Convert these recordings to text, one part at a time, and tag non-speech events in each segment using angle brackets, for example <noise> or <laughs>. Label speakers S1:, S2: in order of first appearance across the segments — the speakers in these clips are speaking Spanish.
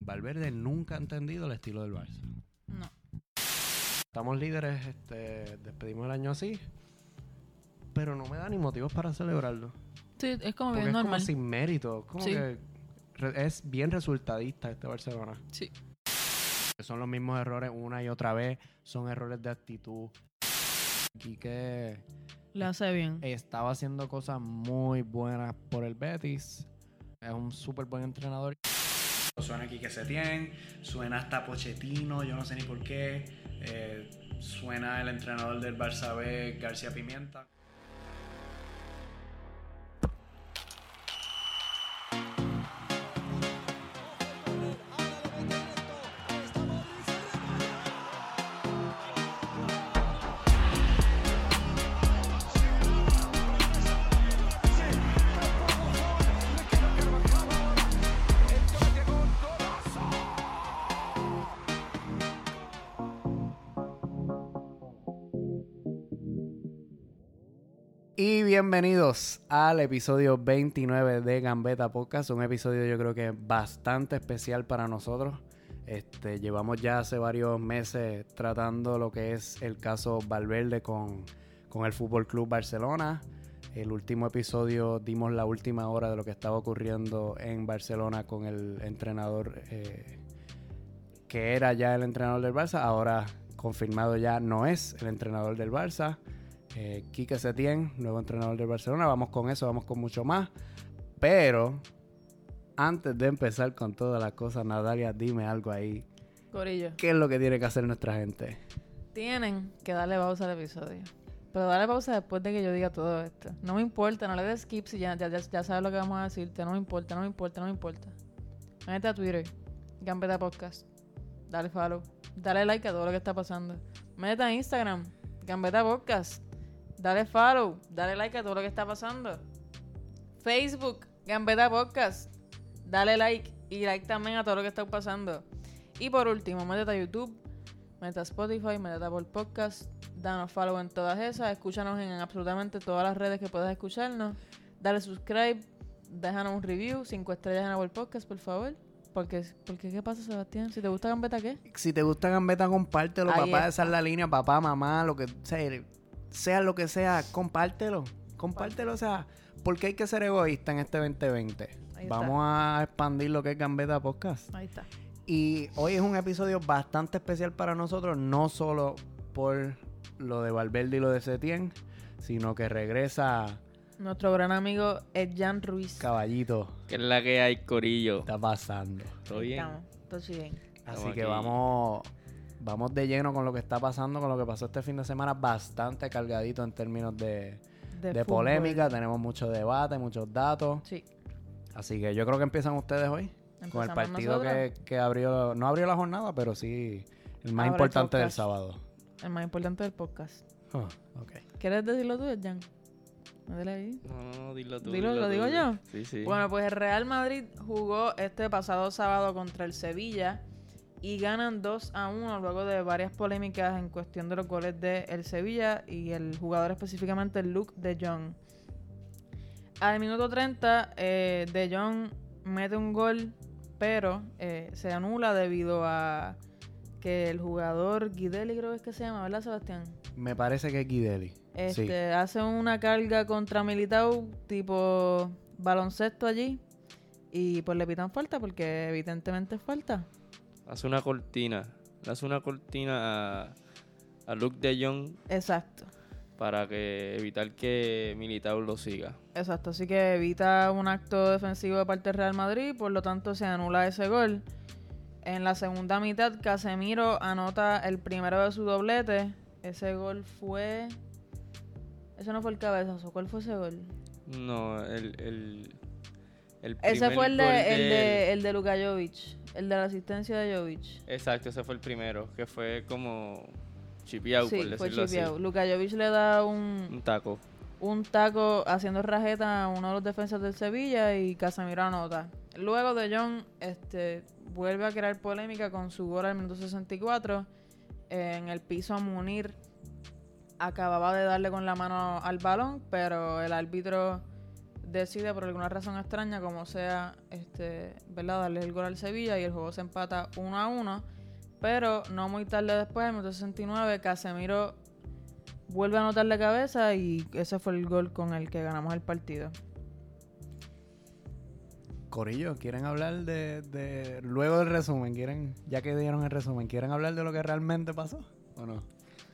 S1: Valverde nunca ha entendido el estilo del Barça.
S2: No.
S1: Estamos líderes, este, despedimos el año así, pero no me da ni motivos para celebrarlo.
S2: Sí, es como
S1: Porque
S2: bien
S1: es
S2: normal.
S1: como sin mérito, como
S2: Sí.
S1: que re- es bien resultadista este Barcelona.
S2: Sí.
S1: Son los mismos errores una y otra vez, son errores de actitud. Quique
S2: Le hace bien.
S1: estaba haciendo cosas muy buenas por el Betis, es un súper buen entrenador.
S3: Suena Quique Setién, suena hasta Pochettino, yo no sé ni por qué. eh, suena el entrenador del Barça B, García Pimienta.
S1: Y bienvenidos al episodio 29 de Gambeta Podcast, un episodio yo creo que bastante especial para nosotros. Este, llevamos ya hace varios meses tratando lo que es el caso Valverde con, con el Fútbol Club Barcelona. El último episodio dimos la última hora de lo que estaba ocurriendo en Barcelona con el entrenador eh, que era ya el entrenador del Barça, ahora confirmado ya no es el entrenador del Barça. Eh, Quique Setién, nuevo entrenador del Barcelona. Vamos con eso, vamos con mucho más. Pero antes de empezar con todas las cosas, Natalia, dime algo ahí.
S2: Corillo.
S1: ¿Qué es lo que tiene que hacer nuestra gente?
S2: Tienen que darle pausa al episodio. Pero darle pausa después de que yo diga todo esto. No me importa, no le des skip si ya, ya, ya- ya sabes lo que vamos a decirte. No me importa, no me importa, no me importa. Métete a Twitter, Gambeta Podcast. Dale follow. Dale like a todo lo que está pasando. Métete a Instagram, Gambeta Podcast. Dale follow. Dale like a todo lo que está pasando. Facebook, Gambeta Podcast. Dale like y like también a todo lo que está pasando. Y por último, métete a YouTube, métete a Spotify, métete a Apple Podcast, danos follow en todas esas, escúchanos en absolutamente todas las redes que puedas escucharnos, dale subscribe, déjanos un review, cinco estrellas en Apple Podcast, por favor. Porque, porque ¿qué pasa, Sebastián? Si te gusta Gambeta, ¿qué?
S1: Si te gusta Gambeta, compártelo,
S2: Ahí
S1: papá.
S2: está.
S1: Esa es la línea, papá, mamá, lo que sea, sea lo que sea, compártelo. Compártelo, o sea, porque hay que ser egoísta en este 2020.
S2: Ahí está.
S1: Vamos a expandir lo que es Gambeta Podcast.
S2: Ahí está.
S1: Y hoy es un episodio bastante especial para nosotros, no solo por lo de Valverde y lo de Setién, sino que regresa
S2: Nuestro gran amigo Edjan Ruiz.
S1: Caballito.
S4: Que es la que hay, Corillo.
S1: Está pasando.
S4: ¿Todo bien?
S2: Estamos, todo sí bien.
S1: Así
S4: Estamos
S1: que
S4: aquí.
S1: vamos, vamos de lleno con lo que está pasando, con lo que pasó este fin de semana, bastante cargadito en términos de, de,
S2: fútbol.
S1: polémica. Tenemos mucho debate, muchos datos.
S2: Sí.
S1: Así que yo creo que empiezan ustedes hoy con el
S2: Empezamos
S1: partido que,
S2: nosotros.
S1: que abrió, no abrió la jornada, pero sí el más
S2: Ahora el
S1: importante del
S2: podcast.
S1: sábado.
S2: El más importante del podcast.
S1: Ah, ok.
S2: ¿Quieres decirlo tú, Jan? Métele ahí.
S4: No, no, no, dilo tú.
S2: Dilo, ¿lo digo
S4: tú.
S2: yo?
S4: Sí, sí.
S2: Bueno, pues el Real Madrid jugó este pasado sábado contra el Sevilla y ganan 2 a 1 luego de varias polémicas en cuestión de los goles de el Sevilla y el jugador específicamente Luke de Jong. Al minuto 30, eh, de Jong mete un gol, pero eh, se anula debido a que el jugador Guideli creo que es que se llama, ¿verdad, Sebastián?
S1: Me parece que es Guideli.
S2: Este,
S1: Sí.
S2: hace una carga contra Militao, tipo baloncesto allí. Y pues le pitan falta, porque evidentemente es falta.
S4: Haz una cortina. Le Haz una cortina a, a Luke de Jong
S2: Exacto,
S4: para que evitar que Militao lo siga.
S2: exacto. Así que evita un acto defensivo de parte del Real Madrid, por lo tanto se anula ese gol. En la segunda mitad, Casemiro anota el primero de su doblete. Ese gol fue. Ese no fue el cabezazo. ¿Cuál fue ese gol?
S4: No, el. el, el
S2: Ese
S4: primer
S2: fue el
S4: gol
S2: de, el,
S4: del-
S2: de, el de Luka Jovic. El de la asistencia de Jovic.
S4: Exacto, ese fue el primero, que fue como chipiao,
S2: sí,
S4: por decirlo
S2: fue chipeado.
S4: así. Mm.
S2: Luka Jovic le da
S4: Un
S2: un,
S4: taco.
S2: un taco haciendo rajeta a uno de los defensas del Sevilla y Casemiro anota. Luego De Jong este, vuelve a crear polémica con su gol al minuto 64. En el piso a Munir acababa de darle con la mano al balón, pero el árbitro decide por alguna razón extraña, como sea, este, ¿verdad? Darle el gol al Sevilla y el juego se empata 1 a 1. Pero no muy tarde después, en el minuto 69, Casemiro vuelve a anotar la cabeza y ese fue el gol con el que ganamos el partido.
S1: Corillo, ¿quieren hablar de, de- Luego del resumen, ¿quieren... Ya que dieron el resumen, ¿quieren hablar de lo que realmente pasó o no?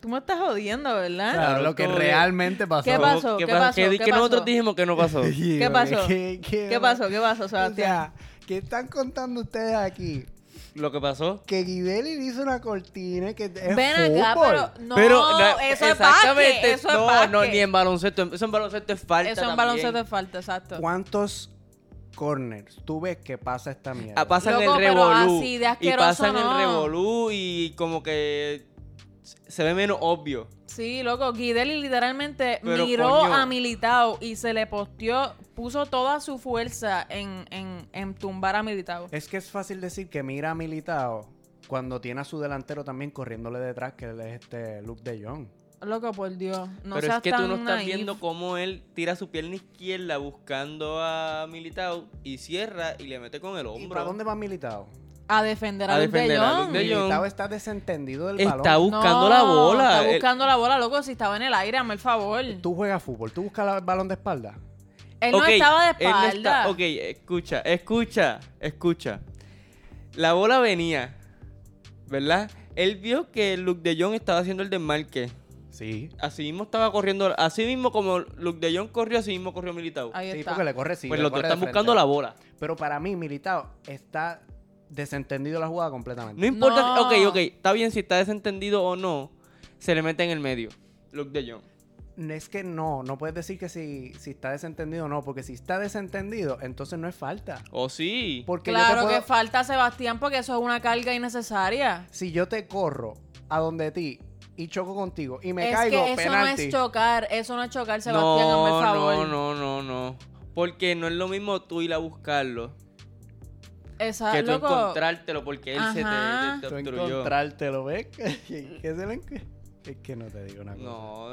S2: Tú me estás jodiendo, ¿verdad?
S1: Claro, lo que
S4: como que-
S1: realmente pasó. <laughs>
S2: ¿Qué pasó? ¿Qué pasó?
S4: Que, di-
S2: ¿Qué
S4: que nosotros
S2: pasó?
S4: dijimos que
S2: <laughs>
S4: no pasó.
S1: ¿Qué
S2: pasó?
S1: ¿Qué, qué-
S2: ¿Qué pasó? ¿Qué pasó,
S1: O
S2: Sebastián?
S1: sea, ¿qué están contando ustedes aquí?
S4: Lo que pasó.
S1: Que Guideli le hizo una cortina que es
S2: Ven acá,
S1: fútbol.
S2: pero no,
S4: na-
S2: eso es
S4: exactamente,
S2: parque, eso
S4: no,
S2: es parque.
S4: no, ni en baloncesto. Eso en baloncesto es falta.
S2: Eso en
S4: también.
S2: baloncesto de falta, exacto.
S1: ¿Cuántos corners tú ves que pasa esta mierda?
S4: Ah, pasan
S2: Loco,
S4: el
S2: pero
S4: revolú.
S2: así de
S4: y
S2: asqueroso,
S4: pasan
S2: no.
S4: el revolú y como que se ve menos obvio.
S2: Sí, loco, Guideli literalmente
S4: Pero,
S2: miró
S4: coño.
S2: a Militao y se le posteó, puso toda su fuerza en, en, en tumbar a Militao.
S1: Es que es fácil decir que mira a Militao cuando tiene a su delantero también corriéndole detrás, que es este Luke de Jong.
S2: Loco, por Dios, no
S4: pero
S2: seas
S4: es que tú
S2: tan
S4: no estás
S2: naif.
S4: viendo cómo él tira su pierna izquierda buscando a Militao y cierra y le mete con el
S1: ¿Y
S4: hombro.
S1: para dónde va Militao?
S2: a defender a,
S4: A
S2: Luke de
S4: defender a
S2: Jong.
S4: Luke de Jong.
S1: Militao está desentendido del
S4: Está
S1: balón.
S4: buscando
S2: No,
S4: la bola. eh.
S2: Está
S4: Él-
S2: buscando la bola, loco, si estaba en el aire, hazme el favor.
S1: Tú juegas fútbol, tú buscas la- el balón de espalda.
S2: Él no
S4: Ok,
S2: estaba de
S4: él no
S2: espalda.
S4: está- ok, escucha, escucha, escucha. La bola venía, ¿verdad? Él vio que Luke de Jong estaba haciendo el desmarque.
S1: Sí.
S4: Así mismo estaba corriendo, así mismo como Luke de Jong corrió, así mismo corrió Militao.
S2: Ahí
S1: Sí,
S2: está.
S1: porque le corre sí.
S4: pues
S1: le
S4: los dos
S1: corre de
S4: están
S1: frente.
S4: buscando la bola.
S1: Pero para mí, Militao está desentendido la jugada completamente.
S4: No importa,
S2: No.
S4: ok, ok, está bien si está desentendido o no, se le mete en el medio. Luke de Jong.
S1: Es que no, no puedes decir que si, si está desentendido o no, porque si está desentendido, entonces no es falta.
S4: Oh, sí.
S1: Porque yo te
S2: Claro
S1: puedo-
S2: que falta Sebastián porque eso es una carga innecesaria.
S1: si yo te corro a donde ti y choco contigo y me
S2: es
S1: caigo,
S2: que eso no
S1: penalti.
S2: es chocar, eso no es chocar, Sebastián, hazme
S4: No,
S2: el favor.
S4: no, no, no, no. Porque no es lo mismo tú ir a buscarlo
S2: Esa-
S4: que tú
S2: loco,
S4: encontrártelo porque él se
S2: Ah, Ajá.
S4: te- te,
S1: Tú
S4: te obstruyó.
S1: encontrártelo, ¿ves? <laughs> ¿Qué se le encu- Es que no te digo una cosa.
S4: No,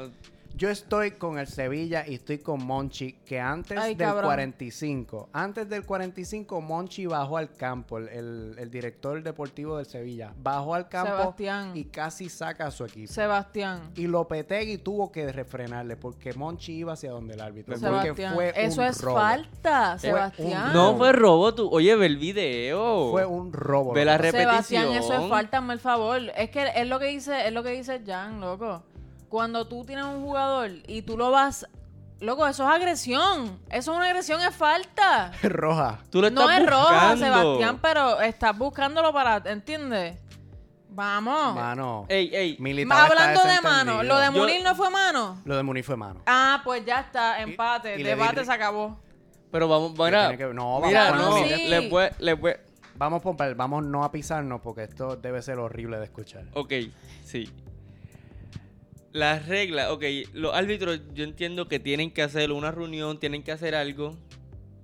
S1: Yo estoy con el Sevilla y estoy con Monchi, que antes
S2: Ay,
S1: del
S2: cabrón.
S1: 45, antes del 45 Monchi bajó al campo, el, el- el director deportivo del Sevilla, bajó al campo
S2: Sebastián.
S1: y casi saca a su equipo.
S2: Sebastián.
S1: y Lopetegui tuvo que refrenarle porque Monchi iba hacia donde el árbitro. Porque
S2: Sebastián.
S1: fue
S2: eso
S1: un
S2: es
S1: robo.
S2: falta,
S1: un
S2: Sebastián.
S1: robo.
S4: no fue robo tú. Oye, ve el video.
S1: Fue un robo.
S4: Ve
S1: lo
S4: la
S1: que pasó.
S2: Sebastián, eso es
S4: repetición.
S2: falta, hazme el favor. Es que es lo que dice, es lo que dice Jan, loco. Cuando tú tienes un jugador y tú lo vas, loco, eso es agresión. Eso es una agresión, es falta.
S1: <laughs> Roja.
S4: Tú lo estás
S2: No es roja,
S4: buscando.
S2: Sebastián, pero estás buscándolo para, ¿entiendes? Vamos.
S1: Mano.
S4: Ey, ey.
S1: Militao
S2: Va
S1: está
S2: hablando de mano,
S1: desentendido.
S2: lo de
S4: Yo-
S2: Munir no fue mano.
S1: Lo de Muniz fue mano.
S2: Ah, pues ya está, empate,
S1: y le di
S2: debate
S1: ri-
S2: se acabó.
S4: Pero vamos,
S1: tiene
S4: mira.
S1: que- no, vamos
S4: mira,
S2: con
S4: no.
S2: Luis. Sí.
S4: Le puede, le puede.
S1: Vamos, Pompey, vamos no a pisarnos porque esto debe ser horrible de escuchar.
S4: Ok, sí. Las reglas, ok, los árbitros yo entiendo que tienen que hacer una reunión, tienen que hacer algo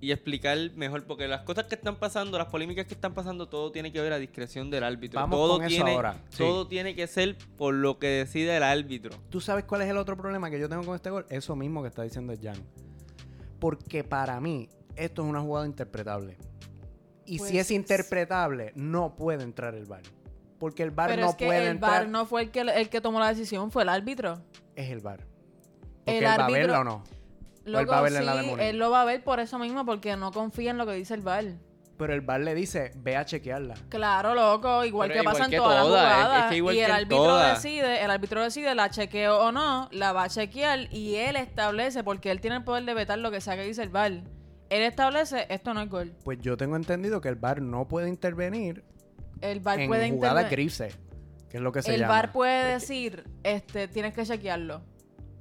S4: y explicar mejor, porque las cosas que están pasando, las polémicas que están pasando, todo tiene que ver a discreción del árbitro.
S1: Vamos
S4: todo
S1: con eso
S4: tiene,
S1: ahora, sí.
S4: Todo tiene que ser por lo que decida el árbitro.
S1: ¿Tú sabes cuál es el otro problema que yo tengo con este gol? Eso mismo que está diciendo Jan. Porque para mí, esto es una jugada interpretable. Y si
S2: Pues-
S1: es interpretable, no puede entrar el VAR. Porque el VAR
S2: Pero
S1: no
S2: es que
S1: puede
S2: el
S1: entrar.
S2: VAR no fue el que, el que tomó la decisión, fue el árbitro.
S1: Es el VAR.
S2: El
S1: Porque él va a
S2: árbitro-
S1: verla o no. O él
S2: Loco,
S1: va a verla
S2: sí,
S1: en la de Munir.
S2: él lo va a ver por eso mismo, porque no confía en lo que dice el VAR.
S1: Pero el VAR le dice, ve a chequearla.
S2: Claro, loco, igual
S4: Pero
S2: que
S4: igual
S2: pasa en
S4: que
S2: todas
S4: todas,
S2: las
S4: es-
S2: jugadas.
S4: es que igual
S2: y
S4: que
S2: el
S4: en
S2: árbitro
S4: todas.
S2: decide, el árbitro decide la chequeo o no, la va a chequear y él establece, porque él tiene el poder de vetar lo que sea que dice el VAR. Él establece, esto no es gol.
S1: Pues yo tengo entendido que el VAR no puede intervenir
S2: El VAR
S1: en
S2: puede
S1: jugadas
S2: interve-
S1: grises, que es lo que se
S2: El
S1: llama.
S2: VAR puede decir, este, tienes que chequearlo.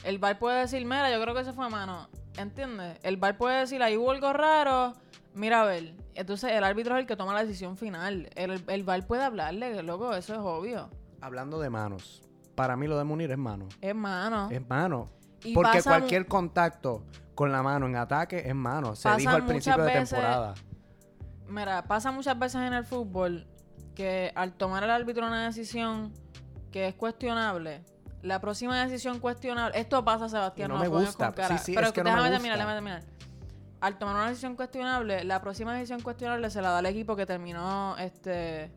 S2: El VAR puede decir, mira, yo creo que eso fue a mano. ¿Entiendes? El VAR puede decir, ahí hubo algo raro, mira a ver. Entonces el árbitro es el que toma la decisión final. El, el VAR puede hablarle, que loco, eso es obvio.
S1: Hablando de manos, para mí lo de Munir es mano.
S2: Es mano.
S1: Es mano.
S2: Y
S1: Porque
S2: pasa mu-
S1: cualquier contacto con la mano en ataque es mano. Se
S2: Pasa
S1: dijo al
S2: muchas
S1: principio de
S2: veces-
S1: temporada.
S2: Mira, pasa muchas veces en el fútbol que al tomar el árbitro una decisión que es cuestionable, la próxima decisión cuestionable, esto pasa Sebastián,
S1: No
S2: no,
S1: me
S2: pongas
S1: gusta.
S2: con cara.
S1: Sí, sí,
S2: pero
S1: es que no me
S2: déjame
S1: gusta.
S2: terminar, déjame terminar. al tomar una decisión cuestionable, la próxima decisión cuestionable se la da al equipo que terminó este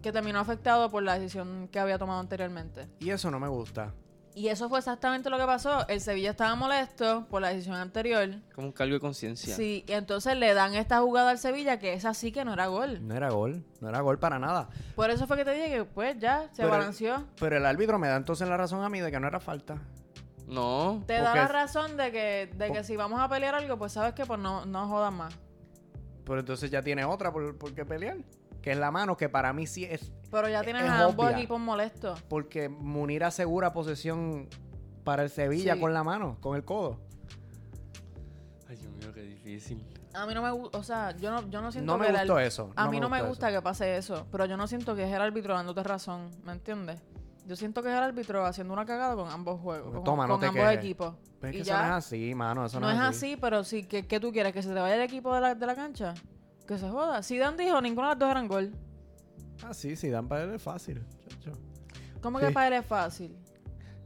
S2: que terminó afectado por la decisión que había tomado anteriormente.
S1: Y eso no me gusta.
S2: Y eso fue exactamente lo que pasó. El Sevilla estaba molesto por la decisión anterior.
S4: Como un cargo de conciencia.
S2: Sí, y entonces le dan esta jugada al Sevilla que esa sí que no era gol.
S1: No era gol, no era gol para nada.
S2: Por eso fue que te dije que pues ya se
S1: Pero-
S2: balanceó.
S1: Pero el árbitro me da entonces la razón a mí de que no era falta.
S4: No.
S2: Te da la
S1: porque-
S2: razón de que, de que
S1: por-
S2: si vamos a pelear algo, pues sabes que pues no, no jodas más.
S1: Pero entonces ya tiene otra por, por qué pelear. Que es la mano, que para mí sí es.
S2: Pero ya tienes
S1: E-, Es
S2: a ambos
S1: obvia.
S2: equipos molestos.
S1: Porque Munir asegura posesión para el Sevilla
S2: Sí.
S1: con la mano, con el codo.
S4: Ay, Dios mío, qué difícil.
S2: A mí no me gusta, o sea, yo no, yo no siento
S1: No me
S2: que el
S1: gustó
S2: al-
S1: eso.
S2: A mí no me
S1: gustó
S2: gusta
S1: eso.
S2: que pase eso, pero yo no siento que es el árbitro dándote razón, ¿me entiendes? Yo siento que es el árbitro haciendo una cagada con ambos juegos, con,
S1: Toma, no
S2: con
S1: te
S2: ambos
S1: quejes.
S2: equipos.
S1: Pero es
S2: Y
S1: que
S2: ya.
S1: eso no es así, mano. Eso
S2: No, es así, pero sí, ¿qué, qué tú quieres? ¿Que se te vaya el equipo de la, de la cancha? Que se joda. Si Dan dijo, ninguna de las dos eran gol.
S1: Ah, sí, sí, dan para él es fácil. chacho.
S2: ¿Cómo que
S1: Sí.
S2: para él es fácil?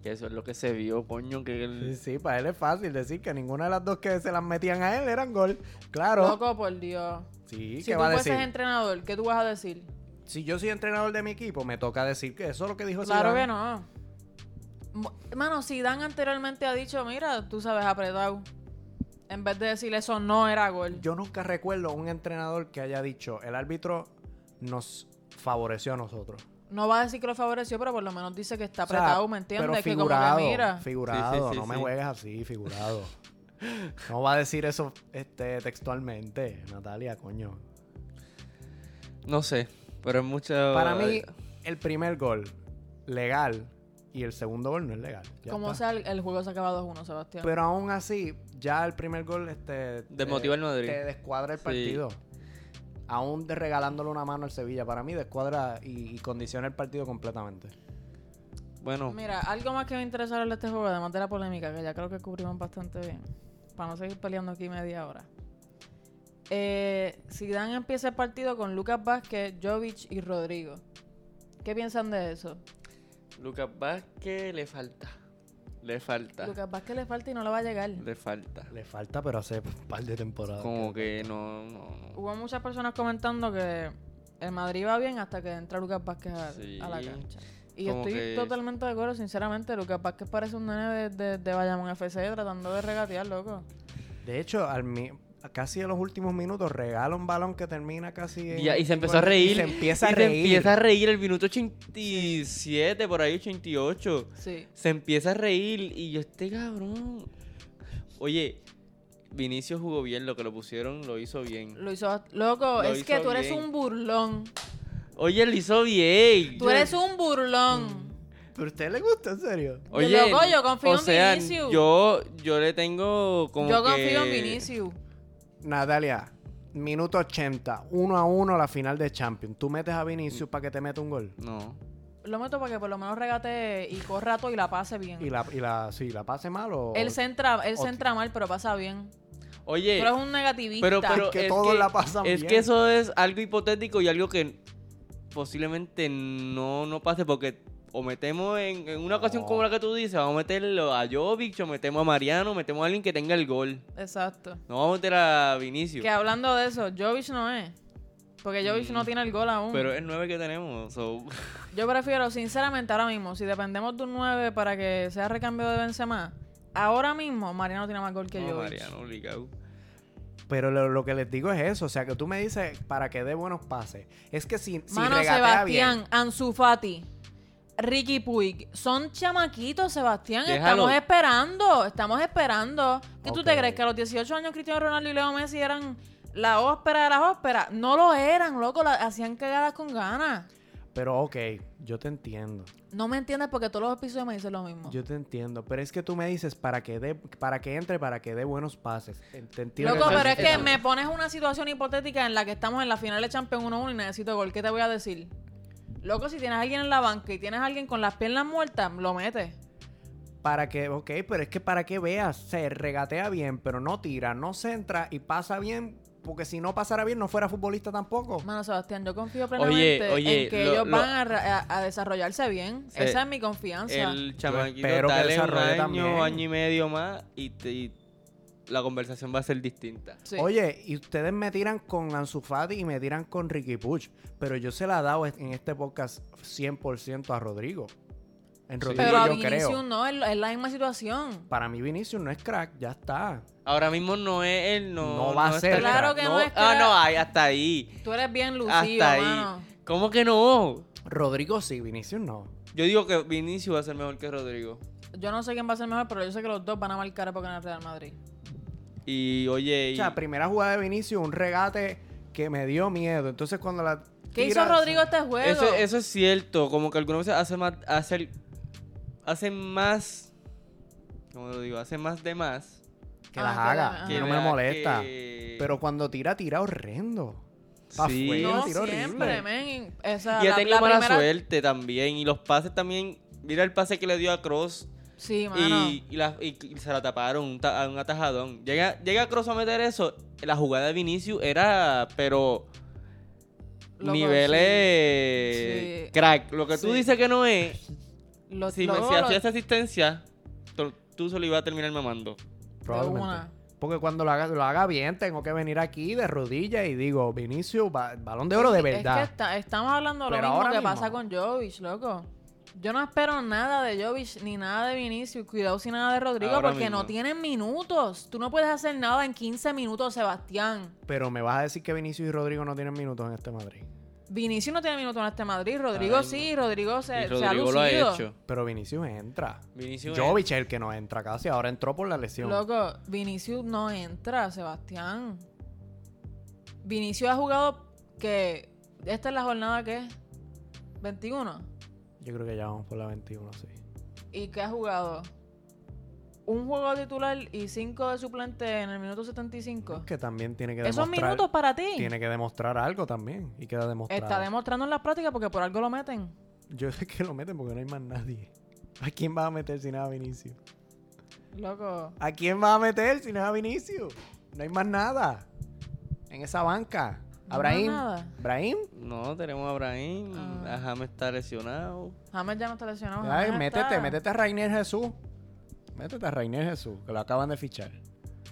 S4: Que eso es lo que se vio, coño. Que
S1: Sí,
S4: el-
S1: sí, para él es fácil decir que ninguna de las dos que se las metían a él eran gol. Claro.
S2: Loco, por Dios.
S1: Sí,
S2: Si
S1: ¿qué
S2: tú
S1: va a
S2: fueses
S1: decir?
S2: entrenador, ¿qué tú vas a decir?
S1: Si yo soy entrenador de mi equipo, me toca decir que eso es lo que dijo
S2: claro
S1: Zidane.
S2: que no. Mo- Mano, si Dan anteriormente ha dicho, mira, tú sabes, apretado. En vez de decir eso no era gol.
S1: Yo nunca recuerdo un entrenador que haya dicho, el árbitro nos favoreció a nosotros.
S2: No va a decir que lo favoreció, pero por lo menos dice que está
S1: O sea,
S2: apretado, ¿me entiendes?
S1: Pero
S2: que como que mira.
S1: figurado,
S4: Sí, sí, sí,
S1: no me
S4: sí.
S1: juegues así, figurado. no va a decir eso este, textualmente, Natalia, coño.
S4: No sé. Pero es mucha.
S1: Para mí, el primer gol, legal, y el segundo gol no es legal. ya
S2: Como
S1: está.
S2: sea, el, el juego se acaba 2-1, Sebastián.
S1: Pero aún así, ya el primer gol este, te-
S4: Desmotiva al Madrid.
S1: Te descuadra el
S4: Sí.
S1: partido. Aún de- regalándole una mano al Sevilla. Para mí, descuadra y, y condiciona el partido completamente.
S4: Bueno,
S2: Mira, algo más que me interesa hablar de este juego, además de la polémica, que ya creo que cubrimos bastante bien, para no seguir peleando aquí media hora. Eh, Zidane empieza el partido con Lucas Vázquez, Jovic y Rodrigo. ¿Qué piensan de eso?
S4: Lucas Vázquez le falta. Le falta.
S2: Lucas Vázquez le falta y no le va a llegar.
S4: Le falta.
S1: Le falta, pero hace un par de temporadas.
S4: Como que no. no, no.
S2: Hubo muchas personas comentando que el Madrid va bien hasta que entra Lucas Vázquez a,
S4: Sí.
S2: a la cancha. Y
S4: Como
S2: estoy
S4: que-
S2: totalmente de acuerdo, sinceramente, Lucas Vázquez parece un nene de, de, de Bayamón FC tratando de regatear, loco.
S1: De hecho, al mi- casi en los últimos minutos regala un balón que termina casi. en-
S4: Y, ya- y se empezó a
S1: y
S4: reír.
S1: se empieza a
S4: y
S1: reír.
S4: Se empieza a reír el minuto 87, por ahí 88.
S2: Sí.
S4: Se empieza a reír y yo, este cabrón. Oye, Vinicio jugó bien, lo que lo pusieron lo hizo bien.
S2: Lo hizo. bast- Loco,
S4: Lo
S2: es que
S4: hizo
S2: tú eres
S4: bien.
S2: un burlón.
S4: Oye, lo hizo bien.
S2: Tú eres un burlón.
S4: Mm,
S1: ¿Pero a usted le gusta, en serio?
S4: Oye,
S2: Loco, yo confío
S4: o
S2: en
S4: sea,
S2: Vinicius.
S4: Yo, yo le tengo como
S2: Yo
S4: que-
S2: confío en Vinicius.
S1: Natalia, minuto 80, 1 a 1 la final de Champions. Tú metes a Vinicius para que te meta un gol.
S4: No.
S2: Lo meto para que por lo menos regate y corra todo y la pase bien.
S1: Y la, y la, sí, la pase mal o.
S2: Él centra, él
S1: o-
S2: centra mal, pero pasa bien.
S4: Oye,
S2: Pero es un negativista.
S4: pero, pero
S1: Es pues que todos la pasan bien.
S4: es
S1: pues.
S4: que eso es algo hipotético y algo que posiblemente no, no pase porque o metemos en, en una ocasión
S1: No.
S4: como la que tú dices, vamos a meterlo a Jovic o metemos a Mariano, metemos a alguien que tenga el gol.
S2: Exacto.
S4: No vamos a meter a Vinicius.
S2: Que hablando de eso, Jovic no es. Porque Jovic no tiene el gol aún.
S4: Mm. Pero es el 9 que tenemos. so-
S2: Yo prefiero, sinceramente, ahora mismo, si dependemos de un 9 para que sea recambio de Benzema, ahora mismo Mariano tiene más gol que
S4: <laughs> No,
S2: Jovic.
S4: Mariano, obligado.
S1: Pero lo, lo que les digo es eso. O sea, que tú me dices para que dé buenos pases. Es que si, si
S2: Mano,
S1: regatea
S2: Sebastián,
S1: bien.
S2: Ansu Fati, Ricky Puig, son chamaquitos, Sebastián.
S4: Déjalo.
S2: Estamos esperando, estamos esperando. ¿Qué tú te
S1: Ok.
S2: crees? ¿Que a los 18 años Cristiano Ronaldo y Leo Messi eran la ópera de las ósperas? No lo eran, loco, la- hacían cagadas con ganas.
S1: Pero ok, yo te entiendo.
S2: No me entiendes porque todos los episodios me dicen lo mismo.
S1: Yo te entiendo. Pero es que tú me dices para que dé, para que entre, para que dé buenos pases. Te entiendo.
S2: Loco,
S1: Eso
S2: pero es que
S1: eso-
S2: me pones una situación hipotética en la que estamos en la final de Champions 1-1 y necesito gol. ¿Qué te voy a decir? Loco, si tienes a alguien en la banca y tienes a alguien con las piernas muertas, lo metes.
S1: Para que, ok, pero es que para que veas, se regatea bien, pero no tira, no centra y pasa bien, porque si no pasara bien no fuera futbolista tampoco.
S2: Mano, Sebastián, yo confío plenamente
S4: oye,
S2: en que
S4: lo-
S2: ellos
S4: lo-
S2: van a, ra- a- a desarrollarse bien.
S4: Se-
S2: Esa es mi confianza.
S4: El chamaquito,
S1: espero que
S4: dale un
S1: desarrolle
S4: año,
S1: también.
S4: año y medio más y, te- y la conversación va a ser distinta.
S2: Sí.
S1: Oye, y ustedes me tiran con Ansu Fati y me tiran con Ricky Puch, pero yo se la he dado en este podcast 100% a Rodrigo. En Rodrigo
S2: pero a
S1: yo creo.
S2: Vinicius no, es es la misma situación.
S1: Para mí Vinicius no es crack, ya está.
S4: Ahora mismo no es él, no.
S1: No va a ser,
S4: está-
S2: Claro que no es
S4: Ah,
S2: que-
S4: no, ahí, hasta ahí.
S2: Tú eres bien lucido,
S4: hasta ahí.
S2: mano.
S4: ¿Cómo que no?
S1: Rodrigo sí, Vinicius no.
S4: Yo digo que Vinicius va a ser mejor que Rodrigo.
S2: Yo no sé quién va a ser mejor, pero yo sé que los dos van a marcar época en el Real Madrid.
S4: Y oye, y-
S1: O sea, primera jugada de Vinicius, un regate que me dio miedo. Entonces cuando la
S2: ¿Qué
S1: tira-
S2: hizo Rodrigo este juego?
S4: eso, eso es cierto. Como que algunas veces hace más, hace, hace más, ¿cómo lo digo? Hace más de más.
S1: que
S2: Ah,
S1: las
S2: que
S1: haga,
S2: la-
S1: que no
S4: vea
S1: me molesta.
S4: que-
S1: Pero cuando tira, tira horrendo. Pa'
S4: Sí.
S1: fuera,
S2: no,
S1: tira horrible.
S2: siempre, men. y- Esa,
S4: Y ha
S2: la-
S4: tenido
S2: la
S4: mala
S2: primera-
S4: suerte también. Y los pases también. Mira el pase que le dio a Cross.
S2: Sí, mano.
S4: Y, y la- y- y se la taparon un ta- a un atajadón. Llega, llega Cross a meter eso. La jugada de Vinicius era, pero.
S2: Loco,
S4: niveles.
S2: sí. Sí.
S4: Crack. Lo que tú
S2: Sí.
S4: dices que no es.
S2: Los-
S4: Si me
S2: luego
S4: si
S2: los-
S4: hacía esa asistencia, tú, tú solo ibas a terminar mamando.
S1: Probablemente.
S2: una.
S1: Porque cuando lo haga, lo haga bien, tengo que venir aquí de rodillas y digo, Vinicius, ba- balón de oro de verdad.
S2: Es que está- estamos hablando de lo
S1: Pero
S2: mismo
S1: ahora
S2: que
S1: mismo.
S2: pasa con Jovic, loco. Yo no espero nada de Jovic ni nada de Vinicius. Cuidado sin nada de Rodrigo
S4: Ahora
S2: porque no
S4: mismo.
S2: tienen minutos. Tú no puedes hacer nada en 15 minutos, Sebastián.
S1: Pero me vas a decir que Vinicius y Rodrigo no tienen minutos en este Madrid.
S2: Vinicius no tiene minutos en este Madrid. Rodrigo
S4: Ahora mismo.
S2: sí, Rodrigo se,
S4: y
S2: se ha
S4: Rodrigo
S2: lucido.
S4: lo ha hecho. eh,
S1: Pero Vinicius entra.
S4: Vinicius
S1: Jovic es el que no entra casi. Ahora entró por la lesión.
S2: Loco, Vinicius no entra, Sebastián. Vinicius ha jugado que esta es la jornada que es 21.
S1: Yo creo que ya vamos por la 21, sí.
S2: ¿Y qué ha jugado? Un juego titular y cinco de suplente en el minuto 75.
S1: Es que también tiene que
S2: Esos
S1: demostrar.
S2: minutos para ti.
S1: Tiene que demostrar algo también. Y queda demostrado.
S2: Está demostrando en las prácticas porque por algo lo meten.
S1: Yo <laughs> sé que lo meten porque no hay más nadie. ¿A quién vas a meter si nada Vinicius?
S2: Loco.
S1: ¿A quién vas a meter si no es a Vinicius? No hay más nada. En esa banca.
S2: No
S1: Abraham.
S2: más nada.
S1: Abraham.
S4: No, tenemos a Abraham.
S2: Ah.
S4: a James está lesionado.
S2: James ya no está lesionado.
S1: Ay,
S2: James
S1: métete,
S2: está-
S1: métete a Rainer Jesús. Métete a Rainer Jesús, que lo acaban de fichar.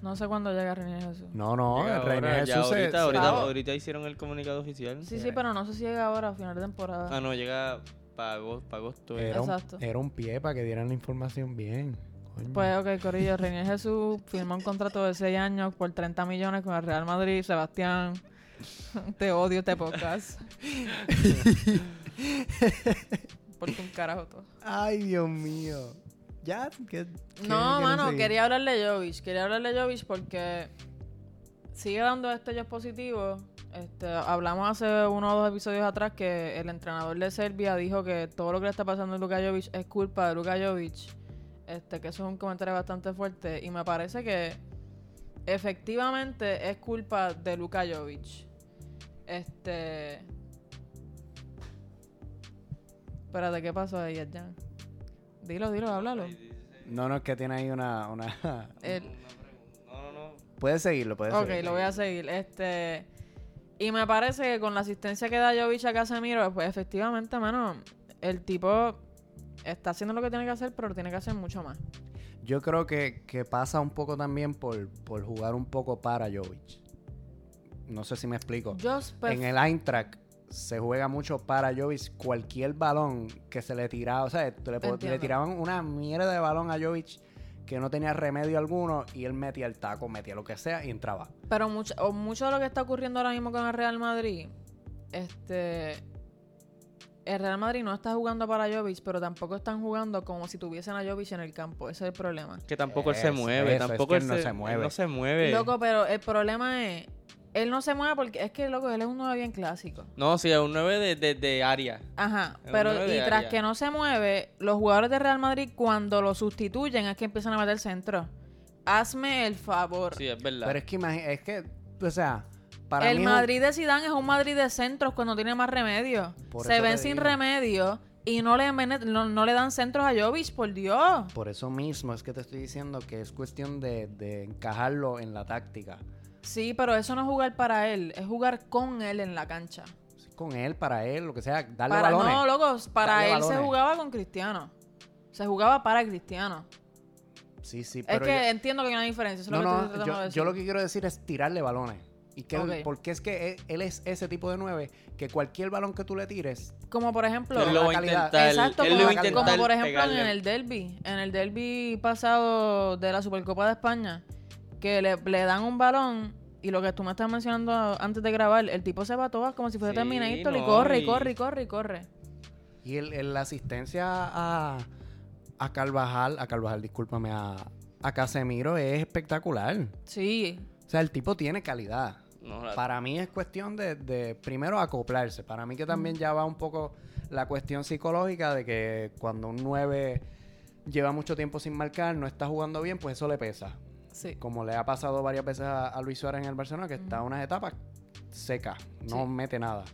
S2: No sé cuándo llega René Jesús.
S1: No, no,
S4: Llega
S1: el Rainer
S4: ahora, ya
S1: Jesús se-
S4: ahorita,
S1: se-
S4: ahorita,
S1: Ah,
S4: ahorita hicieron el comunicado oficial.
S2: Sí, sí, pero no sé si llega ahora a final de temporada.
S4: Ah, no, llega para agosto. pa' agosto, eh.
S1: Era un,
S2: Exacto.
S1: era un pie para que dieran la información bien. Coño.
S2: Pues ok, Corillo, René Jesús firmó un contrato de 6 años por 30 millones con el Real Madrid. Sebastián, te odio este podcast. Porque un carajo todo.
S1: Ay, Dios mío. Ya. ¿Qué- qué quieren
S2: No, mano,
S1: seguir?
S2: quería hablarle de Jovic. Quería hablarle de Jovic porque sigue dando estallos positivos. Este, hablamos hace uno o dos episodios atrás que el entrenador de Serbia dijo que todo lo que le está pasando a Luka Jovic es culpa de Luka Jovic. Este, que eso es un comentario bastante fuerte. Y me parece que efectivamente es culpa de Luka Jovic. Este. Espérate, ¿qué pasó ahí, Jan? Dilo, dilo, háblalo.
S1: No, no, es que tiene ahí una. una... <laughs>
S2: El-
S4: No, no, no.
S1: puedes seguirlo, puedes
S2: Ok,
S1: seguirlo.
S2: lo voy a seguir. Este. Y me parece que con la asistencia que da Jovic a Casemiro, pues efectivamente, mano, el tipo está haciendo lo que tiene que hacer, pero tiene que hacer mucho más.
S1: Yo creo que, que pasa un poco también por, por jugar un poco para Jovic. No sé si me explico.
S2: Yo pues,
S1: en el Eintracht se juega mucho para Jovic. Cualquier balón que se le tiraba, o sea, tú le, po-
S2: Entiendo.
S1: le tiraban una mierda de balón a Jovic que no tenía remedio alguno y él metía el taco, metía lo que sea y entraba.
S2: Pero mucho, o mucho de lo que está ocurriendo ahora mismo con el Real Madrid, este. El Real Madrid no está jugando para Jovic, pero tampoco están jugando como si tuviesen a Jovic en el campo. Ese es el problema.
S4: Que tampoco él se
S1: Eso, eso,
S4: mueve,
S1: es
S4: tampoco
S1: que
S4: él
S1: él no se mueve.
S4: él no se mueve.
S2: Loco, pero el problema es. Él no se mueve porque es que, loco, él es un 9 bien clásico.
S4: No, sí, es un 9 de, de, de área.
S2: Ajá,
S4: Es un
S2: pero
S4: nueve
S2: y
S4: de
S2: tras
S4: área.
S2: que no se mueve, los jugadores de Real Madrid cuando lo sustituyen es que empiezan a meter centro. Hazme el favor.
S4: Sí, es verdad.
S1: Pero es que imagi- es que, o sea, para
S2: el
S1: mí es un-
S2: Madrid de Zidane es un Madrid de centros cuando tiene más remedio.
S1: Por
S2: Se
S1: eso
S2: ven
S1: te
S2: sin
S1: digo.
S2: remedio y no le, mene- no, no le dan centros a Jovic, por Dios.
S1: por eso mismo es que te estoy diciendo que es cuestión de, de encajarlo en la táctica.
S2: Sí, pero eso no es jugar para él, es jugar con él en la cancha.
S1: Con él, para él, lo que sea, darle
S2: Para,
S1: balones.
S2: no, locos, para
S1: Dale
S2: él se
S1: balones.
S2: jugaba con Cristiano. Se jugaba para Cristiano.
S1: Sí, sí,
S2: Es
S1: pero
S2: que
S1: yo-
S2: entiendo que hay una diferencia. Eso es
S1: No,
S2: lo que estoy
S1: no,
S2: tratando de
S1: yo,
S2: decir.
S1: yo lo que quiero decir es tirarle balones. Y que él-
S2: Ok.
S1: porque es que él, él es ese tipo de nueve que cualquier balón que tú le tires,
S2: Como por ejemplo.
S4: Él lo va a
S1: la calidad.
S4: intentar.
S2: Exacto,
S4: él
S2: como,
S4: lo va a
S1: la
S2: como
S4: intentar
S2: por ejemplo en
S4: pegarle.
S2: el derby, en el derby pasado de la Supercopa de España, que le, le dan un balón y lo que tú me estás mencionando antes de grabar, el tipo se va a todas como si fuese
S4: Sí,
S2: Terminator y
S4: no,
S2: corre y
S4: y-
S2: corre y corre y corre.
S1: y el, el- la asistencia a, a Carvajal, a Carvajal, discúlpame, a, a Casemiro es espectacular.
S2: Sí,
S1: O sea, el tipo tiene calidad.
S4: No, la-
S1: Para mí es cuestión de, de, primero acoplarse. Para mí que también ya va un poco la cuestión psicológica de que cuando un 9 lleva mucho tiempo sin marcar, no está jugando bien, pues eso le pesa.
S2: sí.
S1: Como le ha pasado varias veces a, a Luis Suárez en el Barcelona, que está en unas etapas secas, no
S2: Sí.
S1: mete nada.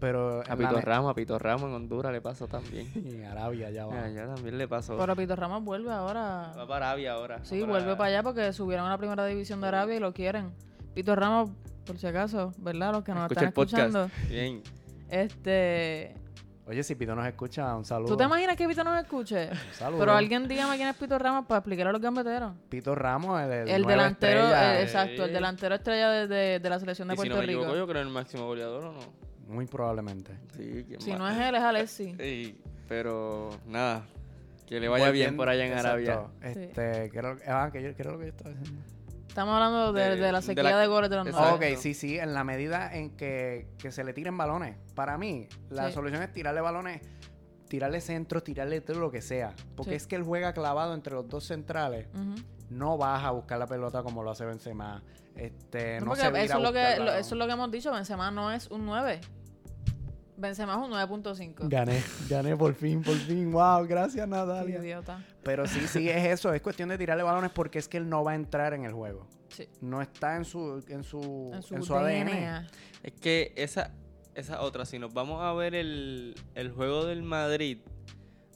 S1: Pero en la
S4: A Pito
S1: me-
S4: Ramos, a Pito Ramos en Honduras le
S2: <laughs>
S4: pasó también.
S1: en Arabia ya va.
S4: Allá también le pasó.
S2: Pero Pito Ramos vuelve ahora.
S4: Va para Arabia ahora.
S2: Sí,
S4: Va
S2: vuelve para allá porque subieron a la primera división de Arabia y lo quieren. Pito Ramos, por si acaso, ¿verdad? Los que nos
S4: Escucha el
S2: están escuchando.
S4: podcast. Bien.
S2: Este,
S1: Oye, si Pito nos escucha, un saludo.
S2: ¿tú te imaginas que Pito nos escuche?
S1: Un saludo.
S2: Pero alguien dígame quién es Pito Ramos para explicar a los gambeteros.
S1: Pito Ramos, el, el
S2: El
S1: nueve
S2: delantero,
S1: estrella,
S2: eh, exacto, el
S4: Sí.
S2: delantero estrella de, de- de la selección de
S4: Y si
S2: Puerto
S4: no me
S2: Rico.
S4: equivoco, yo creo en el máximo goleador o no.
S1: muy probablemente.
S4: Sí, ¿quién
S2: Si
S4: más?
S2: no es él, es Alexi.
S4: <laughs> Ey, pero nada, que le vaya
S1: Volviendo-
S4: bien por allá en
S1: Pues exacto.
S4: Arabia.
S1: Este, creo, ah, que yo, creo lo que yo estaba diciendo.
S2: Estamos hablando de,
S4: De-
S2: de la
S4: de
S2: sequía de,
S4: la-
S2: goles de los
S1: Ah, Ok,
S2: nueve.
S4: Exacto.
S1: sí, sí, en la medida en que, que se le tiren balones. Para mí, la
S2: Sí.
S1: solución es tirarle balones, tirarle centros, tirarle todo lo que sea. Porque
S2: Sí.
S1: es que él juega clavado entre los dos centrales.
S2: Ujú.
S1: No baja a buscar la pelota como lo hace Benzema. Este, no,
S2: No, porque
S1: se vira
S2: eso, es
S1: a
S2: lo
S1: buscar
S2: que,
S1: el
S2: lo-
S1: balón.
S2: eso es lo que hemos dicho, Benzema no es un 9. Benzema es un 9.5.
S1: Gané, gané por fin, por fin. Wow, gracias
S2: Qué
S1: Natalia.
S2: Idiota.
S1: Pero sí, sí, es eso. Es cuestión de tirarle balones porque es que él no va a entrar en el juego.
S2: Sí.
S1: No está en su, en su,
S2: En su,
S1: en su ADN.
S2: DNA.
S4: Es que esa, esa otra, si nos vamos a ver el, el juego del Madrid,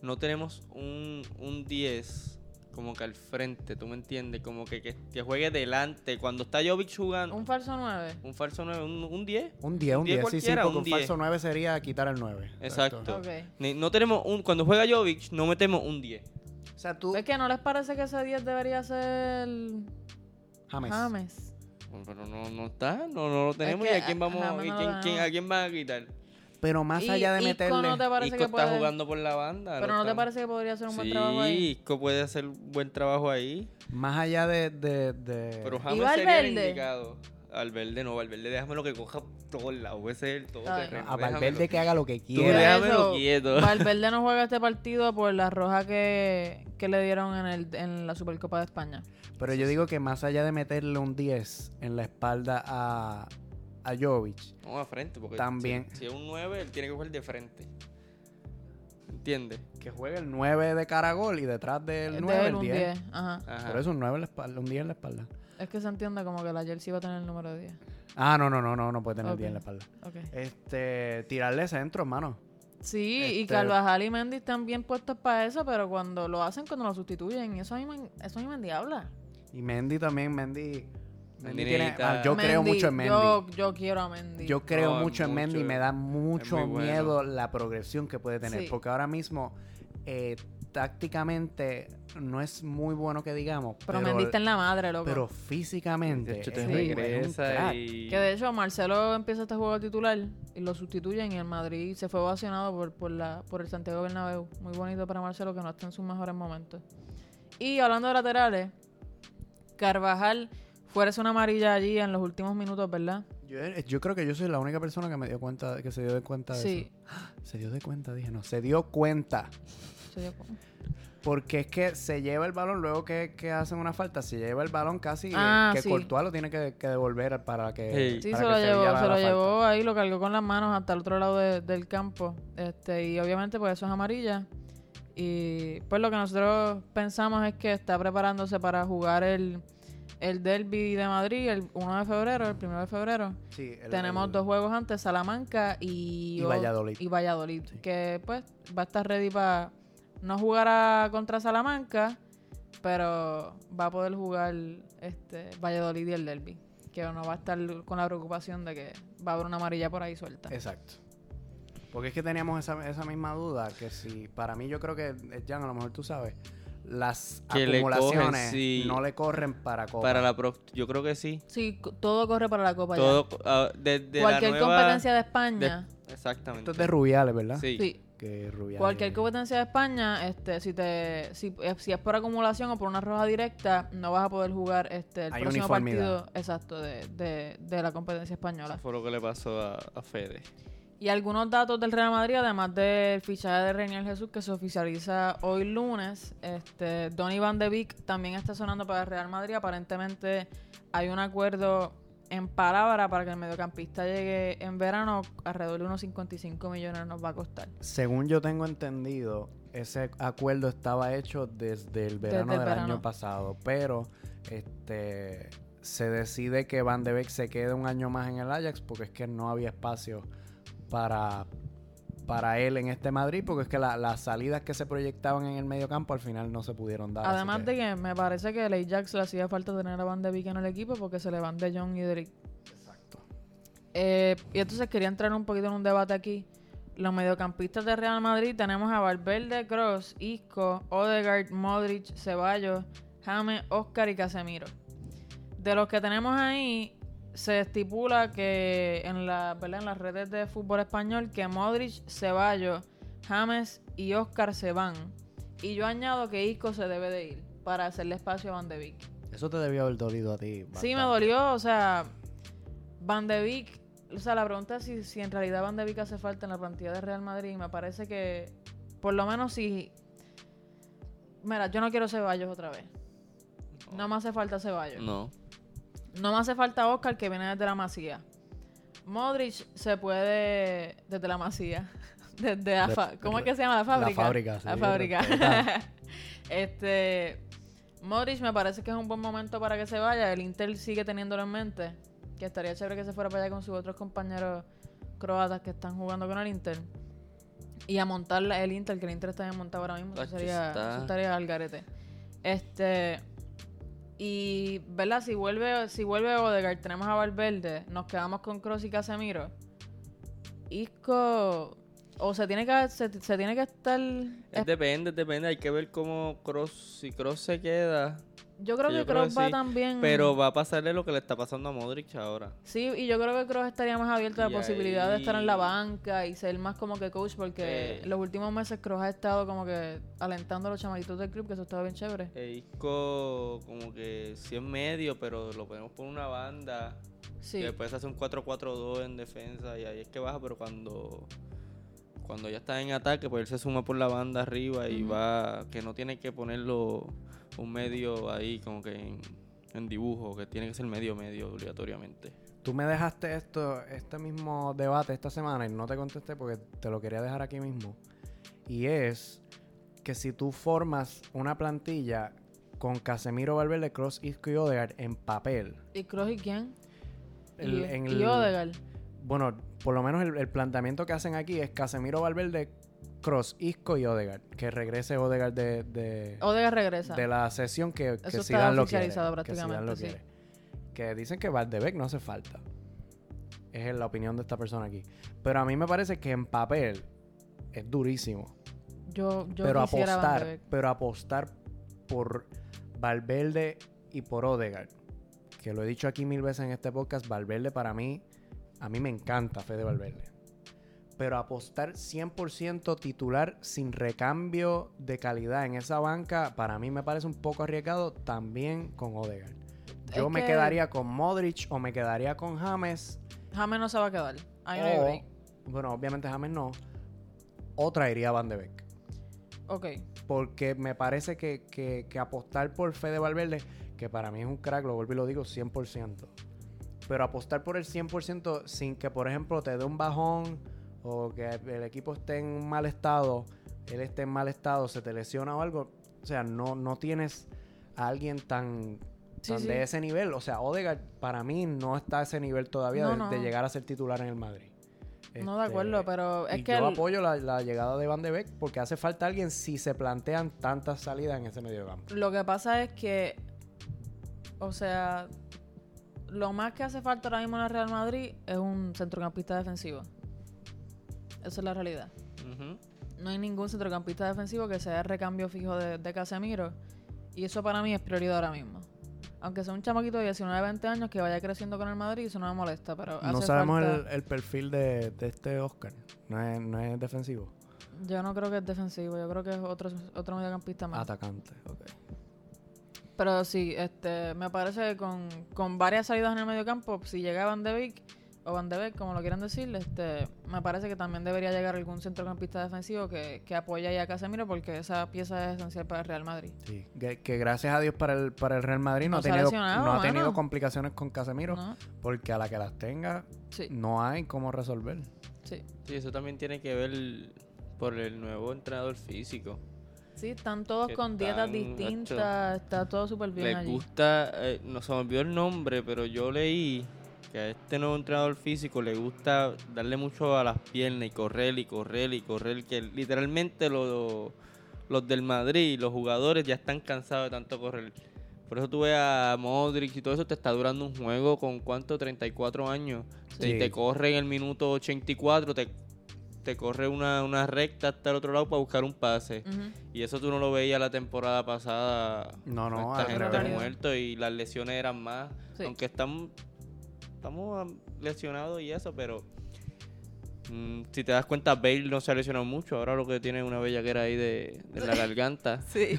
S4: no tenemos un, un 10 como que al frente, ¿tú me entiendes? Como que, que, que juegue delante. Cuando está Jovic jugando,
S2: Un
S4: un,
S2: falso 9.
S4: falso 9, un, un 10.
S1: Un 10, un 10.
S4: Un 10
S1: Sí, sí,
S4: cualquiera,
S1: porque un
S4: un 10.
S1: falso 9 sería quitar el 9.
S4: Exacto.
S2: Ok.
S4: Ni- No tenemos un, cuando juega Jovic, no metemos un 10.
S1: O sea, tú,
S2: ¿Ves que no les parece que ese 10 debería ser
S1: James.
S2: James?
S4: Bueno, Pero no, no está, no, no lo tenemos.
S2: que
S4: ¿Y a quién
S2: a-
S4: vamos
S2: James
S4: y
S2: no lo
S4: quién- quién-
S2: tenemos.
S4: a quién van a quitar?
S1: Pero más
S2: Y-
S1: allá de
S2: Isco
S1: meterle.
S2: no te parece
S4: Isco
S2: que
S4: está
S2: puede-
S4: jugando por la banda.
S2: Pero no te
S4: está-
S2: parece que podría hacer un buen
S4: sí,
S2: trabajo ahí.
S4: Isco puede hacer un buen trabajo ahí.
S1: Más allá de. de, de-
S4: Pero James sería
S2: Valverde?
S4: el indicado. Valverde no, Valverde déjamelo que coja todo el lado. Ese es el todo
S2: Ay,
S4: terreno,
S1: a Valverde
S4: déjamelo.
S1: que haga lo que
S4: Tú
S1: quiera.
S4: déjamelo
S1: <laughs>
S2: Eso,
S4: quieto.
S2: Valverde no juega este partido por la roja que, que le dieron en, el, en la Supercopa de España.
S1: Pero yo digo que más allá de meterle un 10 en la espalda a, a Jovic,
S4: No, a frente. Porque
S1: También.
S4: Si, si es un 9, él tiene que jugar de frente. ¿Entiendes?
S1: que juegue el 9 de cara a gol y detrás del
S2: De
S1: 9
S2: él,
S1: el
S2: Este un
S1: 10.
S2: 10. Ajá.
S4: Ajá.
S1: Por eso un 9 en la espalda, un 10 en la espalda.
S2: Es que se entiende como que la jersey va a tener el número 10.
S1: Ah, no, no, no, no, no puede tener
S2: Ok.
S1: 10 en la espalda.
S2: Ok.
S1: Este, tirarle centro, hermano.
S2: Sí, y
S1: Este-
S2: Carvajal y Mendy están bien puestos para eso, pero cuando lo hacen, cuando lo sustituyen, y eso a mí me, eso a mí me endiabla.
S1: Y Mendy también, Mendy. Mendy
S4: Mendy
S1: tiene,
S4: necesita-
S1: ah, yo creo
S2: Mendy,
S1: mucho en Mendy.
S2: Yo, yo quiero a Mendy.
S1: Yo creo
S4: No,
S1: mucho en
S4: Oh, mucho,
S1: Mendy y me da mucho
S4: muy bueno.
S1: miedo la progresión que puede tener.
S2: Sí.
S1: Porque ahora mismo, eh, tácticamente, no es muy bueno que digamos.
S2: pero,
S1: Pero,
S2: Mendy está en la madre, loco.
S1: pero físicamente.
S4: De hecho, te
S1: es un- es un
S4: regresa
S1: crack.
S4: y...
S2: Que de hecho Marcelo empieza este juego titular y lo sustituyen y el Madrid se fue ovacionado por, por, la, por el Santiago Bernabéu. Muy bonito para Marcelo que no está en sus mejores momentos. Y hablando de laterales, Carvajal fuerza una amarilla allí en los últimos minutos, ¿verdad?
S1: Yo, eh, yo creo que yo soy la única persona que me dio cuenta, de- que se dio de cuenta de
S2: Sí.
S1: eso. Se dio de cuenta, dije, no, se dio cuenta.
S2: Se dio cuenta.
S1: Porque es que se lleva el balón luego que, que hacen una falta, se lleva el balón casi eh,
S2: Ah,
S1: que
S2: sí.
S1: Courtois lo tiene que, que devolver para que.
S4: Sí.
S2: Sí,
S1: para
S2: se
S1: que
S2: lo
S1: Sevilla
S2: llevó,
S1: haga
S2: se
S1: la
S2: lo
S1: falta.
S2: llevó ahí, lo cargó con las manos hasta el otro lado de- del campo. Este, y obviamente pues eso es amarilla. Y pues lo que nosotros pensamos es que está preparándose para jugar el, el derby de Madrid el 1 de febrero, el 1 de febrero.
S1: Sí, el-
S2: Tenemos
S1: el-
S2: dos juegos antes, Salamanca y,
S1: Y
S2: o-
S1: Valladolid.
S2: Y Valladolid,
S1: Sí.
S2: que pues va a estar ready para no jugar a- contra Salamanca, pero va a poder jugar este Valladolid y el Derby. Que no va a estar con la preocupación de que va a haber una amarilla por ahí suelta.
S1: Exacto. Porque es que teníamos esa, esa misma duda que si, para mí yo creo que, eh, Jan, a lo mejor tú sabes, las
S4: Que le cogen,
S1: acumulaciones
S4: sí.
S1: no le corren para Copa.
S4: Para la pro- yo creo que sí.
S2: Sí, co- todo corre para la Copa
S4: Todo,
S2: ya.
S4: ah, desde
S2: Cualquier
S4: la nueva-
S2: competencia de
S4: de-
S2: España.
S4: exactamente.
S1: Esto es de Rubiales, ¿verdad?
S4: Sí.
S2: Sí.
S1: Que Rubiales.
S2: Cualquier competencia de España, este, si te, si, eh, si es por acumulación o por una roja directa, no vas a poder jugar este el
S1: Hay
S2: próximo
S1: uniformidad.
S2: partido exacto de, de, de la competencia española.
S4: Eso fue lo que le pasó a, a Fede.
S2: Y algunos datos del Real Madrid, además del fichaje de Reinier Jesús que se oficializa hoy lunes, este, Donny Van de Beek también está sonando para el Real Madrid. Aparentemente hay un acuerdo en palabra para que el mediocampista llegue en verano, alrededor de unos 55 millones nos va a costar.
S1: Según yo tengo entendido, ese acuerdo estaba hecho desde el verano
S2: Desde el
S1: del año
S2: verano.
S1: pasado, pero este se decide que Van de Beek se quede un año más en el Ajax porque es que no había espacio para para él en este Madrid porque es que la- las salidas que se proyectaban en el mediocampo al final no se pudieron dar. así
S2: Además
S1: que-
S2: de que me parece que a Ley Jax le hacía falta tener a Van de Beek en el equipo porque se le van de John y Drake.
S1: Exacto.
S2: Eh, y entonces quería entrar un poquito en un debate aquí. Los mediocampistas de Real Madrid tenemos a Valverde, Cross, Isco, Odegaard, Modric, Ceballos, James, Oscar y Casemiro. De los que tenemos ahí, se estipula que en, la, ¿verdad? en las redes de fútbol español que Modric, Ceballos, James y Oscar se van. Y yo añado que Isco se debe de ir para hacerle espacio a Van de Beek.
S1: Eso te debió haber dolido a ti.
S2: Sí,
S1: bastante.
S2: me dolió, o sea, Van de Beek, o sea, la pregunta es si, si en realidad Van de Beek hace falta en la plantilla de Real Madrid, y me parece que, por lo menos si, mira, yo no quiero Ceballos otra vez, no me hace falta Ceballos, no,
S4: No.
S2: me hace falta Oscar que viene desde la Masía, Modric se puede desde la Masía, <laughs> desde la
S1: De-
S2: fa- ¿cómo es que se llama la fábrica?
S1: fábrica, sí,
S2: La fábrica.
S1: total.
S2: <laughs> este, Modric me parece que es un buen momento para que se vaya. El Inter sigue teniéndolo en mente. Que estaría chévere que se fuera para allá con sus otros compañeros croatas que están jugando con el Inter. Y a montar la- el Inter, que el Inter está bien montado ahora mismo. Eso
S4: Tacho,
S2: sería,
S4: está.
S2: eso estaría al garete. Este. Y, ¿verdad? Si vuelve, si vuelve Odegaard, tenemos a Valverde, nos quedamos con Kroos y Casemiro. Isco. O se tiene que, se, se tiene que estar.
S4: Es depende, depende. Hay que ver cómo Cross, si Cross se queda.
S2: Yo creo
S4: Yo
S2: que
S4: creo
S2: Kroos
S4: que
S2: va
S4: sí,
S2: también.
S4: Pero va a pasarle lo que le está pasando a Modric ahora.
S2: Sí, y yo creo que Kroos estaría más abierto a
S4: Y
S2: la posibilidad de estar en la
S4: ahí-
S2: banca y ser más como que coach, porque
S4: Eh.
S2: los últimos meses Kroos ha estado como que alentando a los chamaquitos del club, que eso estaba bien chévere.
S4: El disco como que sí es medio, pero lo podemos poner una banda.
S2: Sí,
S4: Y después hace un 4-4-2 en defensa y ahí es que baja, pero cuando cuando ya está en ataque, pues él se suma por la banda arriba y
S2: Ujú.
S4: va, que no tiene que ponerlo un medio ahí como que en, en dibujo, que tiene que ser medio medio obligatoriamente.
S1: Tú me dejaste esto, este mismo debate esta semana y no te contesté porque te lo quería dejar aquí mismo. Y es que si tú formas una plantilla con Casemiro Valverde, Cross, Isco y Odegaard en papel,
S4: pues.
S2: ¿y Kroos y quién?
S1: el-
S2: y,
S1: en
S2: y
S1: el-
S2: Odegaard.
S1: bueno, por lo menos el, el planteamiento que hacen aquí es Casemiro Valverde, Cross, Isco y Odegaard. Que regrese Odegaard de, de,
S2: Odegaard regresa.
S1: de la sesión que, que
S2: Eso está
S1: Zidane lo quiere.
S2: oficializado
S1: que Zidane
S2: prácticamente,
S1: lo
S2: sí.
S1: quiere. Que dicen que Valdebec no hace falta. Es la opinión de esta persona aquí. Pero a mí me parece que en papel es durísimo.
S2: Yo, yo
S1: pero
S2: quisiera Van de
S1: apostar,
S2: Beek.
S1: pero apostar por Valverde y por Odegaard. Que lo he dicho aquí mil veces en este podcast, Valverde para mí, a mí me encanta Fede Valverde. Pero apostar 100% titular sin recambio de calidad en esa banca, para mí me parece un poco arriesgado también con Odegaard. Yo
S2: Es
S1: me
S2: que-
S1: quedaría con Modric o me quedaría con James
S2: James no se va a quedar. Ahí no hay
S1: o-
S2: break.
S1: bueno, obviamente James no. O traería a Van de Beek
S2: Ok.
S1: porque me parece que, que- que apostar por Fede Valverde, que para mí es un crack, lo vuelvo y lo digo 100%, pero apostar por el 100% sin que, por ejemplo, te dé un bajón o que el equipo esté en un mal estado, él esté en mal estado, se te lesiona o algo, o sea, no, no tienes a alguien tan,
S2: Sí,
S1: tan
S2: sí.
S1: de ese nivel. O sea, Odegaard para mí no está a ese nivel todavía
S2: No,
S1: de,
S2: no.
S1: de llegar a ser titular en el Madrid.
S2: No de
S1: Este,
S2: acuerdo, pero es
S1: y
S2: que
S1: yo
S2: el-
S1: apoyo la, la llegada de Van de Beek porque hace falta alguien si se plantean tantas salidas en ese mediocampo.
S2: Lo que pasa es que, o sea, lo más que hace falta ahora mismo en el Real Madrid es un centrocampista defensivo. Esa es la realidad.
S4: Ujú.
S2: no hay ningún centrocampista defensivo que sea el recambio fijo de, de Casemiro. Y eso para mí es prioridad ahora mismo. Aunque sea un chamaquito de 19, 20 años que vaya creciendo con el Madrid, eso no me molesta. Pero
S1: No
S2: hace
S1: sabemos
S2: falta-
S1: el, el perfil de, de este Oscar. No es, no es defensivo.
S2: Yo no creo que es defensivo, yo creo que es otro, otro mediocampista más.
S1: Atacante. ok.
S2: Pero sí, este, me parece que con, con varias salidas en el mediocampo, si llega Van de Beek o Van de Beek, como lo quieran decir, este, me parece que también debería llegar algún centrocampista defensivo que, que apoye ahí a Casemiro porque esa pieza es esencial para el Real Madrid.
S1: Sí. Que, que gracias a Dios para el, para el Real Madrid no,
S2: No
S1: ha
S2: se ha
S1: tenido,
S2: lesionado,
S1: no ha
S2: mano.
S1: tenido complicaciones con Casemiro.
S2: ¿No?
S1: Porque a la que las tenga,
S2: Sí,
S1: no hay cómo resolver.
S2: sí.
S4: Sí, eso también tiene que ver por el nuevo entrenador físico.
S2: Sí, están todos
S4: Que
S2: con dietas
S4: están,
S2: distintas, está todo súper bien
S4: Les
S2: allí.
S4: gusta, eh, no se me olvidó el nombre, pero yo leí que a este nuevo entrenador físico le gusta darle mucho a las piernas y correr y correr y correr, que literalmente lo- los del Madrid, los jugadores ya están cansados de tanto correr. Por eso tú ves a Modric y todo eso, te está durando un juego con cuánto, 34 años.
S1: Sí.
S4: Y te corre en el minuto 84, te, te corre una, una recta hasta el otro lado para buscar un pase.
S2: Ujú.
S4: Y eso tú no lo veías la temporada pasada.
S1: No, no,
S4: Esta
S1: al
S4: gente
S2: revés.
S4: muerto y las lesiones eran más.
S2: Sí.
S4: Aunque estamos, estamos am, lesionados y eso, pero mm, si te das cuenta, Bale no se ha lesionado mucho. Ahora lo que tiene es una bellaquera ahí de, de
S2: <laughs>
S4: la garganta.
S2: Sí,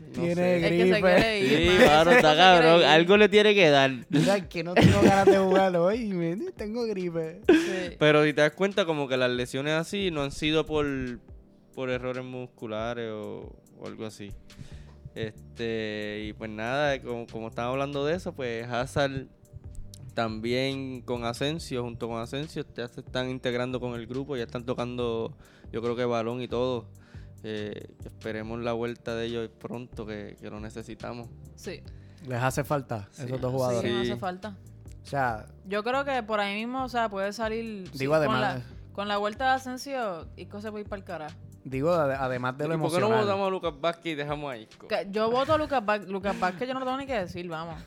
S4: No
S1: Tiene
S4: sé.
S2: es que se
S1: Gripe.
S2: quiere ir.
S4: Sí,
S2: man,
S4: claro,
S2: ese tipo
S4: está
S2: se quiere
S4: cabrón.
S2: ir.
S4: Algo le tiene que dar.
S1: Mira, que no tengo ganas de jugar hoy. me- Tengo gripe.
S2: Sí.
S4: Pero si te das cuenta, como que las lesiones así no han sido por, por errores musculares o, o algo así. Este, y pues nada, como, como estaba hablando de eso, pues Hazard también con Asensio, junto con Asensio, ya se están integrando con el grupo, ya están tocando, yo creo que balón y todo. Eh, esperemos la vuelta de ellos pronto, que, que lo necesitamos.
S2: Sí,
S1: Les hace falta
S4: Sí,
S1: esos dos
S4: sí.
S1: jugadores.
S2: sí, no
S4: Sí.
S2: hace falta.
S1: O sea,
S2: Yo creo que por ahí mismo, o sea, puede salir. sí,
S1: Digo,
S2: Con
S1: además-
S2: la, con la vuelta de Asensio, Isco se puede ir para el carajo.
S1: digo, ade- además de lo
S4: ¿Y por qué no
S1: emocional.
S4: votamos a Lucas Vázquez y dejamos a Isco?
S2: Que Yo voto a Lucas Vázquez. Lucas Vázquez yo no lo tengo ni que decir, vamos.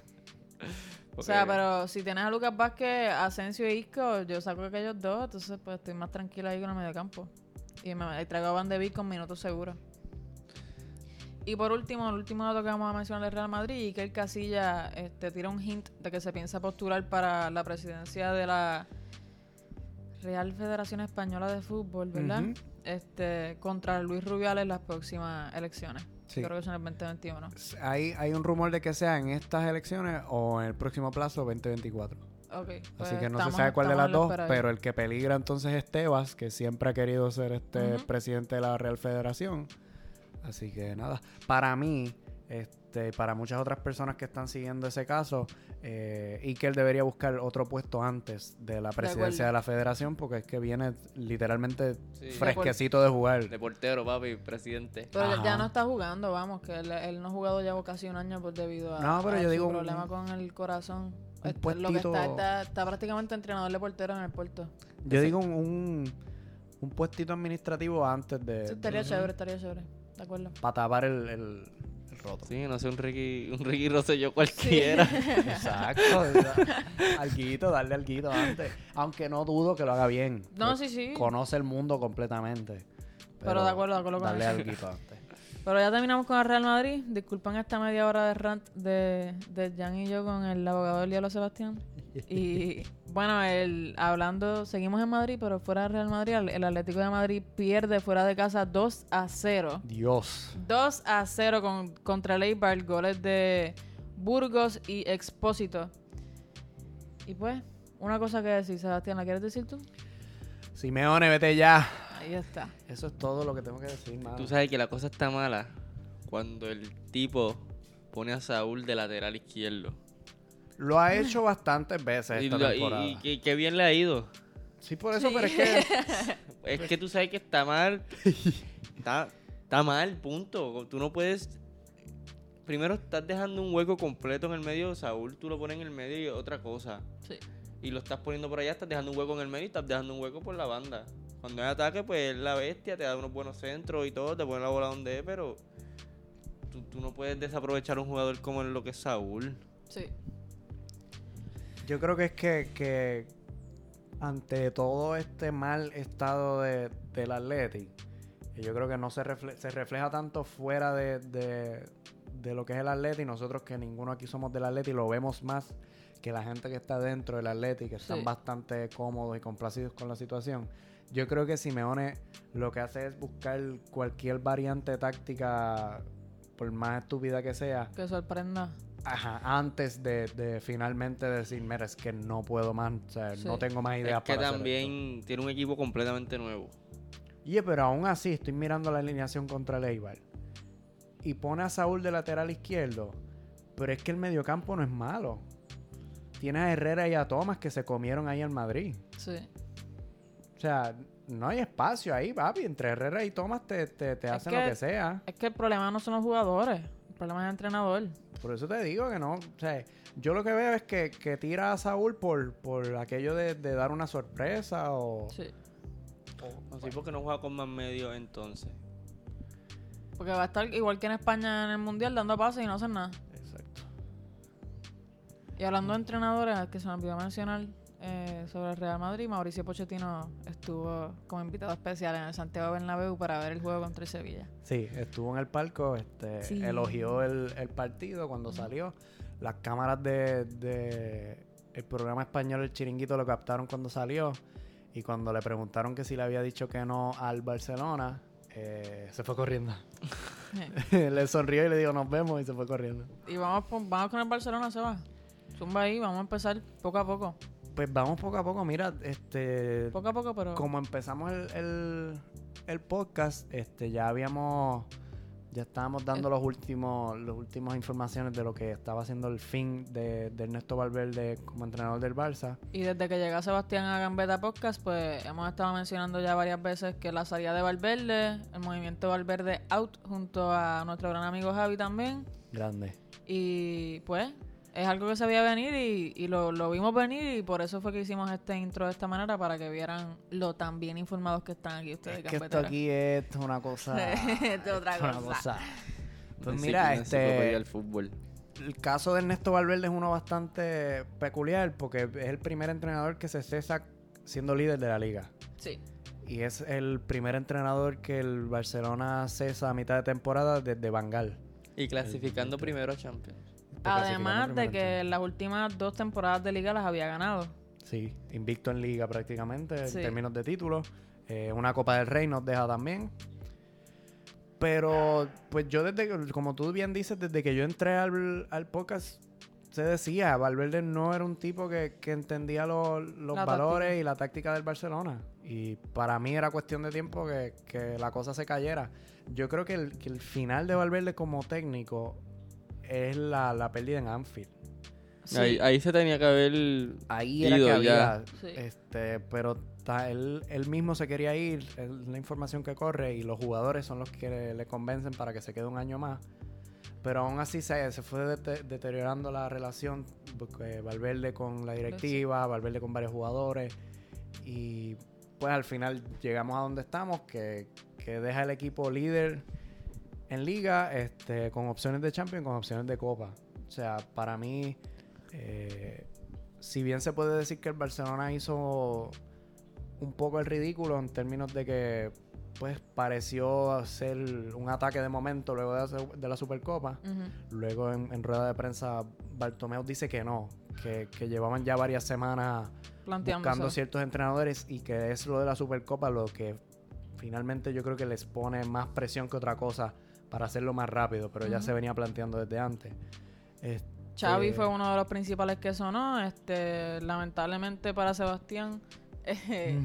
S2: O sea,
S4: Porque-
S2: pero si tienes a Lucas Vázquez, Asensio y Isco, yo saco a aquellos dos, entonces pues estoy más tranquila ahí con el mediocampo. Y me y traigo a Van de Beek con minutos seguros. Y por último, el último dato que vamos a mencionar del Real Madrid, y que el Casilla este, tira un hint de que se piensa postular para la presidencia de la Real Federación Española de Fútbol, ¿verdad?
S1: Ujú.
S2: Este, contra Luis Rubiales en las próximas elecciones.
S1: Sí.
S2: Yo creo que son el 2021.
S1: Hay, hay un rumor de que sea en estas elecciones o en el próximo plazo 2024.
S2: Ok,
S1: Así
S2: pues
S1: que no se
S2: estamos-
S1: sabe cuál de
S2: estamos
S1: las
S2: en la
S1: dos,
S2: espera ahí.
S1: pero el que peligra entonces es Tebas, que siempre ha querido ser este
S2: Ujú.
S1: presidente de la Real Federación. Así que nada, para mí, este, para muchas otras personas que están siguiendo ese caso, eh, y que él debería buscar otro puesto antes de la presidencia de,
S2: acuerdo.
S1: la Federación, porque es que viene literalmente
S4: Sí.
S1: fresquecito de jugar.
S4: De portero, papi, presidente.
S2: Pero ya-
S1: Ajá.
S2: ya no está jugando, vamos, que él, él no ha jugado ya casi un año pues, debido a,
S1: No, pero
S2: a
S1: yo
S2: su
S1: digo un-
S2: problema con el corazón.
S1: un
S2: Este, lo que está,
S1: puestito-
S2: está, está prácticamente entrenador de portero en el puerto.
S1: Yo digo un, un, un puestito administrativo antes de,
S2: Eso
S1: de-
S2: estaría chévere, estaría chévere. ¿De acuerdo?
S1: para tapar el, el- el
S2: <laughs>
S1: roto.
S4: Sí, no sé, un Ricky, un Ricky Rosselló cualquiera.
S1: Exacto. o sea, alguito, darle alguito antes. Aunque no dudo que lo haga bien.
S2: No,
S1: Pues,
S2: sí, sí.
S1: Conoce el mundo completamente.
S2: Pero de acuerdo, de acuerdo con
S1: Darle
S2: eso. <laughs>
S1: alguito antes.
S2: Pero ya terminamos con el Real Madrid. Disculpan esta media hora de rant de, de Jan y yo con el abogado del diablo Sebastián. Y bueno, el, hablando, seguimos en Madrid, pero fuera del Real Madrid, el- el Atlético de Madrid pierde fuera de casa 2 a 0.
S1: Dios.
S2: 2 a 0 con, contra el Eibar, goles de Burgos y Expósito. Y pues, una cosa que decir, Sebastián, ¿la quieres decir tú?
S1: Simeone, vete ya.
S2: Ahí está.
S1: Eso es todo lo que tengo que decir, mano.
S4: Tú sabes que la cosa está mala cuando el tipo pone a Saúl de lateral izquierdo.
S1: Lo ha hecho bastantes veces
S4: Y,
S1: esta
S4: lo- y-
S1: temporada.
S4: y que- que bien le ha ido.
S1: Sí, por eso,
S2: Sí.
S1: pero es que.
S4: Es que tú sabes que
S1: <laughs>
S4: está mal. Está, está mal, punto. Tú no puedes. Primero estás dejando un hueco completo en el medio. Saúl, tú lo pones en el medio y otra cosa.
S2: Sí.
S4: y lo estás poniendo por allá, estás dejando un hueco en el medio y estás dejando un hueco por la banda. Cuando hay ataque, pues es la bestia, te da unos buenos centros y todo, te pone la bola donde es, pero tú, tú no puedes desaprovechar un jugador como lo que es Saúl.
S2: Sí.
S1: Yo creo que es que, que ante todo este mal estado de, del Atleti, que yo creo que no se, refle- se refleja tanto fuera de, de- de lo que es el atleta y nosotros que ninguno aquí somos del atleta y lo vemos más que la gente que está dentro del atleta y que están
S2: Sí.
S1: bastante cómodos y complacidos con la situación. Yo creo que Simeone lo que hace es buscar cualquier variante táctica, por más estúpida que sea,
S2: Que sorprenda.
S1: ajá, antes de, de finalmente decir, mira, es que no puedo más, o sea,
S2: Sí.
S1: no tengo más ideas
S4: Es que
S1: para hacer esto".
S4: también tiene un equipo completamente nuevo.
S1: Oye, pero aún así estoy mirando la alineación contra el Eibar. Y pone a Saúl de lateral izquierdo. Pero es que el mediocampo no es malo. Tiene a Herrera y a Tomás que se comieron ahí en Madrid.
S2: Sí.
S1: O sea, no hay espacio ahí, papi. Entre Herrera y Tomás te, te- te
S2: Es
S1: hacen
S2: que-
S1: lo que sea.
S2: Es que el problema no son los jugadores. El problema es el entrenador.
S1: Por eso te digo que no. O sea, yo lo que veo es que, que tira a Saúl por, por aquello de, de dar una sorpresa o...
S2: Sí.
S4: Así porque no juega con más medios entonces.
S2: Porque va a estar igual que en España en el Mundial dando pases y no hacen nada.
S1: Exacto.
S2: Y hablando de entrenadores, que se me olvidó mencionar eh, sobre el Real Madrid, Mauricio Pochettino estuvo como invitado especial en el Santiago Bernabéu para ver el juego contra el <laughs> Sevilla.
S1: Sí, estuvo en el palco, este,
S2: Sí.
S1: elogió el, el partido cuando salió. Las cámaras de, de el programa español El Chiringuito lo captaron cuando salió. Y cuando le preguntaron que si le había dicho que no al Barcelona, eh, se fue corriendo. <laughs> le sonrió y le dijo nos vemos y se fue corriendo.
S2: y vamos, por- vamos con el Barcelona, se va. Zumba ahí, vamos a empezar poco a poco.
S1: Pues vamos poco a poco, mira, este
S2: Poco a poco, pero...
S1: como empezamos el, el- el podcast, este, ya habíamos, ya estábamos dando los últimos, los últimos informaciones de lo que estaba haciendo el fin de, de Ernesto Valverde como entrenador del Barça.
S2: Y desde que llega Sebastián a Gambetta Podcast, pues hemos estado mencionando ya varias veces que la salida de Valverde, el movimiento Valverde Out, junto a nuestro gran amigo Javi también.
S1: Grande.
S2: Y pues es algo que se veía venir y, y lo, lo vimos venir y por eso fue que hicimos este intro de esta manera para que vieran lo tan bien informados que están aquí ustedes.
S1: Es que esto
S2: gambeteros. <laughs>
S1: aquí es una cosa.
S2: Esto es otra
S1: esto es una
S2: cosa.
S1: Pues
S4: Una
S1: mira,
S4: encicl- una enciclopedia
S1: este,
S4: del fútbol.
S1: el caso de Ernesto Valverde es uno bastante peculiar porque es el primer entrenador que se cesa siendo líder de la liga.
S2: Sí,
S1: Y es el primer entrenador que el Barcelona cesa a mitad de temporada desde Bangal.
S4: Y clasificando primero a Champions.
S2: además de que las últimas dos temporadas de liga las había ganado.
S1: Sí, invicto en liga prácticamente
S2: Sí.
S1: en términos de títulos. Eh, una Copa del Rey nos deja también. Pero, pues yo desde que, como tú bien dices, desde que yo entré al, al podcast, se decía, Valverde no era un tipo que, que entendía lo- los
S2: La
S1: valores y la táctica del Barcelona. Y para mí era cuestión de tiempo que, que la cosa se cayera. Yo creo que el, que el final de Valverde como técnico es la, la pérdida en Anfield.
S2: Sí,
S4: Ahí, ahí se tenía que haber
S1: Ahí era
S4: Ido
S1: que
S4: ya.
S1: había.
S2: Sí.
S1: Este, pero ta- él, él mismo se quería ir, es la información que corre, y los jugadores son los que le, le convencen para que se quede un año más. Pero aún así se, se fue dete- deteriorando la relación porque Valverde con la directiva, Valverde con varios jugadores. Y pues al final llegamos a donde estamos, que, que deja el equipo líder en liga, este, con opciones de Champions, con opciones de Copa. O sea, para mí, eh, si bien se puede decir que el Barcelona hizo un poco el ridículo en términos de que pues pareció ser un ataque de momento luego de la, su- de la Supercopa.
S2: ujú.
S1: Luego en, en rueda de prensa Bartomeu dice que no, que, que llevaban ya varias semanas
S2: Planteándose.
S1: buscando ciertos entrenadores y que es lo de la Supercopa lo que finalmente yo creo que les pone más presión que otra cosa para hacerlo más rápido, pero ya
S2: Ujú.
S1: se venía planteando desde antes. Este,
S2: Xavi fue uno de los principales que sonó. Este, lamentablemente para Sebastián, <laughs> eh,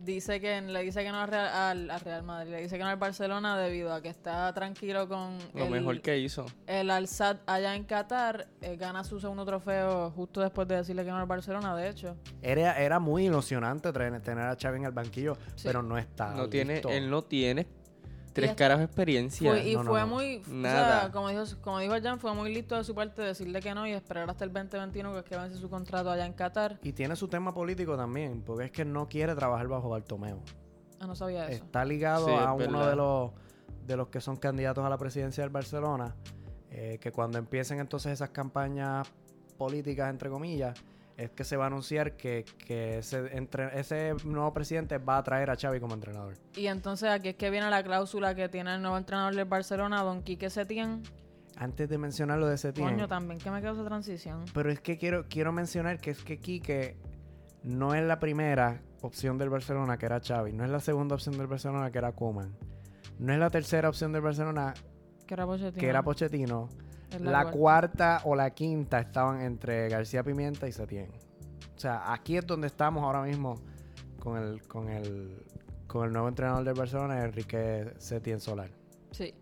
S2: dice que le dice que no al Real, al- al Real Madrid, le dice que no al Barcelona debido a que está tranquilo con
S4: lo
S2: el,
S4: mejor que hizo.
S2: el Al Sadd allá en Qatar, eh, gana su segundo trofeo justo después de decirle que no al Barcelona, de hecho.
S1: Era, era muy ilusionante traer- tener a Xavi en el banquillo,
S2: Sí.
S1: pero no está.
S4: No tiene,
S1: Ah, listo.
S4: él no tiene
S2: Y
S4: tres
S2: es-
S4: caras de experiencia.
S2: Fue- y
S1: no, no,
S2: fue
S1: no.
S2: muy, o sea,
S4: Nada.
S2: como dijo, como dijo Jan, fue muy listo de su parte decirle que no y esperar hasta el 2021 que es que vence su contrato allá en Qatar.
S1: Y tiene su tema político también, porque es que no quiere trabajar bajo Bartomeu.
S2: Ah, no sabía eso.
S1: Está ligado
S4: Sí, es
S1: a uno
S4: verdad.
S1: de los, de los que son candidatos a la presidencia del Barcelona, eh, que cuando empiecen entonces esas campañas políticas, entre comillas, es que se va a anunciar que, que ese, entre- ese nuevo presidente va a traer a Xavi como entrenador.
S2: Y entonces aquí es que viene la cláusula que tiene el nuevo entrenador del Barcelona, Don Quique Setién.
S1: Antes de mencionar lo de Setién,
S2: Coño, también que me quedó esa transición.
S1: pero es que quiero, quiero mencionar que es que Quique no es la primera opción del Barcelona que era Xavi, no es la segunda opción del Barcelona que era Koeman, no es la tercera opción del Barcelona
S2: Que era Pochettino.
S1: que era Pochettino,
S2: Es
S1: la, cuarta o la quinta estaban entre García Pimienta y Setién. O sea, aquí es donde estamos ahora mismo con el con el con el nuevo entrenador del Barcelona, Enrique Setién Solar.
S2: Sí.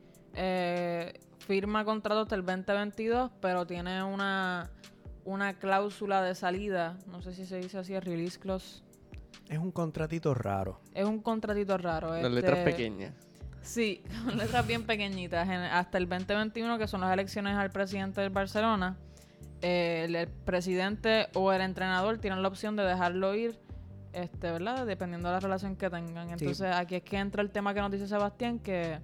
S2: Eh, firma contrato hasta el 2022, pero tiene una, una cláusula de salida. No sé si se dice así, release clause.
S1: Es un contratito raro.
S2: Es un contratito raro.
S4: Las letras
S2: este,
S4: pequeñas.
S2: Sí, <laughs> con letras bien pequeñitas. En- hasta el 2021, que son las elecciones al presidente del Barcelona, eh, el, el presidente o el entrenador tienen la opción de dejarlo ir, este, ¿verdad? Dependiendo de la relación que tengan. Entonces, aquí es que entra el tema que nos dice Sebastián, que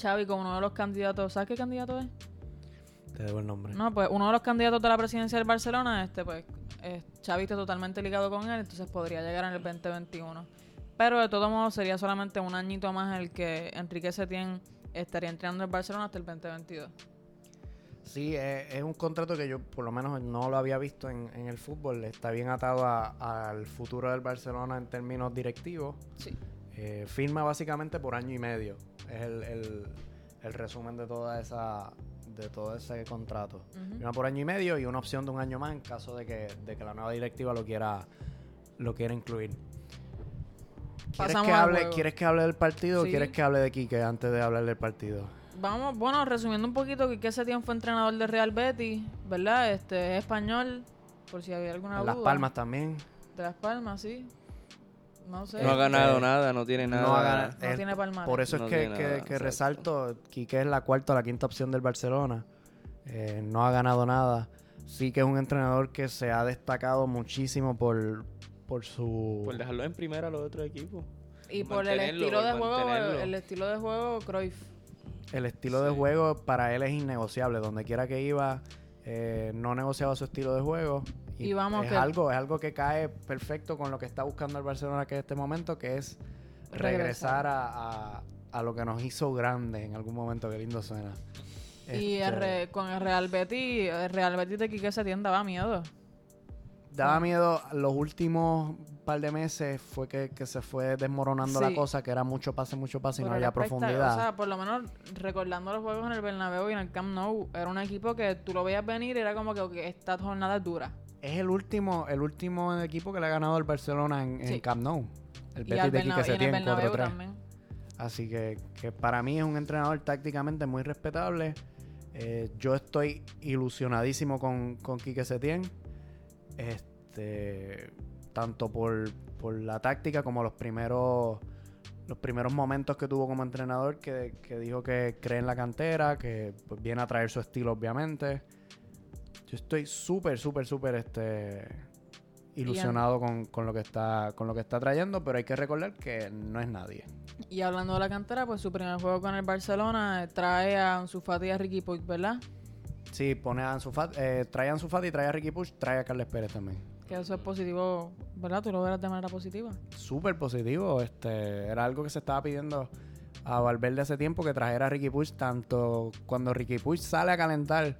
S2: Xavi, como uno de los candidatos, ¿sabes qué candidato es?
S1: Te debo el nombre.
S2: No, pues uno de los candidatos de la presidencia del Barcelona, este, pues, eh, Xavi está totalmente ligado con él, entonces podría llegar en el 2021. Pero de todo modo sería solamente un añito más el que Enrique Setién estaría entrenando en Barcelona hasta el 2022.
S1: Sí, eh, es, es un contrato que yo por lo menos no lo había visto en, en el fútbol. Está bien atado a- al futuro del Barcelona en términos directivos.
S2: Sí.
S1: Eh, firma básicamente por año y medio. Es el, el- el resumen de toda esa de todo ese contrato.
S2: Ujú.
S1: Firma por año y medio y una opción de un año más en caso de que, de que la nueva directiva lo quiera lo quiera incluir. ¿Quieres
S2: Pasamos
S1: que,
S2: al
S1: hable,
S2: juego.
S1: ¿Quieres que hable del partido
S2: Sí.
S1: o quieres que hable de Quique antes de hablar del partido?
S2: Vamos, bueno, resumiendo un poquito, que Setién fue entrenador del Real Betis, ¿verdad? Este, es español, por si había alguna
S1: Las
S2: duda.
S1: Palmas también.
S2: De Las Palmas, sí. No sé.
S4: No ha
S1: Este,
S4: ganado nada, no tiene nada.
S1: No va a ganar.
S2: No
S1: Es-
S2: tiene palmarés.
S1: Por eso
S4: No
S1: es que,
S4: tiene
S1: que-
S4: nada,
S1: que
S4: exacto.
S1: resalto, Quique es la cuarta o la quinta opción del Barcelona. Eh, no ha ganado nada. Sí que es un entrenador que se ha destacado muchísimo por, por su...
S4: Por dejarlo en primera a los otros equipos.
S2: y por el
S4: mantenerlo,
S2: estilo
S4: por
S2: de juego,
S4: mantenerlo.
S2: el estilo de juego, Cruyff.
S1: el estilo de
S4: Sí.
S1: juego para él es innegociable. Donde quiera que iba, eh, no negociaba su estilo de juego.
S2: Y vamos
S1: es
S2: que-
S1: algo, es algo que cae perfecto con lo que está buscando el Barcelona que en este momento, que es
S2: Regresar.
S1: regresar a, a- a lo que nos hizo grandes en algún momento. Qué lindo suena.
S2: Y el
S1: Este,
S2: re- con el Real Betis, el Real Betis de Quique Setién daba miedo.
S1: Daba miedo, los últimos par de meses fue que, que se fue desmoronando
S2: Sí.
S1: la cosa, que era mucho pase, mucho pase y no
S2: Pero
S1: había
S2: era espectac-
S1: profundidad.
S2: O sea, por lo menos recordando los juegos en el Bernabéu y en el Camp Nou, era un equipo que tú lo veías venir y era como que ok, esta jornada es dura.
S1: es el último, el último equipo que le ha ganado el Barcelona en, en
S2: Sí.
S1: Camp Nou. El
S2: y, al
S1: Betis de
S2: Bernabéu-
S1: Quique
S2: y en el
S1: Setién,
S2: Bernabéu
S1: 4-3.
S2: también.
S1: Así que, que para mí es un entrenador tácticamente muy respetable. Eh, yo estoy ilusionadísimo con, con Quique Setién. Este, tanto por, por la táctica como los primeros los primeros momentos que tuvo como entrenador que, que dijo que cree en la cantera, que pues, viene a traer su estilo obviamente. Yo estoy súper, súper, súper este, ilusionado con, con lo que está, con lo que está trayendo, pero hay que recordar que no es nadie.
S2: Y hablando de la cantera, pues su primer juego con el Barcelona eh, trae a Ansu Fati y a Ricky Puig, ¿verdad?
S1: Sí, pone a Ansu Fati, eh, trae a Ansu Fati, trae a Ricky Push, trae a Carles Pérez también.
S2: Que eso es positivo, ¿verdad? Tú lo verás de manera positiva.
S1: Súper positivo, este, era algo que se estaba pidiendo a Valverde hace tiempo que trajera a Ricky Push, tanto cuando Ricky Push sale a calentar,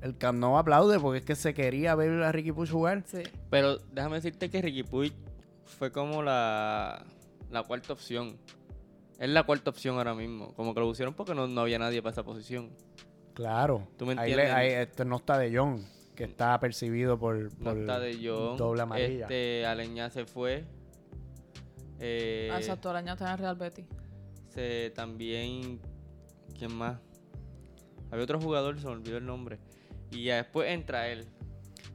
S1: el Camp Nou aplaude porque es que se quería ver a Ricky Push jugar.
S2: Sí.
S4: Pero déjame decirte que Ricky Puig fue como la, la cuarta opción. Es la cuarta opción ahora mismo. Como que lo pusieron porque no, no había nadie para esa posición.
S1: Claro.
S4: Tú me
S1: Ahí
S4: entiendes.
S1: le- ahí, este, no está De Jong, que está percibido por,
S4: No
S1: por
S4: está de John.
S1: doble amarilla.
S4: Este, Aleñá se fue. Eh,
S2: Exacto, el año está en el Real Betis.
S4: se- también. ¿Quién más? Había otro jugador, se me olvidó el nombre. Y ya después entra él.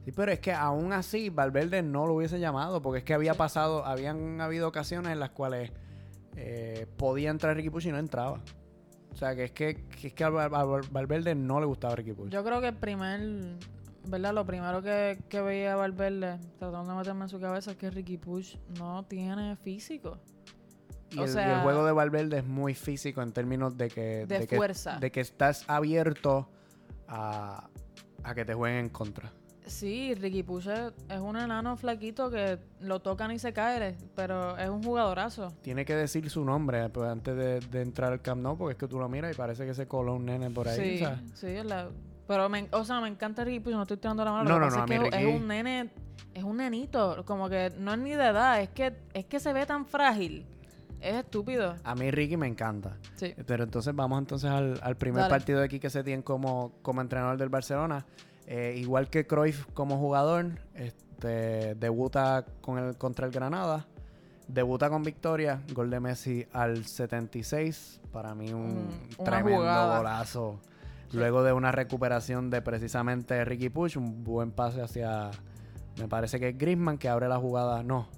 S1: Sí, pero es que aún así Valverde no lo hubiese llamado porque es que había pasado, habían habido ocasiones en las cuales eh, podía entrar Ricky Puig y no entraba. O sea, que es que, que es que a, Val- a Val- Valverde no le gustaba Ricky Puig.
S2: Yo creo que el primer,
S1: pues,
S2: ¿verdad? Lo primero que, que veía Valverde tratando de meterme en su cabeza es que Ricky Push no tiene físico.
S1: y, el,
S2: o
S1: y el
S2: sea-
S1: juego de Valverde es muy físico en términos de que...
S2: De
S1: que-
S2: fuerza.
S1: de que estás abierto a, a que te jueguen en contra.
S2: Sí, Ricky Puche es un enano flaquito que lo tocan y se cae, pero es un jugadorazo.
S1: Tiene que decir su nombre pues, antes de, de entrar al Camp Nou, porque es que tú lo miras y parece que se coló un nene por ahí.
S2: Sí,
S1: o sea,
S2: sí, es la- pero me, o sea, me encanta Ricky Puche, no estoy tirando la mano,
S1: No,
S2: lo que
S1: no,
S2: pasa
S1: no,
S2: es
S1: a mí
S2: que
S1: Ricky-
S2: es un nene, es un nenito, como que no es ni de edad, es que, es que se ve tan frágil, es estúpido.
S1: a mí Ricky me encanta.
S2: Sí.
S1: Eh, Pero entonces vamos entonces al, al primer
S2: Dale.
S1: partido de Quique Setién como, como entrenador del Barcelona. Eh, igual que Cruyff como jugador, este, debuta con el, contra el Granada. Debuta con victoria, gol de Messi al 76. Para mí un
S2: Mm, una
S1: tremendo
S2: jugada.
S1: golazo. Luego de una recuperación de precisamente Ricky Puch, un buen pase hacia, me parece que es Griezmann que abre la jugada. No,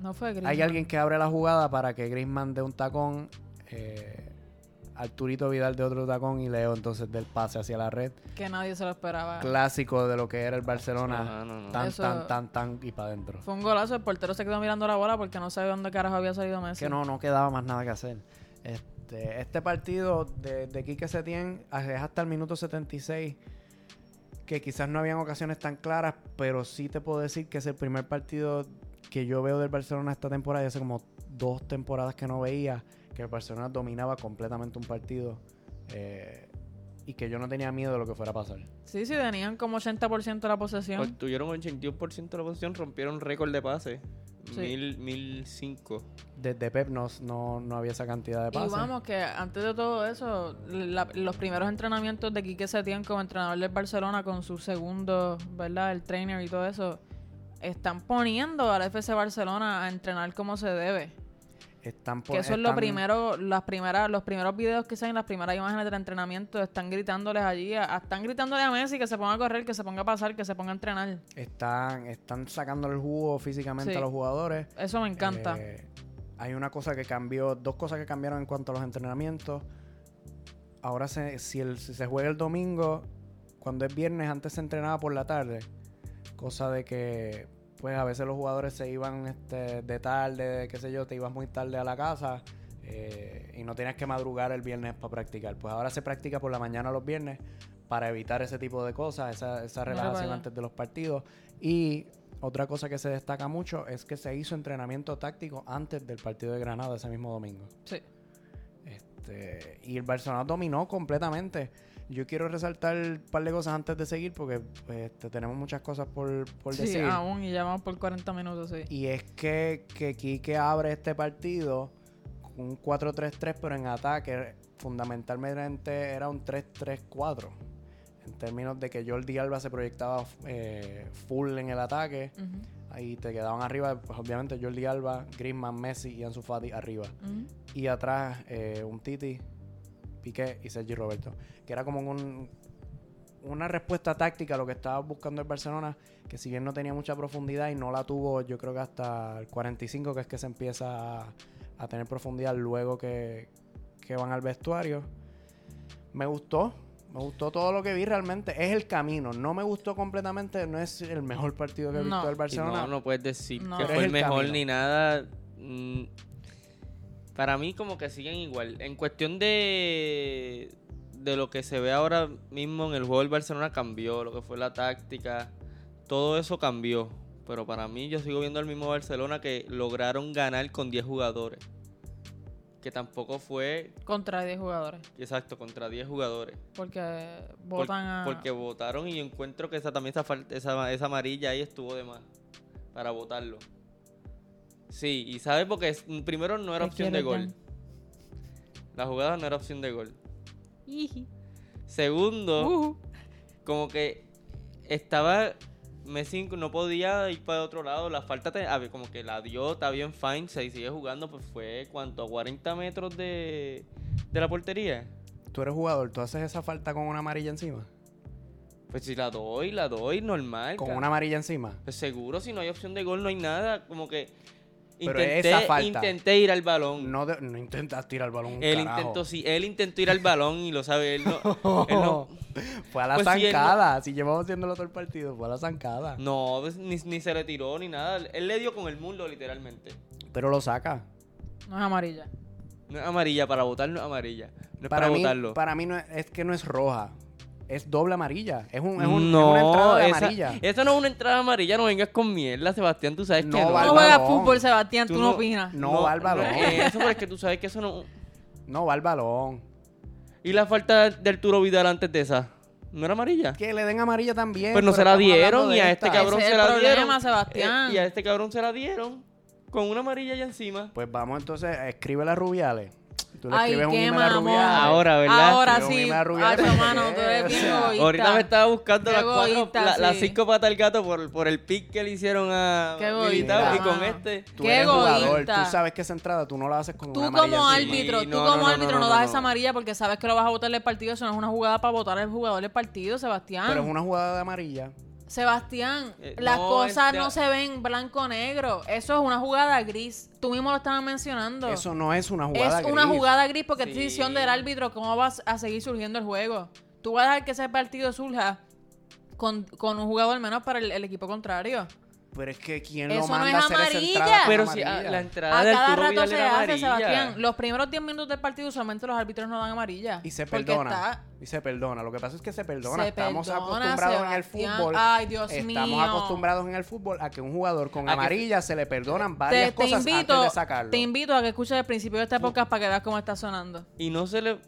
S2: No fue Griezmann.
S1: hay alguien que abre la jugada para que Griezmann dé un tacón, eh, Arturito Vidal de otro tacón y Leo entonces del pase hacia la red.
S2: que nadie se lo esperaba.
S1: Clásico de lo que era el Barcelona.
S4: Ah. No, no, no.
S1: Tan,
S2: Eso-
S1: tan, tan, tan y para adentro.
S2: Fue un golazo, el portero se quedó mirando la bola porque no sabía dónde carajo había salido Messi.
S1: Que no, no quedaba más nada que hacer. Este, este partido de, de Quique Setién es hasta el minuto 76 que quizás no habían ocasiones tan claras, pero sí te puedo decir que es el primer partido que yo veo del Barcelona esta temporada, y hace como dos temporadas que no veía, que el Barcelona dominaba completamente un partido eh, y que yo no tenía miedo de lo que fuera a pasar.
S2: Sí, sí, tenían como 80% de la
S1: Pues,
S2: posesión.
S4: Obtuvieron 81% de la posición, rompieron récord de pases.
S2: Sí.
S4: Mil, mil cinco.
S1: Desde Pep no, no, no había esa cantidad de
S2: Y
S1: pases.
S2: vamos, que antes de todo eso, la- los primeros entrenamientos de Quique Setién como entrenador del Barcelona con sus segundos, ¿verdad? El trainer y todo eso, están poniendo al FC Barcelona a entrenar como se debe.
S1: Están por-
S2: Que eso es lo
S1: Pues están-
S2: primero, las primeras, los primeros videos que salen, las primeras imágenes del entrenamiento, están gritándoles allí, a- están gritándole a Messi que se ponga a correr, que se ponga a pasar, que se ponga a entrenar.
S1: Están, están sacando el jugo físicamente
S2: Sí.
S1: a los jugadores.
S2: Eso me encanta.
S1: Eh, hay una cosa que cambió, dos cosas que cambiaron en cuanto a los entrenamientos. Ahora se- si, el- si se juega el domingo, cuando es viernes, antes se entrenaba por la tarde. Cosa de que, pues a veces los jugadores se iban este, de tarde, qué sé yo, te ibas muy tarde a la casa eh, y no tenías que madrugar el viernes para practicar. Pues ahora se practica por la mañana los viernes para evitar ese tipo de cosas, esa, esa
S2: Mira para
S1: relajación
S2: allá.
S1: antes de los partidos. Y otra cosa que se destaca mucho es que se hizo entrenamiento táctico antes del partido de Granada ese mismo domingo.
S2: Sí.
S1: Este, y el Barcelona dominó completamente. Yo quiero resaltar un par de cosas antes de seguir porque este, tenemos muchas cosas por, por
S2: Sí,
S1: decir.
S2: aún y ya vamos por 40 minutos, sí.
S1: Y es que, que Quique abre este partido con un 4-3-3, pero en ataque fundamentalmente era un 3-3-4. En términos de que Jordi Alba se proyectaba eh, full en el ataque.
S2: Ujú,
S1: Ahí te quedaban arriba, pues obviamente Jordi Alba, Griezmann, Messi y Ansu Fati arriba.
S2: ujú.
S1: Y atrás eh, un Titi, Piqué y Sergi Roberto. Que era como un- una respuesta táctica a lo que estaba buscando el Barcelona, que si bien no tenía mucha profundidad y no la tuvo yo creo que hasta el 45, que es que se empieza a, a tener profundidad luego que, que van al vestuario. Me gustó. Me gustó todo lo que vi realmente. Es el camino. No me gustó completamente. No es el mejor partido que he visto
S2: No.
S1: del
S4: Y
S1: Barcelona.
S4: No, no puedes decir
S2: No.
S4: que
S2: Pero
S4: fue
S1: es
S4: el
S1: el
S4: mejor
S1: camino.
S4: ni nada. Mm, Para mí como que siguen igual. En cuestión de de lo que se ve ahora mismo en el juego del Barcelona cambió, lo que fue la táctica, todo eso cambió. Pero para mí yo sigo viendo al mismo Barcelona que lograron ganar con 10 jugadores. Que tampoco fue
S2: Contra 10 jugadores.
S4: exacto contra 10 jugadores.
S2: Porque
S4: Por-
S2: votan a.
S4: Porque votaron y yo encuentro que esa, también esa, fal- esa, esa amarilla ahí estuvo de más para votarlo. Sí, y sabes porque es- primero no era
S2: Te
S4: opción de
S2: quiero,
S4: gol. La jugada no era opción de gol. Segundo,
S2: Ujú.
S4: como que estaba Messi no podía ir para otro lado, la falta te- a ver, como que la dio, está bien fine, se sigue jugando, pues fue cuánto, a 40 metros de, de la portería.
S1: Tú eres jugador. Tú haces esa falta con una amarilla encima.
S4: Pues si la doy, la doy normal.
S1: Con
S4: ca-
S1: una amarilla encima.
S4: Pues seguro, si no hay opción de gol, no hay nada. Como que
S1: Pero
S4: intenté,
S1: esa falta.
S4: intenté ir al balón.
S1: No, de- no intentas tirar el balón. un
S4: él
S1: carajo. Oh. <laughs>
S4: intentó, sí, él intentó ir al balón y lo sabe, él no. él no,
S1: Fue a la
S4: Pues si él no-
S1: zancada. Si, llevamos haciéndolo todo el partido, fue a la zancada.
S4: no, pues, ni, ni se retiró ni nada. Él le dio con el mundo, literalmente.
S1: Pero lo saca.
S2: No es amarilla.
S4: No es amarilla, para votar no es amarilla. No es para,
S1: mí,
S4: votarlo.
S1: para mí no es, es que no es roja. es doble amarilla. Es, un, es, un, es
S4: no,
S1: una entrada de
S4: esa-
S1: amarilla.
S4: Esa no es una entrada amarilla, no vengas con mierda, Sebastián, tú sabes
S1: No,
S4: que no.
S1: Bárbara,
S2: No juegas
S1: no.
S2: fútbol, Sebastián, tú,
S4: Tú
S2: no
S4: no-
S2: opinas.
S1: No, va al balón.
S4: Eso, pero es que tú sabes que eso no...
S1: No va al balón.
S4: ¿Y la falta de Arturo Vidal antes de esa? ¿No era amarilla?
S1: Que le den amarilla también.
S4: Pues no se
S1: pero
S4: la
S1: estamos hablando
S4: dieron
S1: de
S4: y a
S1: esta.
S4: este cabrón
S2: Ese es
S4: se
S2: el
S4: la
S2: problema,
S4: dieron.
S2: Sebastián.
S4: Eh, y a este cabrón se la dieron con una amarilla ya encima.
S1: Pues vamos entonces, escríbele a Rubiales. Tú le
S2: Ay,
S1: escribes un
S2: qué
S1: email a
S2: mamón.
S1: Rubiales.
S4: Ahora, ¿verdad?
S2: Ahora
S1: Pero un
S2: sí.
S1: email a Rubiales,
S2: Ay,
S1: ¿por qué?
S2: mano,
S1: <laughs>
S2: tú eres
S1: O
S2: bien
S1: sea,
S2: egoísta.
S4: Ahorita me estaba buscando
S2: Qué
S4: las, cuatro-
S2: egoísta,
S4: la- las
S2: sí.
S4: cinco patas al gato por, por el pick que le hicieron a
S2: Qué
S4: Militao
S1: egoísta,
S4: y con
S2: mano.
S4: este...
S1: Tú
S2: Qué
S1: eres jugador,
S2: egoísta.
S1: tú sabes que esa entrada tú no la haces con
S2: Tú
S1: una amarilla
S2: como
S1: encima.
S4: árbitro.
S2: árbitro,
S4: Sí,
S2: tú
S4: no,
S2: como
S4: no, no,
S2: árbitro no,
S4: no, no,
S2: das
S4: no.
S2: esa amarilla porque sabes que lo vas a votar del partido. Eso no es una jugada para votar al jugador del partido, Sebastián.
S1: Pero es una jugada de amarilla.
S2: Sebastián,
S4: Eh,
S2: las
S4: no,
S2: cosas
S4: este-
S2: no se ven blanco-negro. Eso es una jugada gris. Tú mismo lo estabas mencionando.
S1: Eso no es una
S2: es
S1: jugada
S2: una
S1: gris.
S2: jugada gris porque es
S4: Sí.
S2: decisión del árbitro cómo vas a seguir surgiendo el juego. Tú vas a dejar que ese partido surja con, con un jugador menos para el, el equipo contrario.
S1: Pero es que quién
S2: Eso
S1: lo
S2: no
S1: manda
S2: es
S1: a hacer esa
S2: amarilla.
S1: entrada con
S4: Pero si a-
S1: amarilla?
S4: la entrada
S2: a
S4: de
S2: cada
S4: Arturo
S2: rato
S4: Vidal
S2: se
S4: era
S2: hace,
S4: amarilla.
S2: Sebastián. Los primeros 10 minutos del partido solamente los árbitros no dan amarilla.
S1: Y se
S2: Porque
S1: perdona.
S2: está-
S1: Y se perdona. Lo que pasa es que se perdona.
S2: Se
S1: Estamos
S2: perdona,
S1: acostumbrados en el
S2: Sebastián.
S1: fútbol.
S2: Ay, Dios
S1: Estamos
S2: mío.
S1: acostumbrados en el fútbol a que un jugador con
S4: A que-
S1: amarilla se le perdonan
S2: Te,
S1: varias
S2: te
S1: cosas
S2: invito,
S1: antes de sacarlo.
S2: te invito a que escuches el principio de esta podcast para que veas cómo está sonando.
S4: Y no se le...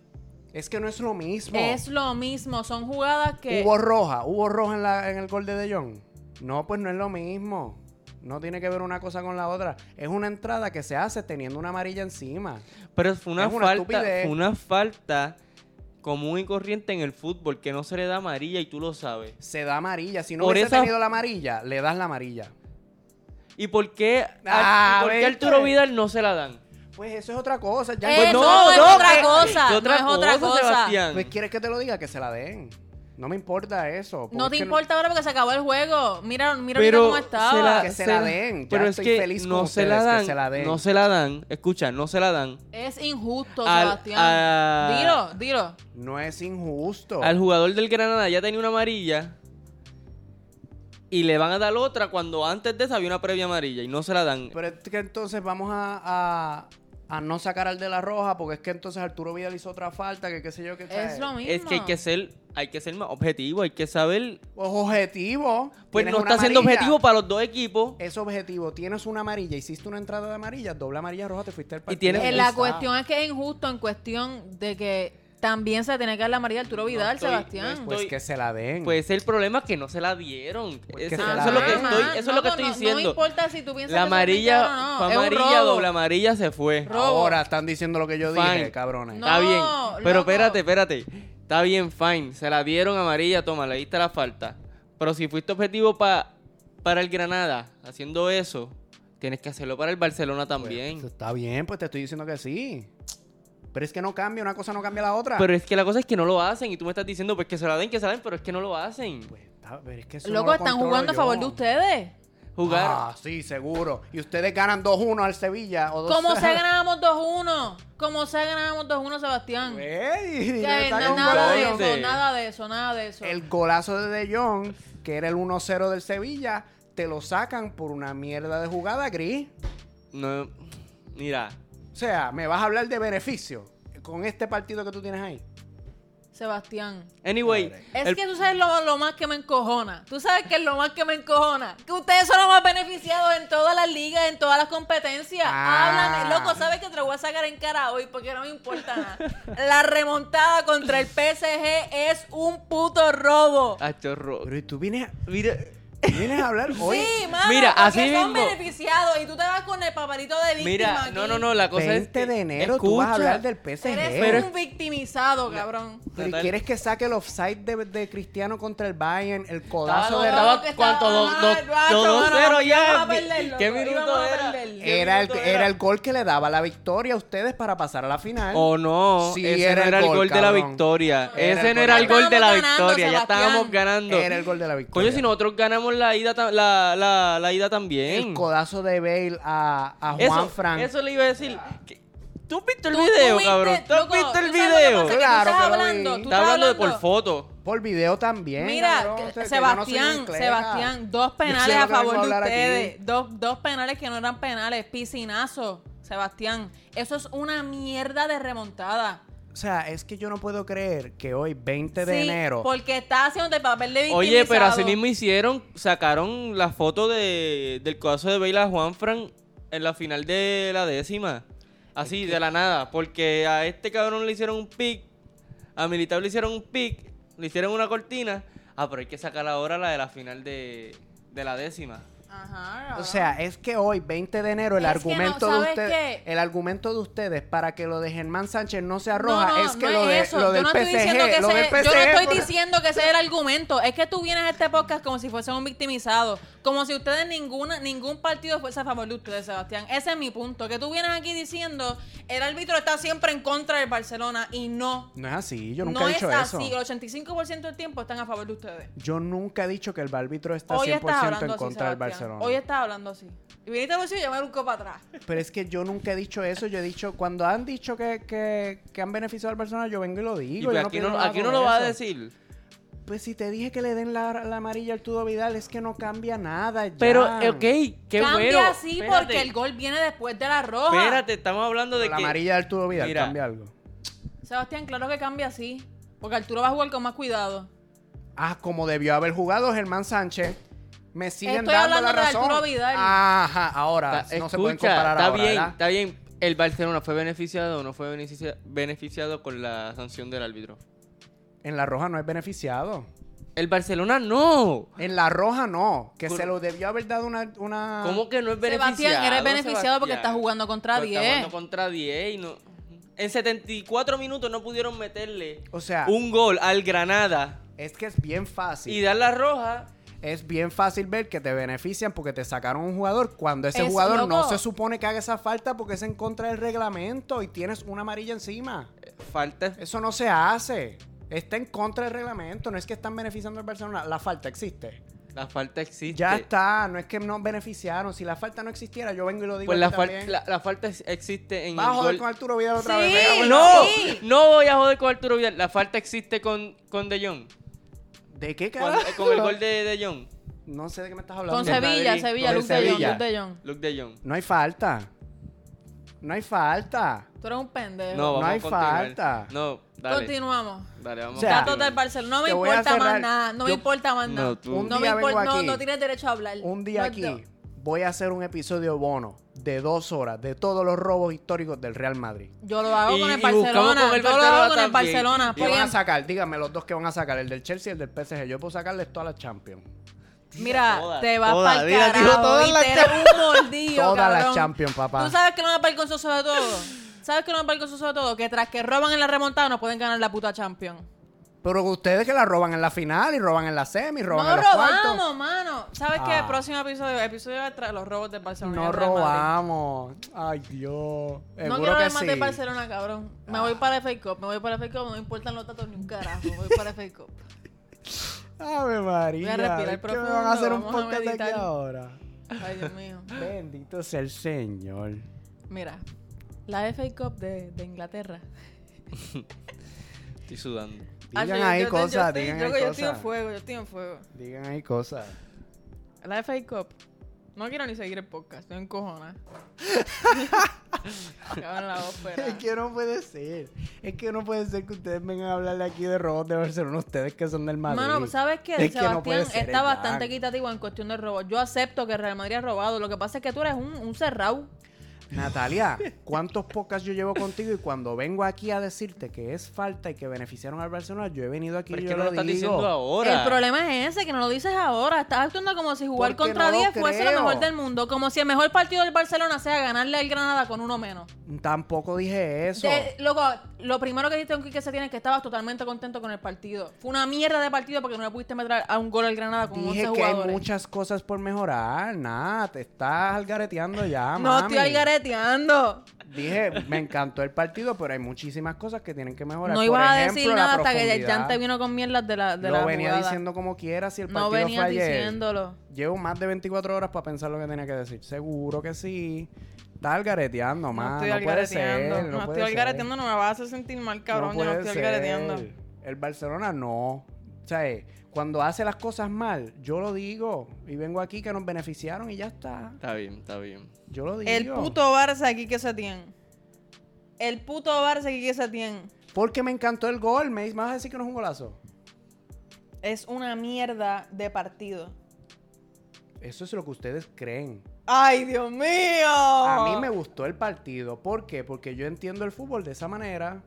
S1: Es que no es lo mismo.
S2: Es lo mismo, son jugadas que...
S1: Hubo roja. Hubo roja en, la, en el gol de De Jong. No, pues no es lo mismo. No tiene que ver una cosa con la otra. Es una entrada que se hace teniendo una amarilla encima.
S4: Pero fue una,
S1: Es una
S4: falta,
S1: estupidez.
S4: fue una falta común y corriente en el fútbol que no se le da amarilla y tú lo sabes.
S1: Se da amarilla. Si no
S4: Por
S1: hubiese
S4: esa-
S1: tenido la amarilla, le das la amarilla.
S4: ¿Y por qué, a-
S1: Ah,
S4: y por qué
S1: ¿viste?
S4: Arturo Vidal no se la dan?
S1: Pues eso es otra cosa. Ya eh,
S2: Eso
S4: Pues
S2: no,
S4: no,
S2: es
S4: no,
S2: otra
S4: ¿qué?
S2: cosa,
S4: ¿Qué
S2: no
S4: otra
S2: es otra
S4: cosa,
S2: cosa.
S4: Sebastián?
S1: Pues quieres que te lo diga, que se la den. No me importa eso.
S2: No
S1: porque
S2: te importa ahora porque se acabó el juego. Mira, mira ahorita
S4: Pero
S2: cómo estaba.
S4: se la,
S1: Que se la den. Ya
S4: Pero
S1: estoy
S4: es que
S1: feliz con
S4: no se la
S1: ustedes que
S4: dan.
S1: se la den.
S4: No se la dan. Escucha, no se la dan.
S2: Es injusto,
S4: Al-
S2: Sebastián.
S4: a-
S2: Dilo, dilo.
S1: No es injusto.
S4: Al jugador del Granada ya tenía una amarilla. Y le van a dar otra cuando antes de esa había una previa amarilla y no se la dan.
S2: Pues
S1: Pero es que entonces vamos a, a, a no sacar al de la roja, porque es que entonces Arturo Vidal hizo otra falta, que qué sé yo, que
S2: Es lo mismo.
S4: Es que hay que ser, hay que ser más objetivo, hay que saber.
S1: Pues objetivo.
S4: Pues
S1: Tienes
S4: no
S1: una
S4: está siendo
S1: amarilla. Eh.
S4: objetivo para los dos equipos.
S1: Es objetivo. Tienes una amarilla, hiciste una entrada de amarilla, doble amarilla roja, te fuiste al partido.
S4: tienes-
S2: Eh,
S1: Ahí
S2: la
S1: está.
S2: cuestión es que es injusto en cuestión de que también se tiene que dar la amarilla a Arturo Vidal,
S4: estoy-
S2: Sebastián.
S4: no
S1: Pues
S4: estoy-
S1: que se la den.
S4: Pues el problema es que no se la dieron.
S1: Porque
S4: Eso,
S1: se
S4: eso
S1: la
S4: es lo
S1: dan.
S4: que estoy,
S2: Ajá,
S4: eso
S2: Ah, no,
S4: es lo que
S2: no,
S4: estoy
S2: no,
S4: diciendo.
S2: No importa si tú piensas
S4: la
S2: que es
S4: amarilla,
S2: mentira o no.
S4: fue
S2: es un
S4: amarilla,
S2: robo.
S4: doble amarilla se fue.
S2: Robo.
S1: Ahora están diciendo lo que yo dije,
S4: Fine.
S1: cabrones.
S2: No,
S4: Está bien. Pero
S2: loco.
S4: espérate, espérate. Está bien, fine. Se la dieron amarilla, toma, le diste la falta. Pero si fuiste objetivo pa- para el Granada haciendo eso, tienes que hacerlo para el Barcelona también.
S1: Pues, está bien, pues te estoy diciendo que sí. Pero es que no cambia, una cosa no cambia la otra.
S4: pero es que la cosa es que no lo hacen y tú me estás diciendo pues que se la den, que se la den, pero es que no lo hacen.
S1: Pues, está- pero es que eso no
S2: Loco,
S1: lo
S2: están
S1: controlo
S2: jugando a favor
S1: yo.
S2: de ustedes.
S4: Jugar.
S1: Ah, sí, seguro. Y ustedes ganan 2-1 al Sevilla. O 2
S2: Como se ganábamos 2-1. Como se ganábamos 2-1, Sebastián.
S1: <laughs> Ey,
S2: Que
S1: me
S2: na-
S1: sacan un
S2: nada de
S1: gol.
S2: eso,
S4: este.
S2: nada de eso, nada de eso.
S1: El golazo de De Jong, que era el 1-0 del Sevilla, te lo sacan por una mierda de jugada gris.
S4: No, mira,
S1: O sea, me vas a hablar de beneficio con este partido que tú tienes ahí.
S2: Sebastián.
S4: Anyway,
S2: Es
S4: el-
S2: que tú sabes lo, lo más que me encojona. Tú sabes que es lo más que me encojona. Que ustedes son los más beneficiados en todas las ligas, en todas las competencias.
S1: Ah.
S2: Háblame, loco, sabes que te lo voy a sacar en cara hoy porque no me importa
S4: <laughs>
S2: nada. La remontada contra el PSG es un puto robo.
S4: ah, chorro.
S1: Pero ¿y tú vienes,
S4: Mira,
S1: vienes a
S2: <laughs>
S1: hablar hoy.
S2: Sí, mano,
S4: Mira,
S2: porque
S4: así
S2: son
S4: mismo.
S2: beneficiados y tú te vas con el paparito de víctima
S4: mira,
S2: aquí.
S4: no, no, no, la cosa es
S1: 20
S4: que-
S1: de enero tú vas a
S4: escucha.
S1: hablar del PSG.
S2: Eres
S1: Pero,
S2: un victimizado, cabrón.
S1: pero ¿y ¿quieres que saque el offside de, de Cristiano contra el Bayern? El codazo
S4: Estaba,
S1: de Raúl.
S2: Claro.
S4: estaba,
S2: que
S4: ¿cuánto?
S2: estaba-
S4: Dos- dos-
S2: Ay, macho,
S4: dos- dos-
S2: mano,
S4: cero ya.
S2: íbamos a perder,
S4: ¿Qué
S2: loco,
S4: minuto
S2: íbamos a
S4: era?
S2: perder.
S4: ¿Qué
S1: Era el,
S4: minuto
S1: era el gol que le daba la victoria a ustedes para pasar a la final.
S4: O no,
S1: Sí,
S4: ese
S1: era
S4: no era
S1: el
S4: el
S1: gol,
S4: gol, de la
S1: cabrón.
S4: victoria.
S1: Era
S4: ese
S1: el
S4: no era el
S2: gol.
S4: gol de la
S2: Estábamos ganando,
S4: victoria. Ya estábamos
S2: Sebastián.
S4: ganando.
S1: Era el gol de la victoria.
S4: Coño, si nosotros ganamos la ida, ta- la, la, la ida
S1: El
S4: también.
S1: codazo de Bale a, a Juan
S4: Eso,
S1: Fran.
S4: eso le iba a decir. Que- ¿Tú has visto el
S2: Tú- tú
S4: video,
S2: viste,
S4: cabrón? ¿Tú has
S2: loco, tú
S4: visto el
S2: sabes lo que
S4: video?
S2: pasa, que tú
S1: Claro
S2: estás
S1: que lo vi.
S2: hablando, tú
S4: Está
S2: estás
S4: hablando de por foto.
S1: Por video también.
S2: Mira,
S1: cabrón, que
S2: que-
S1: yo no soy
S2: Sebastián,
S1: un clega.
S2: Sebastián, dos
S1: Yo sé
S2: penales
S1: lo
S2: a
S1: que vengo
S2: favor de
S1: hablar aquí.
S2: ustedes. Dos, dos penales que no eran penales, piscinazo, Sebastián. Eso es una mierda de remontada.
S1: O sea, es que yo no puedo creer que hoy, 20 de
S2: Sí,
S1: enero,
S2: Porque está haciendo el papel de victimizado.
S4: Oye, pero así mismo hicieron, sacaron la foto de, del codazo de Baila Juanfran en la final de la décima. Así, de la nada. Porque a este cabrón le hicieron un pick, a Militar le hicieron un pick, le hicieron una cortina. Ah, pero hay que sacar ahora la de la final de, de la décima.
S2: Ajá.
S1: O sea, es que hoy, 20 de enero, el
S2: Es que no,
S1: argumento de
S2: ¿sabes
S1: ustedes,
S2: qué?
S1: el argumento de ustedes para que lo de Germán Sánchez no se arroja
S2: No, no,
S1: es que
S2: no
S1: lo, de,
S2: eso.
S1: lo del
S2: yo no estoy diciendo que
S1: PSG, lo
S2: sea-
S1: del PSG,
S2: Yo no estoy
S1: por-
S2: diciendo que sea el argumento. Es que tú vienes a este podcast como si fuese un victimizado. Como si ustedes ninguna, ningún partido fuese a favor de ustedes, Sebastián. Ese es mi punto. Que tú vienes aquí diciendo el árbitro está siempre en contra del Barcelona y no.
S1: No es así, yo nunca
S2: no
S1: he dicho
S2: es
S1: eso.
S2: así. El 85% del tiempo están a favor de ustedes.
S1: Yo nunca he dicho que el árbitro está
S2: Hoy
S1: 100%
S2: estás hablando
S1: en
S2: así,
S1: contra del
S2: Sebastián.
S1: Barcelona.
S2: Hoy estás hablando así. Y viniste a Lucio y yo me busco para atrás.
S1: Pero es que yo nunca he dicho eso. Yo he dicho, cuando han dicho que, que, que han beneficiado al Barcelona, yo vengo y lo digo.
S4: Y
S1: yo no
S4: pues aquí
S1: pierdo
S4: no,
S1: nada
S4: aquí no
S1: con
S4: lo va a
S1: eso.
S4: decir.
S1: Pues si te dije que le den la, la amarilla al Tudo Vidal, es que no cambia nada. ya.
S4: Pero, eh, ok, qué
S2: Cambia
S4: bueno.
S2: así
S4: Espérate,
S2: porque el gol viene después de la roja.
S4: Espérate, estamos hablando de
S1: La
S4: que...
S1: amarilla del Tudo Vidal
S4: Mira.
S1: cambia algo.
S2: Sebastián, claro que cambia así. Porque Arturo va a jugar con más cuidado.
S1: Ah, como debió haber jugado Germán Sánchez. Me siguen
S2: Estoy
S1: dando la
S2: hablando de
S1: razón.
S2: Arturo Vidal.
S1: Ajá, ahora
S4: Está-
S1: Ah, no se
S4: escucha,
S1: pueden comparar
S4: está
S1: ahora,
S4: bien,
S1: ¿verdad?
S4: está bien. El Barcelona fue beneficiado o no fue beneficia- beneficiado con la sanción del árbitro.
S1: En la roja no es beneficiado.
S4: El Barcelona no.
S1: En la roja no, que
S4: Por-
S1: se lo debió haber dado una, una...
S4: ¿Cómo que no es beneficiado?
S2: Ah. Sebastián, eres beneficiado porque
S4: Sebastián?
S2: estás jugando contra
S4: Porque estás
S2: 10.
S4: jugando contra 10 y no... En 74 minutos no pudieron meterle
S1: O sea,
S4: un gol al Granada
S1: es que es bien fácil.
S4: y dar la roja.
S1: Es bien fácil ver que te benefician porque te sacaron un jugador cuando ese
S2: Es
S1: jugador no
S2: loco.
S1: se supone que haga esa falta porque es en contra del reglamento y tienes una amarilla encima.
S4: Falta...
S1: Eso no se hace. Está en contra del reglamento, no es que están beneficiando al Barcelona, la falta existe.
S4: La falta existe.
S1: Ya está, no es que no beneficiaron. Si la falta no existiera, yo vengo y lo digo.
S4: Pues
S1: aquí
S4: la, fal-
S1: también.
S4: la- la falta es- existe en
S1: Va a
S4: el
S1: joder
S4: gol-
S1: con Arturo Vidal otra
S2: Sí.
S1: vez. venga, pues,
S2: Ay,
S1: güey.
S4: No,
S2: sí.
S4: no voy a joder con Arturo Vidal. La falta existe con, con De Jong.
S1: ¿De qué
S4: Cuando-
S1: carajo?
S4: con el gol de De Jong.
S1: No sé de qué me estás hablando.
S2: Con
S4: Del
S2: Sevilla,
S4: Madrid,
S2: Sevilla,
S1: con
S2: Luke
S1: el
S2: de Jong,
S1: Sevilla.
S2: Luke de Jong.
S4: Luke De Jong.
S1: No hay falta. No hay falta.
S2: Tú eres un pendejo.
S4: No, vamos
S1: hay
S4: a continuar.
S1: falta.
S4: No, dale.
S2: Continuamos.
S4: Dale, vamos
S1: O sea,
S4: a
S2: Datos del
S4: continuar.
S2: Barcelona. No me
S1: te voy a
S2: importa más
S1: cerrar.
S2: nada. No me
S1: Yo-
S2: importa más
S4: No,
S2: nada.
S4: tú- Un
S2: No me
S1: día vengo
S2: importa. No,
S1: aquí.
S2: no tienes derecho a hablar.
S1: Un día
S2: No,
S1: aquí
S2: no.
S1: voy a hacer un episodio bono de dos horas de todos los robos históricos del Real Madrid.
S2: Yo lo hago
S4: Y-
S2: con el
S4: y buscamos
S2: Barcelona.
S4: con el
S2: Yo lo
S4: Barcelona
S2: hago con el
S4: también.
S2: Barcelona. Pues,
S1: ¿Qué van a
S2: Porque-
S1: sacar? Dígame los dos que van a sacar, el del Chelsea y el del PSG. Yo puedo sacarles todas las Champions.
S2: Mira,
S4: Todas,
S2: te vas
S4: todas,
S2: para el
S4: mira, dijo
S2: carajo.
S4: todas
S2: y
S4: las
S2: te eres un mordido,
S1: todas las
S2: cabrón.
S1: Champions, papá.
S2: Tú sabes que no va a vergonzoso de todo. ¿Sabes que no va vergonzoso de todo? Que tras que roban en la remontada no pueden ganar la puta Champions.
S1: Pero ustedes que la roban en la final y roban en la semi, roban
S2: no
S1: en los
S2: robamos,
S1: cuartos.
S2: mano. ¿Sabes qué?
S1: Ah.
S2: El próximo episodio, episodio va a traer los robos del Barcelona. y
S1: No
S2: el Real Madrid.
S1: robamos. Ay, Dios.
S2: No
S1: Seguro
S2: quiero
S1: que
S2: hablar más
S1: sí. Ah.
S2: del Barcelona, cabrón. Me voy para el FA Cup, me voy para el FA Cup, no me importan los datos ni un carajo. Me voy para el FA Cup.
S1: Ave María.
S2: Voy a respirar
S1: ¿Qué me van
S2: profundo,
S1: a hacer un
S2: vamos a
S1: podcast aquí
S2: meditar.
S1: ahora?
S2: Ay, Dios mío.
S1: Bendito sea el Señor.
S2: Mira, la FA Cup de, de Inglaterra.
S4: Estoy sudando.
S1: Digan
S2: Ay, Ah, yo-
S1: ahí
S2: yo- yo- yo
S1: cosas,
S2: estoy-
S1: digan
S2: yo-
S1: ahí
S2: Yo estoy en
S1: cosas.
S2: fuego, yo estoy en fuego.
S1: Digan ahí cosas. <laughs>
S2: La FA Cup. No quiero ni seguir el podcast,
S1: <laughs>
S2: estoy encojona. Cabrón, la ópera.
S1: Es que no puede ser. Es que no puede ser que ustedes vengan a hablarle aquí de robots de Barcelona, ustedes que son del Madrid.
S2: Mano, ¿sabes qué?
S1: Es que no
S2: Sebastián
S1: puede ser,
S2: está
S1: es
S2: bastante
S1: ya.
S2: equitativo en cuestión de robo. Yo acepto que Real Madrid ha robado. Lo que pasa es que tú eres un, un cerrado. <laughs>
S1: Natalia, ¿cuántos podcasts yo llevo contigo? Y cuando vengo aquí a decirte que es falta y que beneficiaron al Barcelona, yo he venido aquí
S4: Pero
S1: y
S4: es
S1: yo
S4: que no lo
S1: lo
S4: estás
S1: digo.
S4: diciendo ahora.
S2: El problema es ese, que no lo dices ahora. Estás actuando como si jugar
S1: Porque
S2: contra
S1: no lo
S2: 10 fuese lo
S1: creo.
S2: mejor del mundo. Como si el mejor partido del Barcelona sea ganarle al Granada con uno menos.
S1: Tampoco dije eso.
S2: De- luego, lo primero que dijiste en Quique Setién es que estabas totalmente contento con el partido. Fue una mierda de partido porque no le pudiste meter a un gol al Granada con
S1: Dije
S2: 11
S1: que hay
S2: jugadores.
S1: muchas cosas por mejorar. Nada, te estás algareteando ya, Ah,
S2: <laughs> no
S1: mami.
S2: estoy algareteando.
S1: Dije, me encantó el partido, pero hay muchísimas cosas que tienen que mejorar.
S2: No
S1: Por
S2: ibas a
S1: ejemplo,
S2: decir
S1: la
S2: nada hasta que
S1: profundidad.
S2: Jan te vino con mierdas de la, de
S1: lo
S2: la
S1: venía
S2: jugada.
S1: diciendo como quiera si el partido
S2: no venía
S1: fue ayer.
S2: diciéndolo.
S1: Llevo más de 24 horas para pensar lo que tenía que decir. Seguro que sí. Está algareteando,
S2: No
S1: más.
S2: estoy
S1: No, puede
S2: algareteando.
S1: ser. No,
S2: no
S1: puede
S2: estoy
S1: ser.
S2: algareteando, no me vas a hacer sentir mal, cabrón. yo no
S1: puede
S2: estoy
S1: ser.
S2: algareteando.
S1: El Barcelona no. O sea, eh, cuando hace las cosas mal, yo lo digo. Y vengo aquí que nos beneficiaron y ya está.
S4: Está bien, está bien.
S1: Yo lo digo.
S2: El puto Barça aquí que se tiene. El puto Barça aquí que se tiene.
S1: Porque me encantó el gol, me vas a decir que no es un golazo.
S5: Es una mierda de partido.
S1: Eso es lo que ustedes creen.
S5: ¡Ay, Dios mío!
S2: Oh.
S1: A mí me gustó el partido. ¿Por qué? Porque yo entiendo el fútbol de esa manera.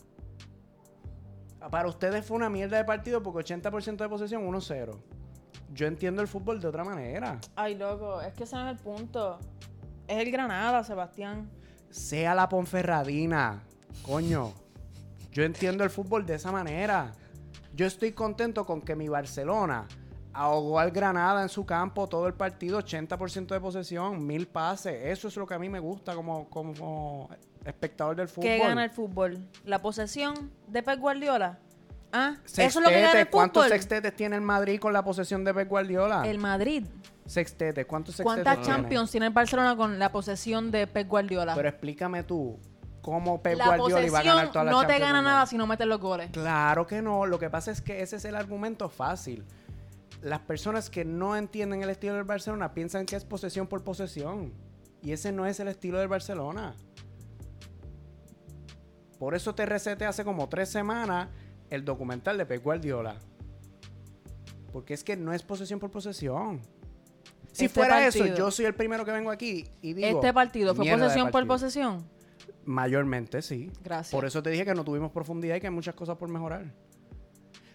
S1: Para ustedes fue una mierda de partido porque 80% de posesión, 1-0. Yo entiendo el fútbol de otra manera.
S5: Ay, loco, es que ese no es el punto. Es el Granada, Sebastián.
S1: Sea la Ponferradina. Coño. Yo entiendo el fútbol de esa manera. Yo estoy contento con que mi Barcelona ahogó al Granada en su campo todo el partido, 80% de posesión, mil pases. Eso es lo que a mí me gusta como, como espectador del fútbol.
S5: ¿Qué gana el fútbol? ¿La posesión de Pep Guardiola? ¿Ah? ¿Eso es lo que
S1: Sextetes,
S5: gana el
S1: ¿Cuántos
S5: fútbol?
S1: sextetes tiene el Madrid con la posesión de Pep Guardiola?
S5: El Madrid.
S1: Sextetes, ¿cuántos sextetes
S5: ¿Cuántas
S1: tiene?
S5: Champions tiene el Barcelona con la posesión de Pep Guardiola?
S1: Pero explícame tú, ¿cómo Pep
S5: la
S1: Guardiola iba a ganar
S5: posesión
S1: todas las
S5: no te
S1: Champions
S5: gana
S1: del
S5: nada
S1: mundo?
S5: si no metes los goles.
S1: Claro que no. Lo que pasa es que ese es el argumento fácil. Las personas que no entienden el estilo del Barcelona piensan que es posesión por posesión. Y ese no es el estilo del Barcelona. Por eso te receté hace como tres semanas el documental de Pep Guardiola. Porque es que no es posesión por posesión. Si
S5: Este
S1: fuera eso,
S5: partido-
S1: yo soy el primero que vengo aquí y digo...
S5: este partido fue
S1: "Mierda de
S5: posesión por
S1: partido".
S5: posesión.
S1: Mayormente sí.
S5: Gracias.
S1: Por eso te dije que no tuvimos profundidad y que hay muchas cosas por mejorar.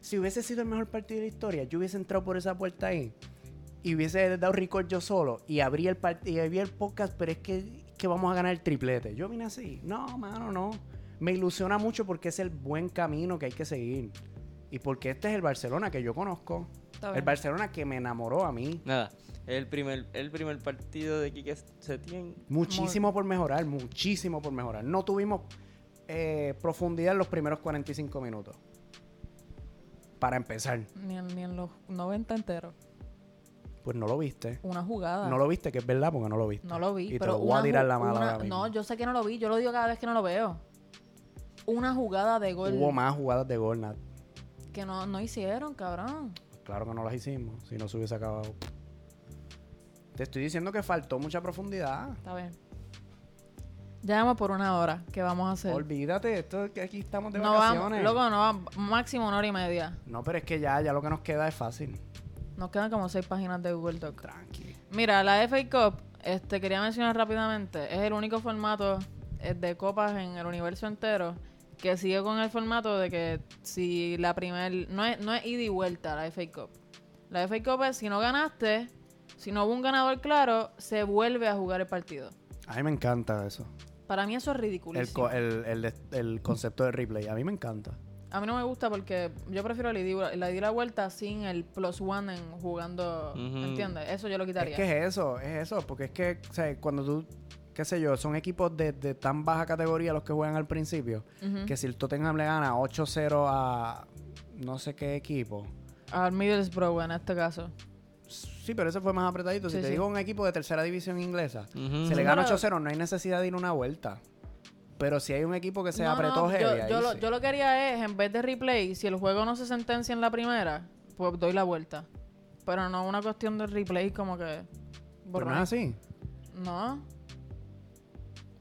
S1: Si hubiese sido el mejor partido de la historia, yo hubiese entrado por esa puerta ahí y hubiese dado record yo solo y abrí el, part- y abrí el podcast, pero es que, que vamos a ganar el triplete. Yo vine así. No, mano, no. Me ilusiona mucho porque es el buen camino que hay que seguir. Y porque este es el Barcelona que yo conozco.
S5: Está bien.
S1: El Barcelona que me enamoró a mí.
S4: Nada. El primer, el primer partido de Quique Setién.
S1: Muchísimo por mejorar, muchísimo por mejorar. No tuvimos eh, profundidad en los primeros 45 minutos. Para empezar,
S2: Ni en, ni en los 90 enteros.
S1: pues no lo viste.
S2: Una jugada.
S1: No lo viste, que es verdad, porque no lo viste.
S2: Ah. No lo vi,
S1: Y te
S2: pero
S1: lo voy a
S2: una
S1: tirar
S2: ju-
S1: la mala
S2: una-
S1: ahora mismo.
S2: No, yo sé que no lo vi, yo lo digo cada vez que no lo veo. Una jugada de gol
S1: Hubo más jugadas de gol, Nat.
S2: que no, no hicieron, cabrón.
S1: Claro que no las hicimos, si no se hubiese acabado. Te estoy diciendo que faltó mucha profundidad.
S2: Está bien. Ya vamos por una hora. ¿Qué vamos a hacer?
S1: Olvídate, esto es que aquí estamos de
S2: no vamos,
S1: vacaciones.
S2: loco, no vamos. Máximo una hora y media.
S1: No, pero es que ya, ya lo que nos queda es fácil.
S2: Nos quedan como seis páginas de Google Doc.
S1: Tranqui.
S2: Mira, la FA Cup, este, quería mencionar rápidamente, es el único formato eh, de copas en el universo entero que sigue con el formato de que si la primer... No es, no es ida y vuelta la FA Cup. La FA Cup es si no ganaste, si no hubo un ganador claro, se vuelve a jugar el partido.
S1: A mí me encanta eso.
S2: Para mí eso es
S1: El,
S2: ridiculísimo.
S1: co- eh. el- el de- el concepto de replay. A mí me encanta.
S2: A mí no me gusta porque yo prefiero la ida y vu- la, ida y la vuelta sin el plus one en jugando,
S4: Ujú.
S2: ¿entiendes? Eso yo lo
S1: Es
S2: quitaría.
S1: que es eso, es eso. Porque es que, o sea, cuando tú, qué sé yo, son equipos de, de tan baja categoría los que juegan al principio,
S2: Ujú.
S1: que si el Tottenham le gana 8-0 a no sé qué equipo.
S2: Al Middlesbrough en este caso.
S1: Sí, pero ese fue más apretadito. Si
S2: Sí,
S1: te
S2: sí.
S1: digo un equipo de tercera división inglesa,
S4: Ujú.
S1: se le
S2: Sí,
S1: gana
S2: pero-
S1: 8-0, no hay necesidad de ir una vuelta. Pero si hay un equipo que se
S2: No, no,
S1: apretó heavy,
S2: yo,
S1: ahí
S2: yo lo,
S1: sí.
S2: yo lo que haría es, en vez de replay, si el juego no se sentencia en la primera, pues doy la vuelta. Pero no una cuestión de replay como que...
S1: Pero
S2: borrón.
S1: no es así.
S2: No.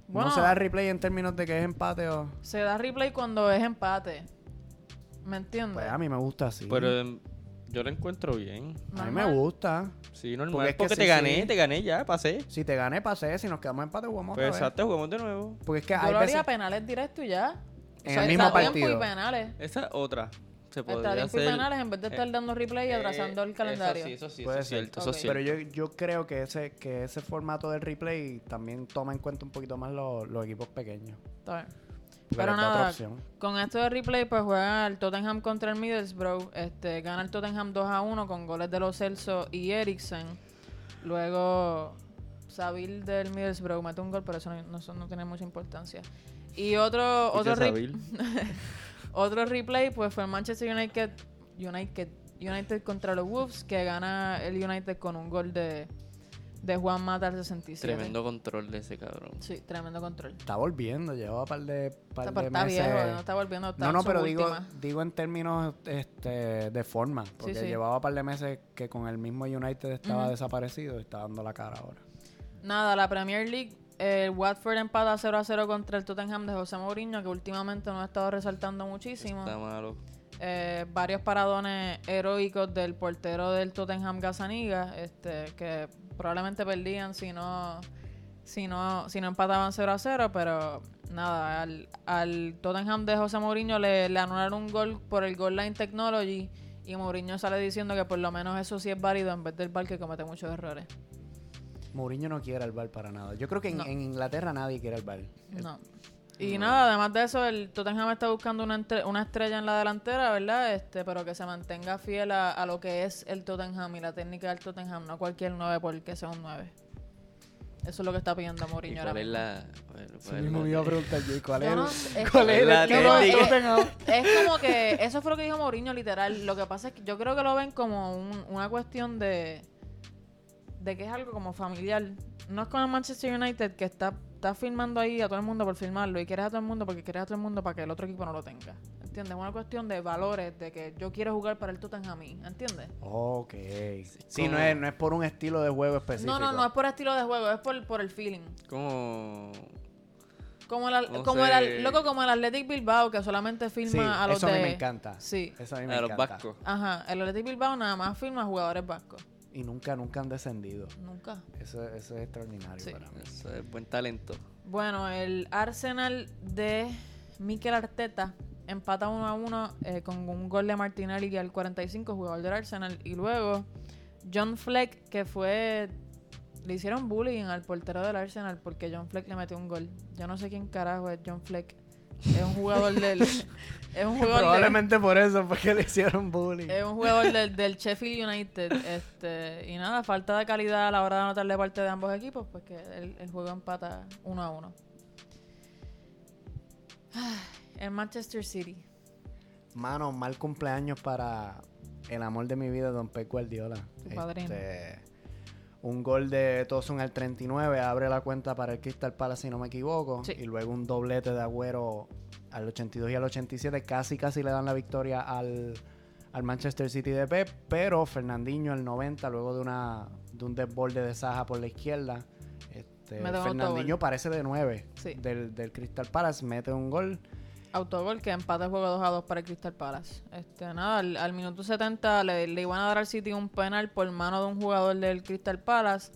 S1: no se da replay en términos de que es empate o...
S2: se da replay cuando es empate. ¿Me entiendes?
S1: Pues a mí me gusta así.
S4: Pero em, yo lo encuentro bien.
S1: a mí me
S2: Normal.
S1: gusta.
S4: Sí, normal.
S1: Porque
S4: Porque,
S1: es que sí,
S4: te gané,
S1: sí.
S4: te gané ya, pasé.
S1: Si te gané, pasé. Si nos quedamos empate, jugamos otra
S4: Pues
S1: vez.
S4: exacto, jugamos de nuevo.
S1: Porque es que
S2: Yo
S1: hay
S2: lo haría
S1: veces...
S2: penales directo y ya.
S1: En el mismo
S2: extra tiempo
S1: partido.
S2: y penales.
S4: Esa otra. Se
S2: Extra
S4: podría
S2: tiempo y
S4: hacer.
S2: penales en vez de estar dando replay y
S4: Eh,
S2: atrasando el calendario.
S4: Eso sí, eso sí,
S1: Puede
S4: eso es
S1: ser.
S4: cierto, eso
S2: Ok.
S4: es
S1: Pero
S4: cierto.
S1: yo, yo creo que ese, que ese formato del replay también toma en cuenta un poquito más los, los equipos pequeños.
S2: Está bien.
S1: Porque
S2: Pero
S1: les da otra
S2: nada,
S1: opción.
S2: Con esto de replay, pues juega el Tottenham contra el Middlesbrough. Este, gana el Tottenham 2 a 1 con goles de los Celso y Eriksen. Luego, Sabil del Middlesbrough mete un gol, pero eso no, no- eso no tiene mucha importancia. Y otro,
S4: Escucha,
S2: otro, re-
S4: Sabil.
S2: otro replay, pues fue el Manchester United, United, United contra los Wolves, que gana el United con un gol de, de Juan Mata al 67.
S4: Tremendo control de ese cabrón.
S2: Sí, tremendo control.
S1: Está volviendo, lleva un par de, par
S2: Está,
S1: de
S2: está
S1: meses.
S2: viejo, no está volviendo. Está
S1: no,
S2: en
S1: no,
S2: su
S1: pero digo,
S2: última.
S1: digo en términos este, de forma. Porque
S2: sí.
S1: llevaba un par de meses que con el mismo United estaba
S2: Ujú.
S1: desaparecido y está dando la cara ahora.
S2: Nada, la Premier League eh, el Watford empata 0 a 0 contra el Tottenham de José Mourinho, que últimamente nos ha estado resaltando muchísimo.
S4: Está malo.
S2: Eh, varios paradones heroicos del portero del Tottenham Gazaniga, este, que probablemente perdían si no, si no, si no empataban 0 a 0, pero nada, al, al Tottenham de José Mourinho le, le anularon un gol por el Goal Line Technology y Mourinho sale diciendo que por lo menos eso sí es válido en vez del bar que comete muchos errores.
S1: Mourinho no quiere al bar para nada. Yo creo que en,
S2: No.
S1: en Inglaterra nadie quiere al bar.
S2: No. Y nada, además de eso, el Tottenham está buscando una, entre- una estrella en la delantera, ¿verdad? Este, pero que se mantenga fiel a, a lo que es el Tottenham y la técnica del Tottenham, no cualquier 9 porque sea un 9. Eso es lo que está pidiendo
S4: ¿Y
S2: Mourinho ahora
S4: cuál es
S2: mismo.
S4: la...? bueno,
S1: Eso
S4: cuál es
S1: mismo
S4: la-
S1: me iba a preguntar yo, ¿y ¿cuál
S2: Yo
S1: es?
S2: no-
S1: <laughs> el-
S2: es
S1: ¿Cuál
S4: que-
S1: es el
S4: La
S1: equipo de
S4: técnica.
S1: Tottenham?
S2: Es como que eso fue lo que dijo Mourinho literal. Lo que pasa es que yo creo que lo ven como un- una cuestión de de que es algo como familiar. No es con el Manchester United que está está firmando ahí a todo el mundo por firmarlo y quieres a todo el mundo porque quieres a todo el mundo para que el otro equipo no lo tenga. ¿Entiendes? Es una cuestión de valores, de que yo quiero jugar para el Tottenham, ¿entiendes?
S1: Ok. Sí,
S4: como-
S1: no es, no es por un estilo de juego específico.
S2: No, no, no es por estilo de juego, es por, por el feeling.
S4: Como...
S2: Como el, al-
S4: No
S2: como el al-
S4: sé.
S2: loco como el Athletic Bilbao que solamente firma
S1: Sí,
S2: a los
S1: eso a
S2: de
S1: mí me encanta.
S2: Sí.
S1: Eso a mí me
S4: A los
S1: encanta.
S4: vascos.
S2: Ajá, el Athletic Bilbao nada más firma jugadores vascos.
S1: Y nunca, nunca han descendido.
S2: Nunca.
S1: Eso, eso es extraordinario
S2: Sí.
S1: para mí.
S4: Eso es buen talento.
S2: Bueno, el Arsenal de Mikel Arteta empata 1 a 1 eh, con un gol de Martinelli al 45, jugador del Arsenal. Y luego John Fleck, que fue. Le hicieron bullying al portero del Arsenal porque John Fleck le metió un gol. Yo no sé quién carajo es John Fleck. Es un jugador del. es un jugador del-
S1: Probablemente por eso, porque le hicieron bullying.
S2: Es un jugador del, del Sheffield United. Este, y nada, falta de calidad a la hora de anotar de parte de ambos equipos, pues que el, el juego empata uno a uno. <sighs> Ah, El Manchester City.
S1: Mano, mal cumpleaños para el amor de mi vida, Don Pep Guardiola.
S2: Tu padrino.
S1: Este, un gol de Tosun al 39, abre la cuenta para el Crystal Palace, si no me equivoco.
S2: Sí.
S1: Y luego un doblete de Agüero al 82 y al 87. Casi, casi le dan la victoria al, al Manchester City de Pep. Pero Fernandinho al 90, luego de, una, de un desborde de Saja por la izquierda. Este,
S2: Mete un
S1: Fernandinho
S2: autogol.
S1: parece de 9
S2: Sí.
S1: del, del Crystal Palace, mete un gol.
S2: Autogol que empata el juego 2 a 2 para el Crystal Palace. Este, nada, al, al minuto 70 le, le iban a dar al City un penal por mano de un jugador del Crystal Palace.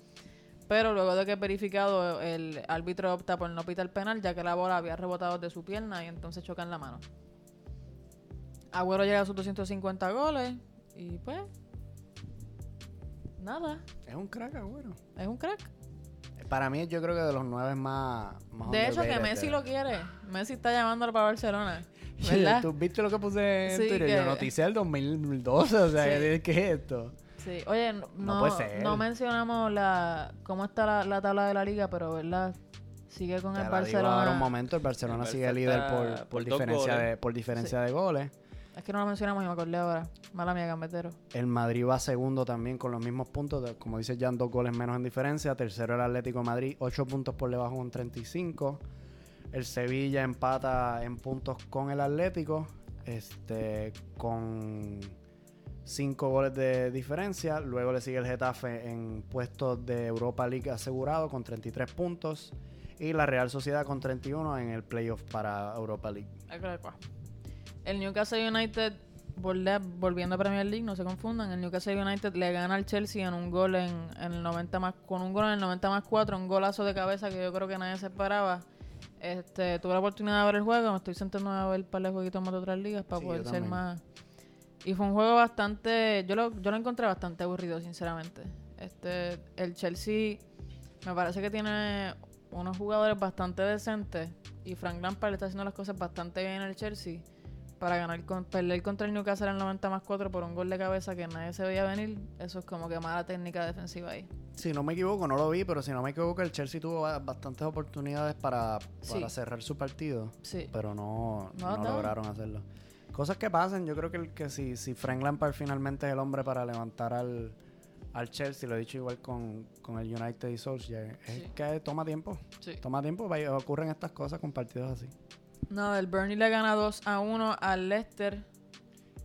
S2: Pero luego de que es verificado, el árbitro opta por no pitar el penal, ya que la bola había rebotado de su pierna y entonces choca en la mano. Agüero llega a sus 250 goles y pues. Nada,
S1: Es un crack, Agüero.
S2: es un crack.
S1: Para mí, yo creo que de los nueve es más. más
S2: De hecho, que
S1: Ah, underrated.
S2: Messi lo quiere. Messi está llamándolo para Barcelona.
S1: <laughs> Sí,
S2: ¿Verdad?
S1: ¿Tú viste lo que puse en
S2: Sí,
S1: Twitter?
S2: que-
S1: Yo noticé el 2012. O sea,
S2: Sí.
S1: ¿qué es esto?
S2: Sí, oye, no,
S1: No
S2: no,
S1: puede ser.
S2: mencionamos la cómo está la, la tabla de la liga, pero ¿verdad? Sigue con
S1: Te
S2: el
S1: la digo ahora un
S2: Barcelona.
S1: momento. El Barcelona
S4: El
S1: sigue
S4: Barça
S1: líder
S4: está
S1: por, por,
S4: por dos
S1: diferencia,
S4: goles.
S1: de, por diferencia de goles.
S2: Es que no lo mencionamos y me acordé ahora. Mala mía, gambetero.
S1: El Madrid va segundo también con los mismos puntos. de- como dice Jan, dos goles menos en diferencia. Tercero el Atlético de Madrid, ocho puntos por debajo con 35. El Sevilla empata en puntos con el Atlético. Este, con cinco goles de diferencia. Luego le sigue el Getafe en puestos de Europa League asegurado con 33 puntos. Y la Real Sociedad con 31 en el playoff para Europa League.
S2: Ay, creo que cuá. El Newcastle United, volve- volviendo a Premier League, no se confundan. El Newcastle United le gana al Chelsea en un gol en, en el 90 más, con un gol en el 90 más 4, un golazo de cabeza que yo creo que nadie se esperaba. Este, tuve la oportunidad de ver el juego, me estoy sentando a ver para el jueguitos más de otras ligas para
S1: Sí,
S2: poder
S1: yo
S2: ser
S1: también.
S2: más. Y fue un juego bastante, yo lo, yo lo encontré bastante aburrido, sinceramente. Este, el Chelsea me parece que tiene unos jugadores bastante decentes y Frank Lampard le está haciendo las cosas bastante bien al Chelsea para ganar con, perder contra el Newcastle en 90 más 4 por un gol de cabeza que nadie se veía venir. Eso es como que mala técnica defensiva ahí.
S1: Si no me equivoco, no lo vi, pero si no me equivoco, el Chelsea tuvo ba- bastantes oportunidades para,
S2: Sí.
S1: para cerrar su partido,
S2: Sí.
S1: pero no,
S2: No,
S1: no
S2: no.
S1: lograron hacerlo. Cosas que pasan, yo creo que, el- que si, si Frank Lampard finalmente es el hombre para levantar al, al Chelsea, lo he dicho igual con, con el United y Solskjaer, es
S2: Sí.
S1: que toma tiempo,
S2: Sí.
S1: toma tiempo, va- ocurren estas cosas con partidos así.
S2: Nada, el Burnley le gana 2 a 1 al Leicester.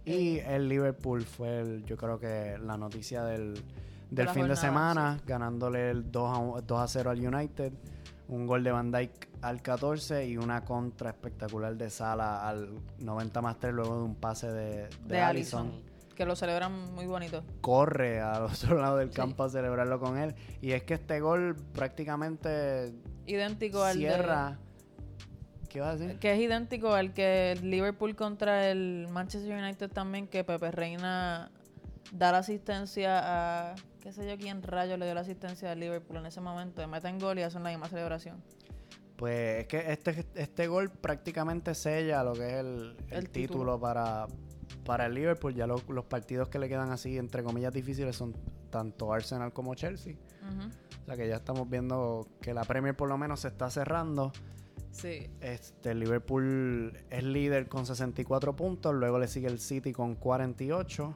S1: Y el Liverpool fue, el- yo creo que la noticia del, del
S2: la
S1: fin de
S2: jornada,
S1: semana, ganándole el 2 a, un- 2 a 0 al United. un gol de Van Dijk al 14 y una contra espectacular de Sala al 90 más 3 luego de un pase de, de,
S2: de
S1: Alisson.
S2: Allison. Que lo celebran muy bonito.
S1: Corre al <laughs> otro lado del campo a celebrarlo con él. Y es que este gol prácticamente
S2: Idéntico al de-
S1: cierra. ¿Qué vas a decir?
S2: Que es idéntico al que el Liverpool contra el Manchester United también, que Pepe Reina da la asistencia a. qué sé yo quién rayo le dio la asistencia al Liverpool en ese momento. Le meten gol y hacen la misma celebración.
S1: Pues es que este, este gol prácticamente sella lo que es el, el
S2: El
S1: título,
S2: título.
S1: para, para el Liverpool. Ya lo- los partidos que le quedan así, entre comillas, difíciles son tanto Arsenal como Chelsea.
S2: Ujú.
S1: O sea que ya estamos viendo que la Premier por lo menos se está cerrando.
S2: Sí.
S1: Este Liverpool es líder con 64 puntos, luego le sigue el City con 48,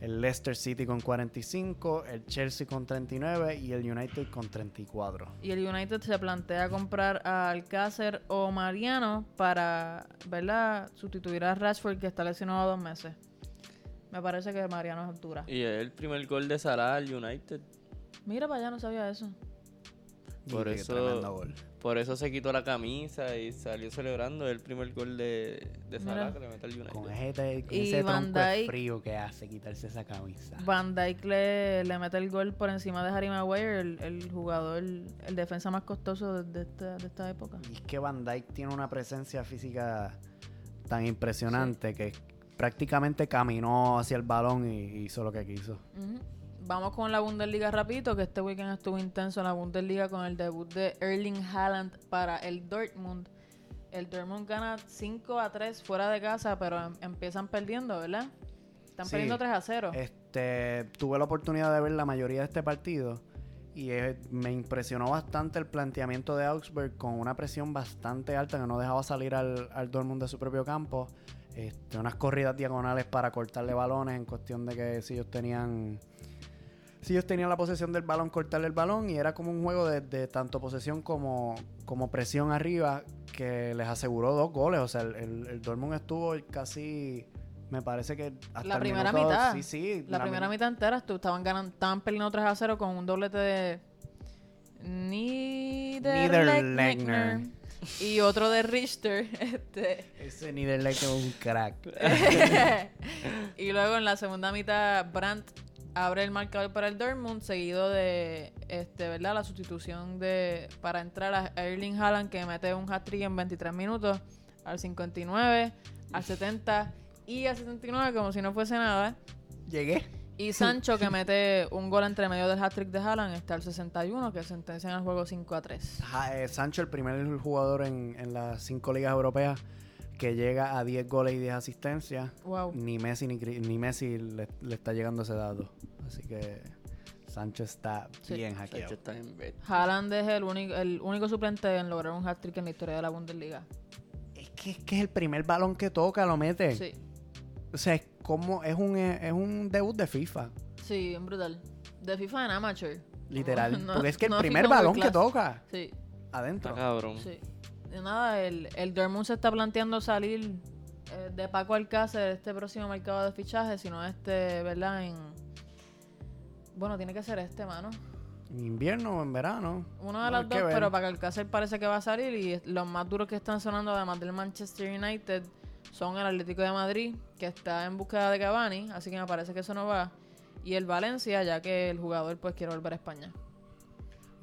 S1: el Leicester City con 45, el Chelsea con 39 y el United con 34.
S2: Y el United se plantea comprar a Alcácer o Mariano para, ¿verdad? Sustituir a Rashford, que está lesionado dos meses. Me parece que Mariano es altura.
S4: Y es el primer gol de Salah al United.
S2: Mira para allá, no sabía eso.
S4: Por
S1: Qué
S4: eso-
S1: tremendo gol.
S4: Por eso se quitó la camisa y salió celebrando el primer gol de, de
S2: Mira.
S4: Salah que le mete al United.
S1: Con ese, con
S2: Y
S1: ese
S2: Van
S1: tronco de
S2: Dijk-
S1: frío que hace quitarse esa camisa.
S2: Van Dijk le, le mete el gol por encima de Harry Maguire, el, el jugador, el defensa más costoso de, de esta, de esta época.
S1: Y es que Van Dyke tiene una presencia física tan impresionante que prácticamente caminó hacia el balón y hizo lo que quiso.
S2: Ujú. Vamos con la Bundesliga rapidito, que este weekend estuvo intenso en la Bundesliga con el debut de Erling Haaland para el Dortmund. El Dortmund gana 5 a 3 fuera de casa, pero em- empiezan perdiendo, ¿verdad? Están
S1: Sí.
S2: perdiendo 3 a 0.
S1: Este, tuve la oportunidad de ver la mayoría de este partido y eh, me impresionó bastante el planteamiento de Augsburg con una presión bastante alta que no dejaba salir al, al Dortmund de su propio campo. Este, unas corridas diagonales para cortarle balones en cuestión de que si ellos tenían si ellos tenían la posesión del balón, cortarle el balón y era como un juego de, de tanto posesión como, como presión arriba que les aseguró dos goles. O sea, el, el, el Dortmund estuvo casi, me parece que hasta
S2: La
S1: el
S2: primera
S1: minuto-
S2: mitad.
S1: Sí, sí.
S2: La primera
S1: mi-
S2: mitad entera estu- estaban ganando, estaban perdiendo 3 a 0 con un doblete de Niederlechner
S1: Niederlechner.
S2: y otro de Richter. <laughs> Este.
S1: <laughs> Ese Niederlechner es un crack.
S2: y luego en la segunda mitad Brandt abre el marcador para el Dortmund seguido de este, ¿verdad? La sustitución de para entrar a Erling Haaland que mete un hat-trick en 23 minutos al 59, al 70 y al 79 como si no fuese nada.
S1: Llegué.
S2: Y Sancho que mete un gol entre medio del hat-trick de Haaland está al 61 que sentencian el juego 5 a 3.
S1: Ja- eh, Sancho, el primer jugador en, en las cinco ligas europeas que llega a 10 goles y 10 asistencias.
S2: Wow.
S1: Ni Messi ni, Cri- ni Messi le, le está llegando ese dado. Así que Sancho está
S2: Sí,
S1: bien
S4: De hecho,
S1: hackeado.
S4: está en bet.
S2: Haaland es el único el único suplente en lograr un hat-trick en la historia de la Bundesliga.
S1: Es que, es que es el primer balón que toca, lo mete.
S2: Sí.
S1: O sea, es como es un, eh, es un debut de FIFA,
S2: Sí, bien brutal. De FIFA en amateur.
S1: literal.
S2: <laughs> No,
S1: Porque es que el
S2: no
S1: primer
S2: FIFA
S1: balón
S2: World
S1: que
S2: Class.
S1: toca,
S2: Sí,
S1: adentro.
S4: Está cabrón.
S2: sí. Y nada, el, el Dortmund se está planteando salir eh, de Paco Alcácer este próximo mercado de fichajes, sino este, ¿verdad? En... Bueno, tiene que ser este, mano.
S1: En invierno o en verano.
S2: Uno
S1: No,
S2: de las
S1: hay que
S2: dos,
S1: ver.
S2: pero Paco Alcácer parece que va a salir y es- los más duros que están sonando, además del Manchester United, son el Atlético de Madrid, que está en búsqueda de Cavani, así que me parece que eso no va. Y el Valencia, ya que el jugador pues quiere volver a España.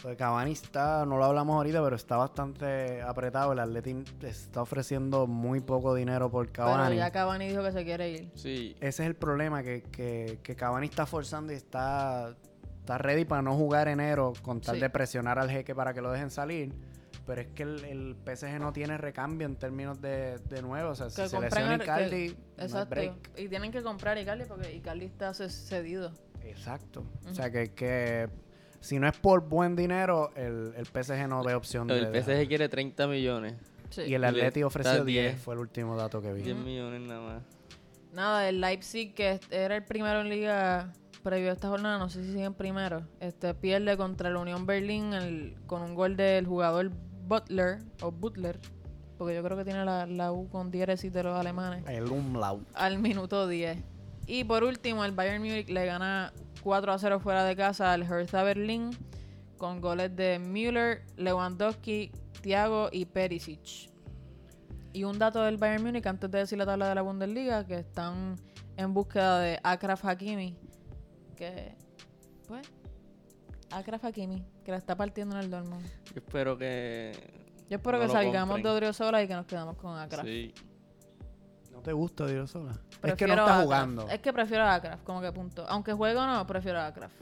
S1: Pues Cavani está, no lo hablamos ahorita, pero está bastante apretado. El Atleti está ofreciendo muy poco dinero por
S2: Pero
S1: Cavani.
S2: ya Cavani dijo que se quiere ir.
S4: Sí.
S1: Ese es el problema, que, que, que Cavani está forzando y está, está ready para no jugar enero con tal
S2: Sí.
S1: de presionar al jeque para que lo dejen salir. Pero es que el, el PSG no tiene recambio en términos de, de nuevo. O sea, si
S2: Que
S1: se
S2: compren
S1: lesiona
S2: al- que-
S1: Icardi, no hay
S2: Exacto.
S1: break.
S2: Y tienen que comprar Icardi porque Icardi está ce- cedido.
S1: Exacto. O sea, que, que si no es por buen dinero, el, el PSG no ve opción de...
S4: El PSG quiere 30 millones.
S2: Sí.
S1: Y el
S4: le
S1: Atleti
S4: da
S1: ofreció 10,
S4: 10.
S1: fue el último dato que vi.
S4: 10 millones nada más.
S2: Nada, el Leipzig, que es- era el primero en liga previo a esta jornada, no sé si siguen primero, este pierde contra la Unión Berlín el- con un gol del jugador Butler, o Butler, porque yo creo que tiene la, la U con diéresis de los alemanes,
S1: El Umlaut.
S2: al minuto 10. Y por último, el Bayern Múnich le gana 4 a 0 fuera de casa al Hertha Berlín con goles de Müller, Lewandowski, Thiago y Perisic. Y un dato del Bayern Múnich antes de decir la tabla de la Bundesliga, que están en búsqueda de Akraf Hakimi, que pues Akraf Hakimi, que la está partiendo en el Dortmund.
S4: Yo espero que.
S2: Yo espero
S4: No
S2: que
S4: lo
S2: salgamos
S4: compren.
S2: de Odriozola y que nos quedamos con Akraf.
S4: Sí.
S1: No te gusta Diosola. Es que
S2: Prefiero
S1: no
S2: a eh,
S1: está
S2: Akraf.
S1: jugando.
S2: Es que prefiero a Akraf, como que punto. Aunque juegue o no, prefiero a Akraf.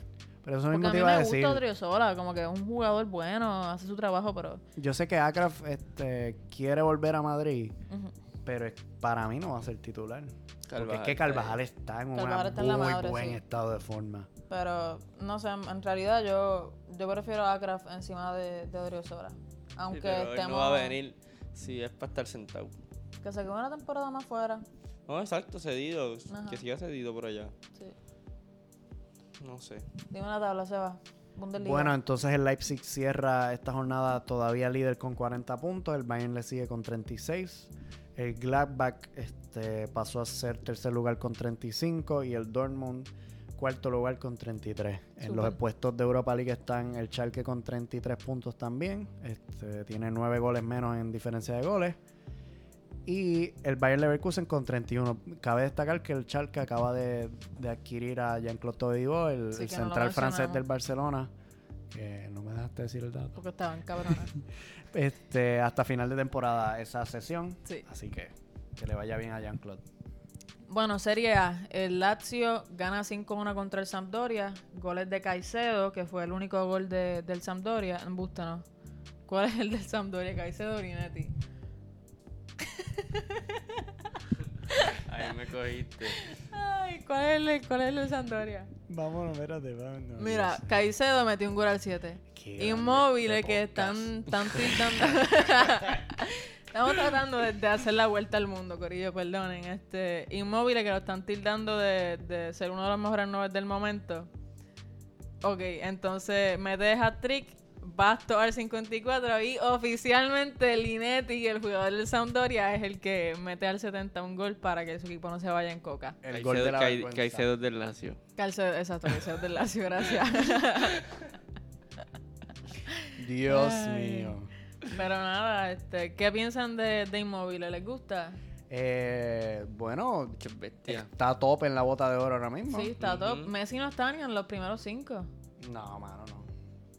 S1: Pero eso
S2: Porque
S1: mismo
S2: a
S1: te
S2: mí
S1: iba a
S2: me
S1: decir.
S2: gusta Odriozola, como que es un jugador bueno, hace su trabajo, pero...
S1: Yo sé que Akraf este, quiere volver a Madrid,
S2: Ujú.
S1: pero es- para mí no va a ser titular. porque es
S4: Carvajal
S1: que
S4: está ahí.
S1: Carvajal está en un
S2: Carvajal está en
S1: muy
S2: la madre,
S1: buen
S2: sí.
S1: estado de forma.
S2: Pero, no sé, en realidad yo, yo prefiero a Akraf encima de, de Odriozola. Aunque
S4: Sí, pero él
S2: estemos...
S4: no va a venir si es para estar sentado.
S2: Que se quede una temporada más fuera.
S4: No, exacto, cedido.
S2: Ajá.
S4: Que siga cedido por allá.
S2: Sí.
S4: No sé.
S2: Dime la tabla, Seba. Bundesliga.
S1: Bueno, entonces el Leipzig cierra esta jornada todavía líder con 40 puntos, el Bayern le sigue con 36, el Gladbach este, pasó a ser tercer lugar con 35 y el Dortmund cuarto lugar con 33. En los
S2: Súper.
S1: puestos de Europa League están el Schalke con 33 puntos también, este, tiene 9 goles menos en diferencia de goles. Y el Bayern Leverkusen con 31. Cabe destacar que el Schalke acaba de, de adquirir a Jean-Claude Todibo, el,
S2: Sí,
S1: el
S2: que no lo
S1: central francés
S2: mencionamos.
S1: del Barcelona, que no me dejaste decir el dato.
S2: Porque estaban cabrones.
S1: Este, hasta final de temporada esa sesión.
S2: Sí.
S1: Así que que le vaya bien a Jean-Claude.
S2: bueno, Serie A. El Lazio gana 5-1 contra el Sampdoria. Goles de Caicedo, que fue el único gol de- del Sampdoria. En busta, no. ¿Cuál es el del Sampdoria? Caicedo o Linetti.
S4: Ahí me cogiste.
S2: Ay, ¿cuál es el, de- cuál es el del Sampdoria?
S1: Vámonos, espérate.
S2: Mira, Caicedo metió un gol al 7.
S1: Qué grande
S2: Inmóviles
S1: este
S2: que
S1: podcast.
S2: están, están tildando. Estamos tratando de, de hacer la vuelta al mundo, Corillo, perdonen. Este, inmóviles que lo están tildando de, de ser uno de los mejores noves del momento. Ok, entonces me deja Trick, Basto al 54 y oficialmente Linetti, el jugador del Sampdoria, es el que mete al 70 un gol para que su equipo no se vaya en coca.
S1: el gol de la
S4: Caicedo-
S1: vergüenza.
S4: Caicedo del Lazio.
S2: Calcedo, exacto, Calcedo del Lazio, gracias. <laughs>
S1: Dios
S2: Ay.
S1: mío.
S2: Pero nada, este, ¿qué piensan de, de Inmóviles? ¿Les gusta?
S1: Eh, bueno,
S4: Qué bestia.
S1: está top en la bota de oro ahora mismo.
S2: Sí, está top.
S4: Ujú.
S2: Messi no está ni en los primeros cinco.
S1: No, mano, no.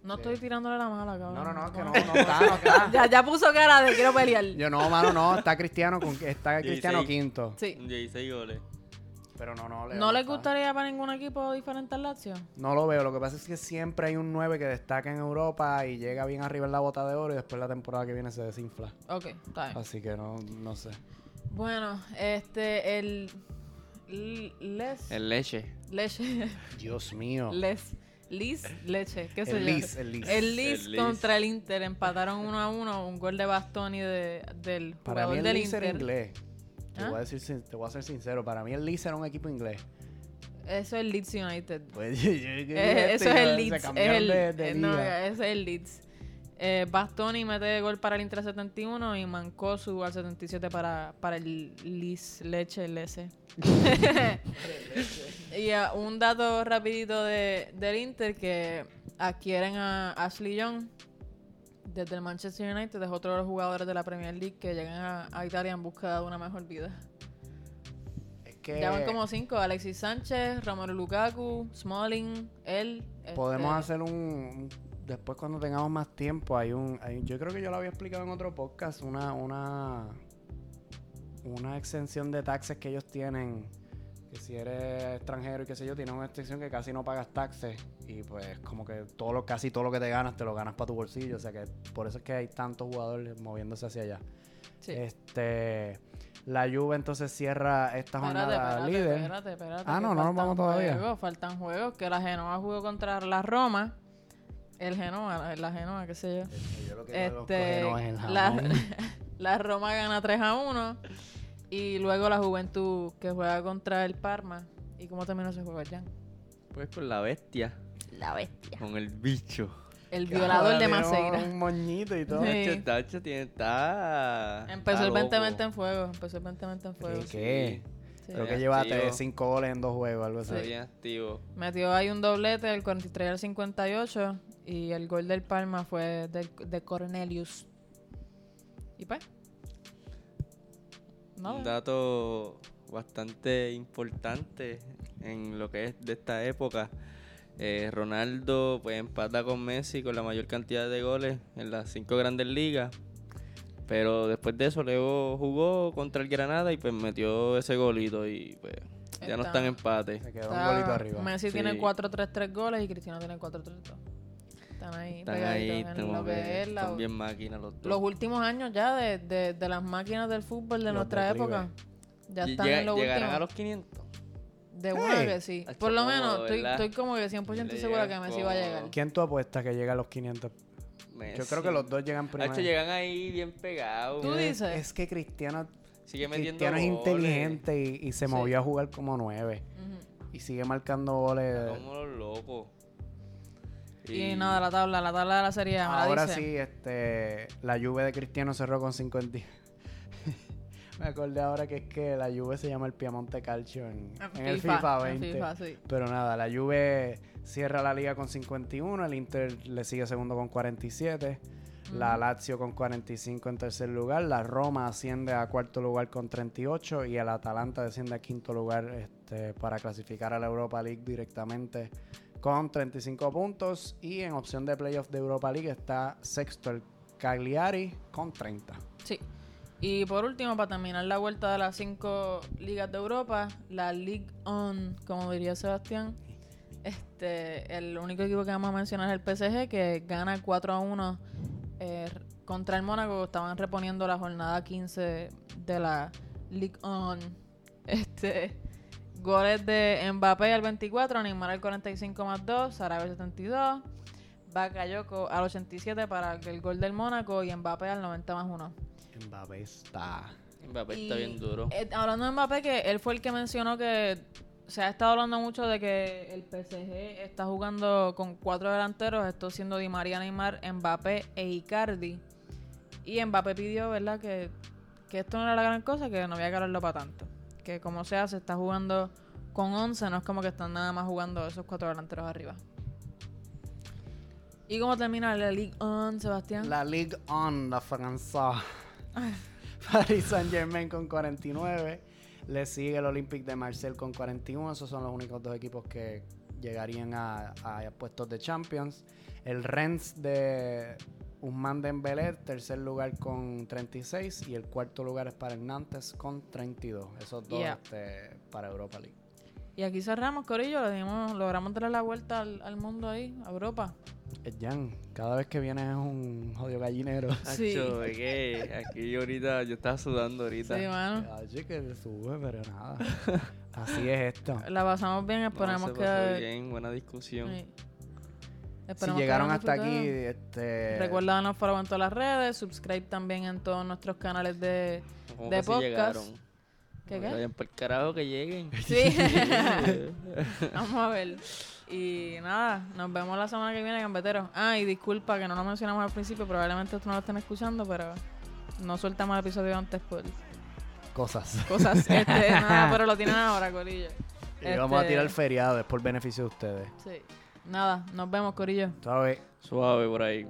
S2: No
S1: Sí.
S2: estoy tirándole la mala, cabrón.
S1: No, no, no,
S4: <laughs>
S1: que no, no está, no está.
S2: Ya, ya puso cara de
S1: <laughs>
S2: quiero pelear.
S1: Yo no, mano, no. Está Cristiano, con,
S4: <laughs>
S1: está Cristiano
S4: 16.
S1: quinto.
S2: Sí.
S4: 16 goles.
S1: Mm, Pero no, no. Leo,
S2: ¿No les
S1: está.
S2: gustaría para ningún equipo diferente al Lazio?
S1: No lo veo. Lo que pasa es que siempre hay un 9 que destaca en Europa y llega bien arriba en la bota de oro y después la temporada que viene se desinfla.
S2: Ok, está bien.
S1: Así que no, no sé.
S2: Bueno, este, el... l- Les...
S4: El leche.
S2: Leche.
S1: Dios mío.
S2: <laughs> Les... Liz, leche, qué sé
S1: El
S2: yo.
S1: Liz, el Liz.
S2: El Liz
S4: El Liz.
S2: contra el Inter empataron 1 a 1, un gol de Bastoni de, del
S1: Para mí
S2: jugador
S1: el
S2: del
S1: Leeds era
S2: Inter.
S1: inglés. Te,
S2: ¿Ah?
S1: voy a decir, sin- te voy a ser sincero. Para mí el Leeds era un equipo inglés. <laughs>
S2: Eso es Leeds United.
S1: Pues, yo- yo- yo-
S2: Eh, eso
S1: yo-
S2: es el
S1: se
S2: Leeds. Es
S1: cambiaron
S2: el,
S1: de- de
S2: eh, no,
S1: liga.
S2: ese es el Leeds. Eh, Bastoni mete gol para el Inter 71 y mancó su al 77 para, para el Leeds Leche LS. <laughs> y eh, un dato rapidito de, del Inter que adquieren a Ashley Young desde el Manchester United, es otro de los jugadores de la Premier League que llegan a, a Italia en busca de una mejor vida.
S1: Es que
S2: Ya van como cinco, Alexis Sánchez, Romero Lukaku, Smalling, él.
S1: podemos
S2: este,
S1: hacer un... un- Después cuando tengamos más tiempo, hay un... hay- yo creo que yo lo había explicado en otro podcast, una, una, una exención de taxes que ellos tienen. Que si eres extranjero y qué sé yo, tienes una exención que casi no pagas taxes. Y pues como que todo lo, casi todo lo que te ganas, te lo ganas para tu bolsillo. O sea que por eso es que hay tantos jugadores moviéndose hacia allá.
S2: sí.
S1: Este, la Juve entonces cierra esta jornada líder.
S2: Espérate, espérate,
S1: Ah,
S2: que
S1: no, no nos
S2: faltan
S1: vamos todavía.
S2: juegos, faltan juegos, que la Genoa jugó contra la Roma. El Genoa, la, la Genoa, qué sé yo.
S1: Yo lo que conozco
S2: Este,
S1: no es el
S2: la,
S1: jamón.
S2: <laughs> la Roma gana 3 a 1. Y luego la Juventud que juega contra el Parma. ¿Y cómo terminó ese juego, Jan?
S4: Pues con la bestia.
S2: La bestia.
S4: Con el bicho.
S2: El
S1: Que
S2: violador
S1: ahora
S2: de
S1: tiene
S2: Maceira.
S1: Un moñito y todo.
S2: Sí.
S4: Tacho, Tacho tiene. Está.
S2: Empezó
S4: está
S2: el 20
S4: loco.
S2: en fuego. Empezó el 20 en fuego.
S1: ¿Y qué?
S2: Sí.
S1: Creo
S4: Sí.
S1: que lleva
S4: Tío.
S1: tres- cinco goles en dos juegos, algo
S4: Está
S1: así.
S4: bien activo.
S2: Metió ahí un doblete del 43 al 58. Y Y el gol del Palma fue del- de Cornelius. Y pues.
S4: Un
S2: Nada.
S4: dato bastante importante en lo que es de esta época. Eh, Ronaldo pues empata con Messi con la mayor cantidad de goles en las cinco grandes ligas. Pero después de eso luego jugó contra el Granada y pues metió ese golito y pues ya no
S2: Está-
S4: están empate.
S1: Se quedó un
S2: Está-
S1: golito arriba.
S2: Messi
S4: Sí.
S2: tiene 4-3-3 goles y Cristiano tiene 4-3-2. Están ahí
S4: Están
S2: pegaditos
S4: ahí,
S2: en lo
S4: tengo
S2: que
S4: que
S2: es la-
S4: son bien máquinas los dos.
S2: los últimos años ya de, de, de las máquinas del fútbol de
S1: Los
S2: nuestra
S1: declives.
S2: época. Ya
S4: Lle-
S2: están
S4: llega-
S2: en lo
S4: llegarán
S2: último.
S4: a los 500.
S2: De una
S1: Hey.
S2: que sí.
S4: Hacho,
S2: Por lo
S4: cómodo,
S2: menos estoy,
S4: ¿verdad?
S2: estoy como que 100%
S4: Le
S2: segura que
S4: llegan
S2: Messi va a
S4: cómodo.
S2: llegar.
S1: ¿Quién tú apuestas que llega a los 500? Yo creo que los dos llegan primero.
S4: Hacho, Ah, llegan ahí bien pegados.
S2: Tú dices.
S1: Es que Cristiano,
S4: Sigue metiendo
S1: Cristiano es
S4: goles.
S1: inteligente y, y se
S2: Sí.
S1: movió a jugar como 9.
S2: Ujú.
S1: Y sigue marcando goles.
S4: Como los locos.
S2: Y nada, la tabla, la tabla de la serie. A me la
S1: Ahora
S2: dice.
S1: sí, este, la lluvia de Cristiano cerró con 50. <laughs> Me acordé ahora que es que la lluvia se llama el Piamonte Calcio en, en el FIFA 20.
S2: En Ah, FIFA, sí.
S1: Pero nada, la Juve cierra la liga con 51, el Inter le sigue segundo con 47, la Lazio con 45 en tercer lugar, la Roma asciende a cuarto lugar con 38 y el Atalanta desciende a quinto lugar este, para clasificar a la Europa League directamente con 35 puntos y en opción de playoff de Europa League está sexto el Cagliari con 30.
S2: Sí. Y por último, para terminar la vuelta de las cinco ligas de Europa, la League On, como diría Sebastián, este, el único equipo que vamos a mencionar es el PSG, que gana 4 a 1 eh, contra el Mónaco. Estaban reponiendo la jornada 15 de la League On. Este, goles de Mbappé al 24, Neymar al 45 más 2, Sarabia al 72. Bakayoko al 87 para el gol del Mónaco y Mbappé al 90 más 1.
S1: Mbappé está.
S4: Mbappé está
S2: Y,
S4: bien duro.
S2: eh, hablando de Mbappé, que él fue el que mencionó que se ha estado hablando mucho de que el PSG está jugando con cuatro delanteros, esto siendo Di María, Neymar, Mbappé e Icardi. Y Mbappé pidió, ¿verdad?, que, que esto no era la gran cosa, que no había que hablarlo para tanto. Que como sea, se está jugando con 11, no es como que están nada más jugando esos cuatro delanteros arriba. ¿Y cómo termina la Ligue 1, Sebastián?
S1: La Ligue 1, la Francia. Paris Saint-Germain con 49. Le sigue el Olympique de Marseille con 41. Esos son los únicos dos equipos que llegarían a, a puestos de Champions. El Rennes de Usman Dembélé, tercer lugar con 36. Y el cuarto lugar es para el Nantes con 32. Esos dos
S2: Yeah.
S1: este, para Europa League.
S2: Y aquí cerramos, Corillo. Le dimos, logramos darle la vuelta al, al mundo ahí, a Europa.
S1: Eh, Jan, cada vez que vienes es un jodido gallinero.
S2: Sí.
S4: Acho, es que aquí yo ahorita, yo estaba sudando ahorita.
S2: Sí, mano.
S1: Así que le sube, pero nada. Así es esto.
S2: La pasamos bien,
S4: No,
S2: esperamos
S4: se pasó
S2: que.
S4: bien, buena discusión.
S2: Sí.
S1: Si
S2: Esperemos que
S1: llegaron
S2: hayan
S1: hasta aquí,
S2: disfrutado.
S1: este,
S2: Recuerda darnos follow en todas las redes, subscribe también en todos nuestros canales de.
S4: Como
S2: De
S4: que sí
S2: podcast.
S4: llegaron.
S2: ¿Qué,
S4: Como
S2: qué?
S4: que Vayan por carajo que lleguen.
S2: Sí, <laughs> vamos a ver. Y nada, nos vemos la semana que viene, gambeteros. Ah, y disculpa que no lo mencionamos al principio, probablemente esto no lo estén escuchando, pero no soltamos el episodio antes por
S1: cosas. <laughs>
S2: cosas. Este, nada, pero lo tienen ahora, Corillo.
S1: Y vamos a
S2: Este,
S1: tirar feriado, es por beneficio de ustedes.
S2: Sí. Nada, nos vemos, Corillo.
S1: ¿Sabes?
S4: <laughs> Suave por ahí.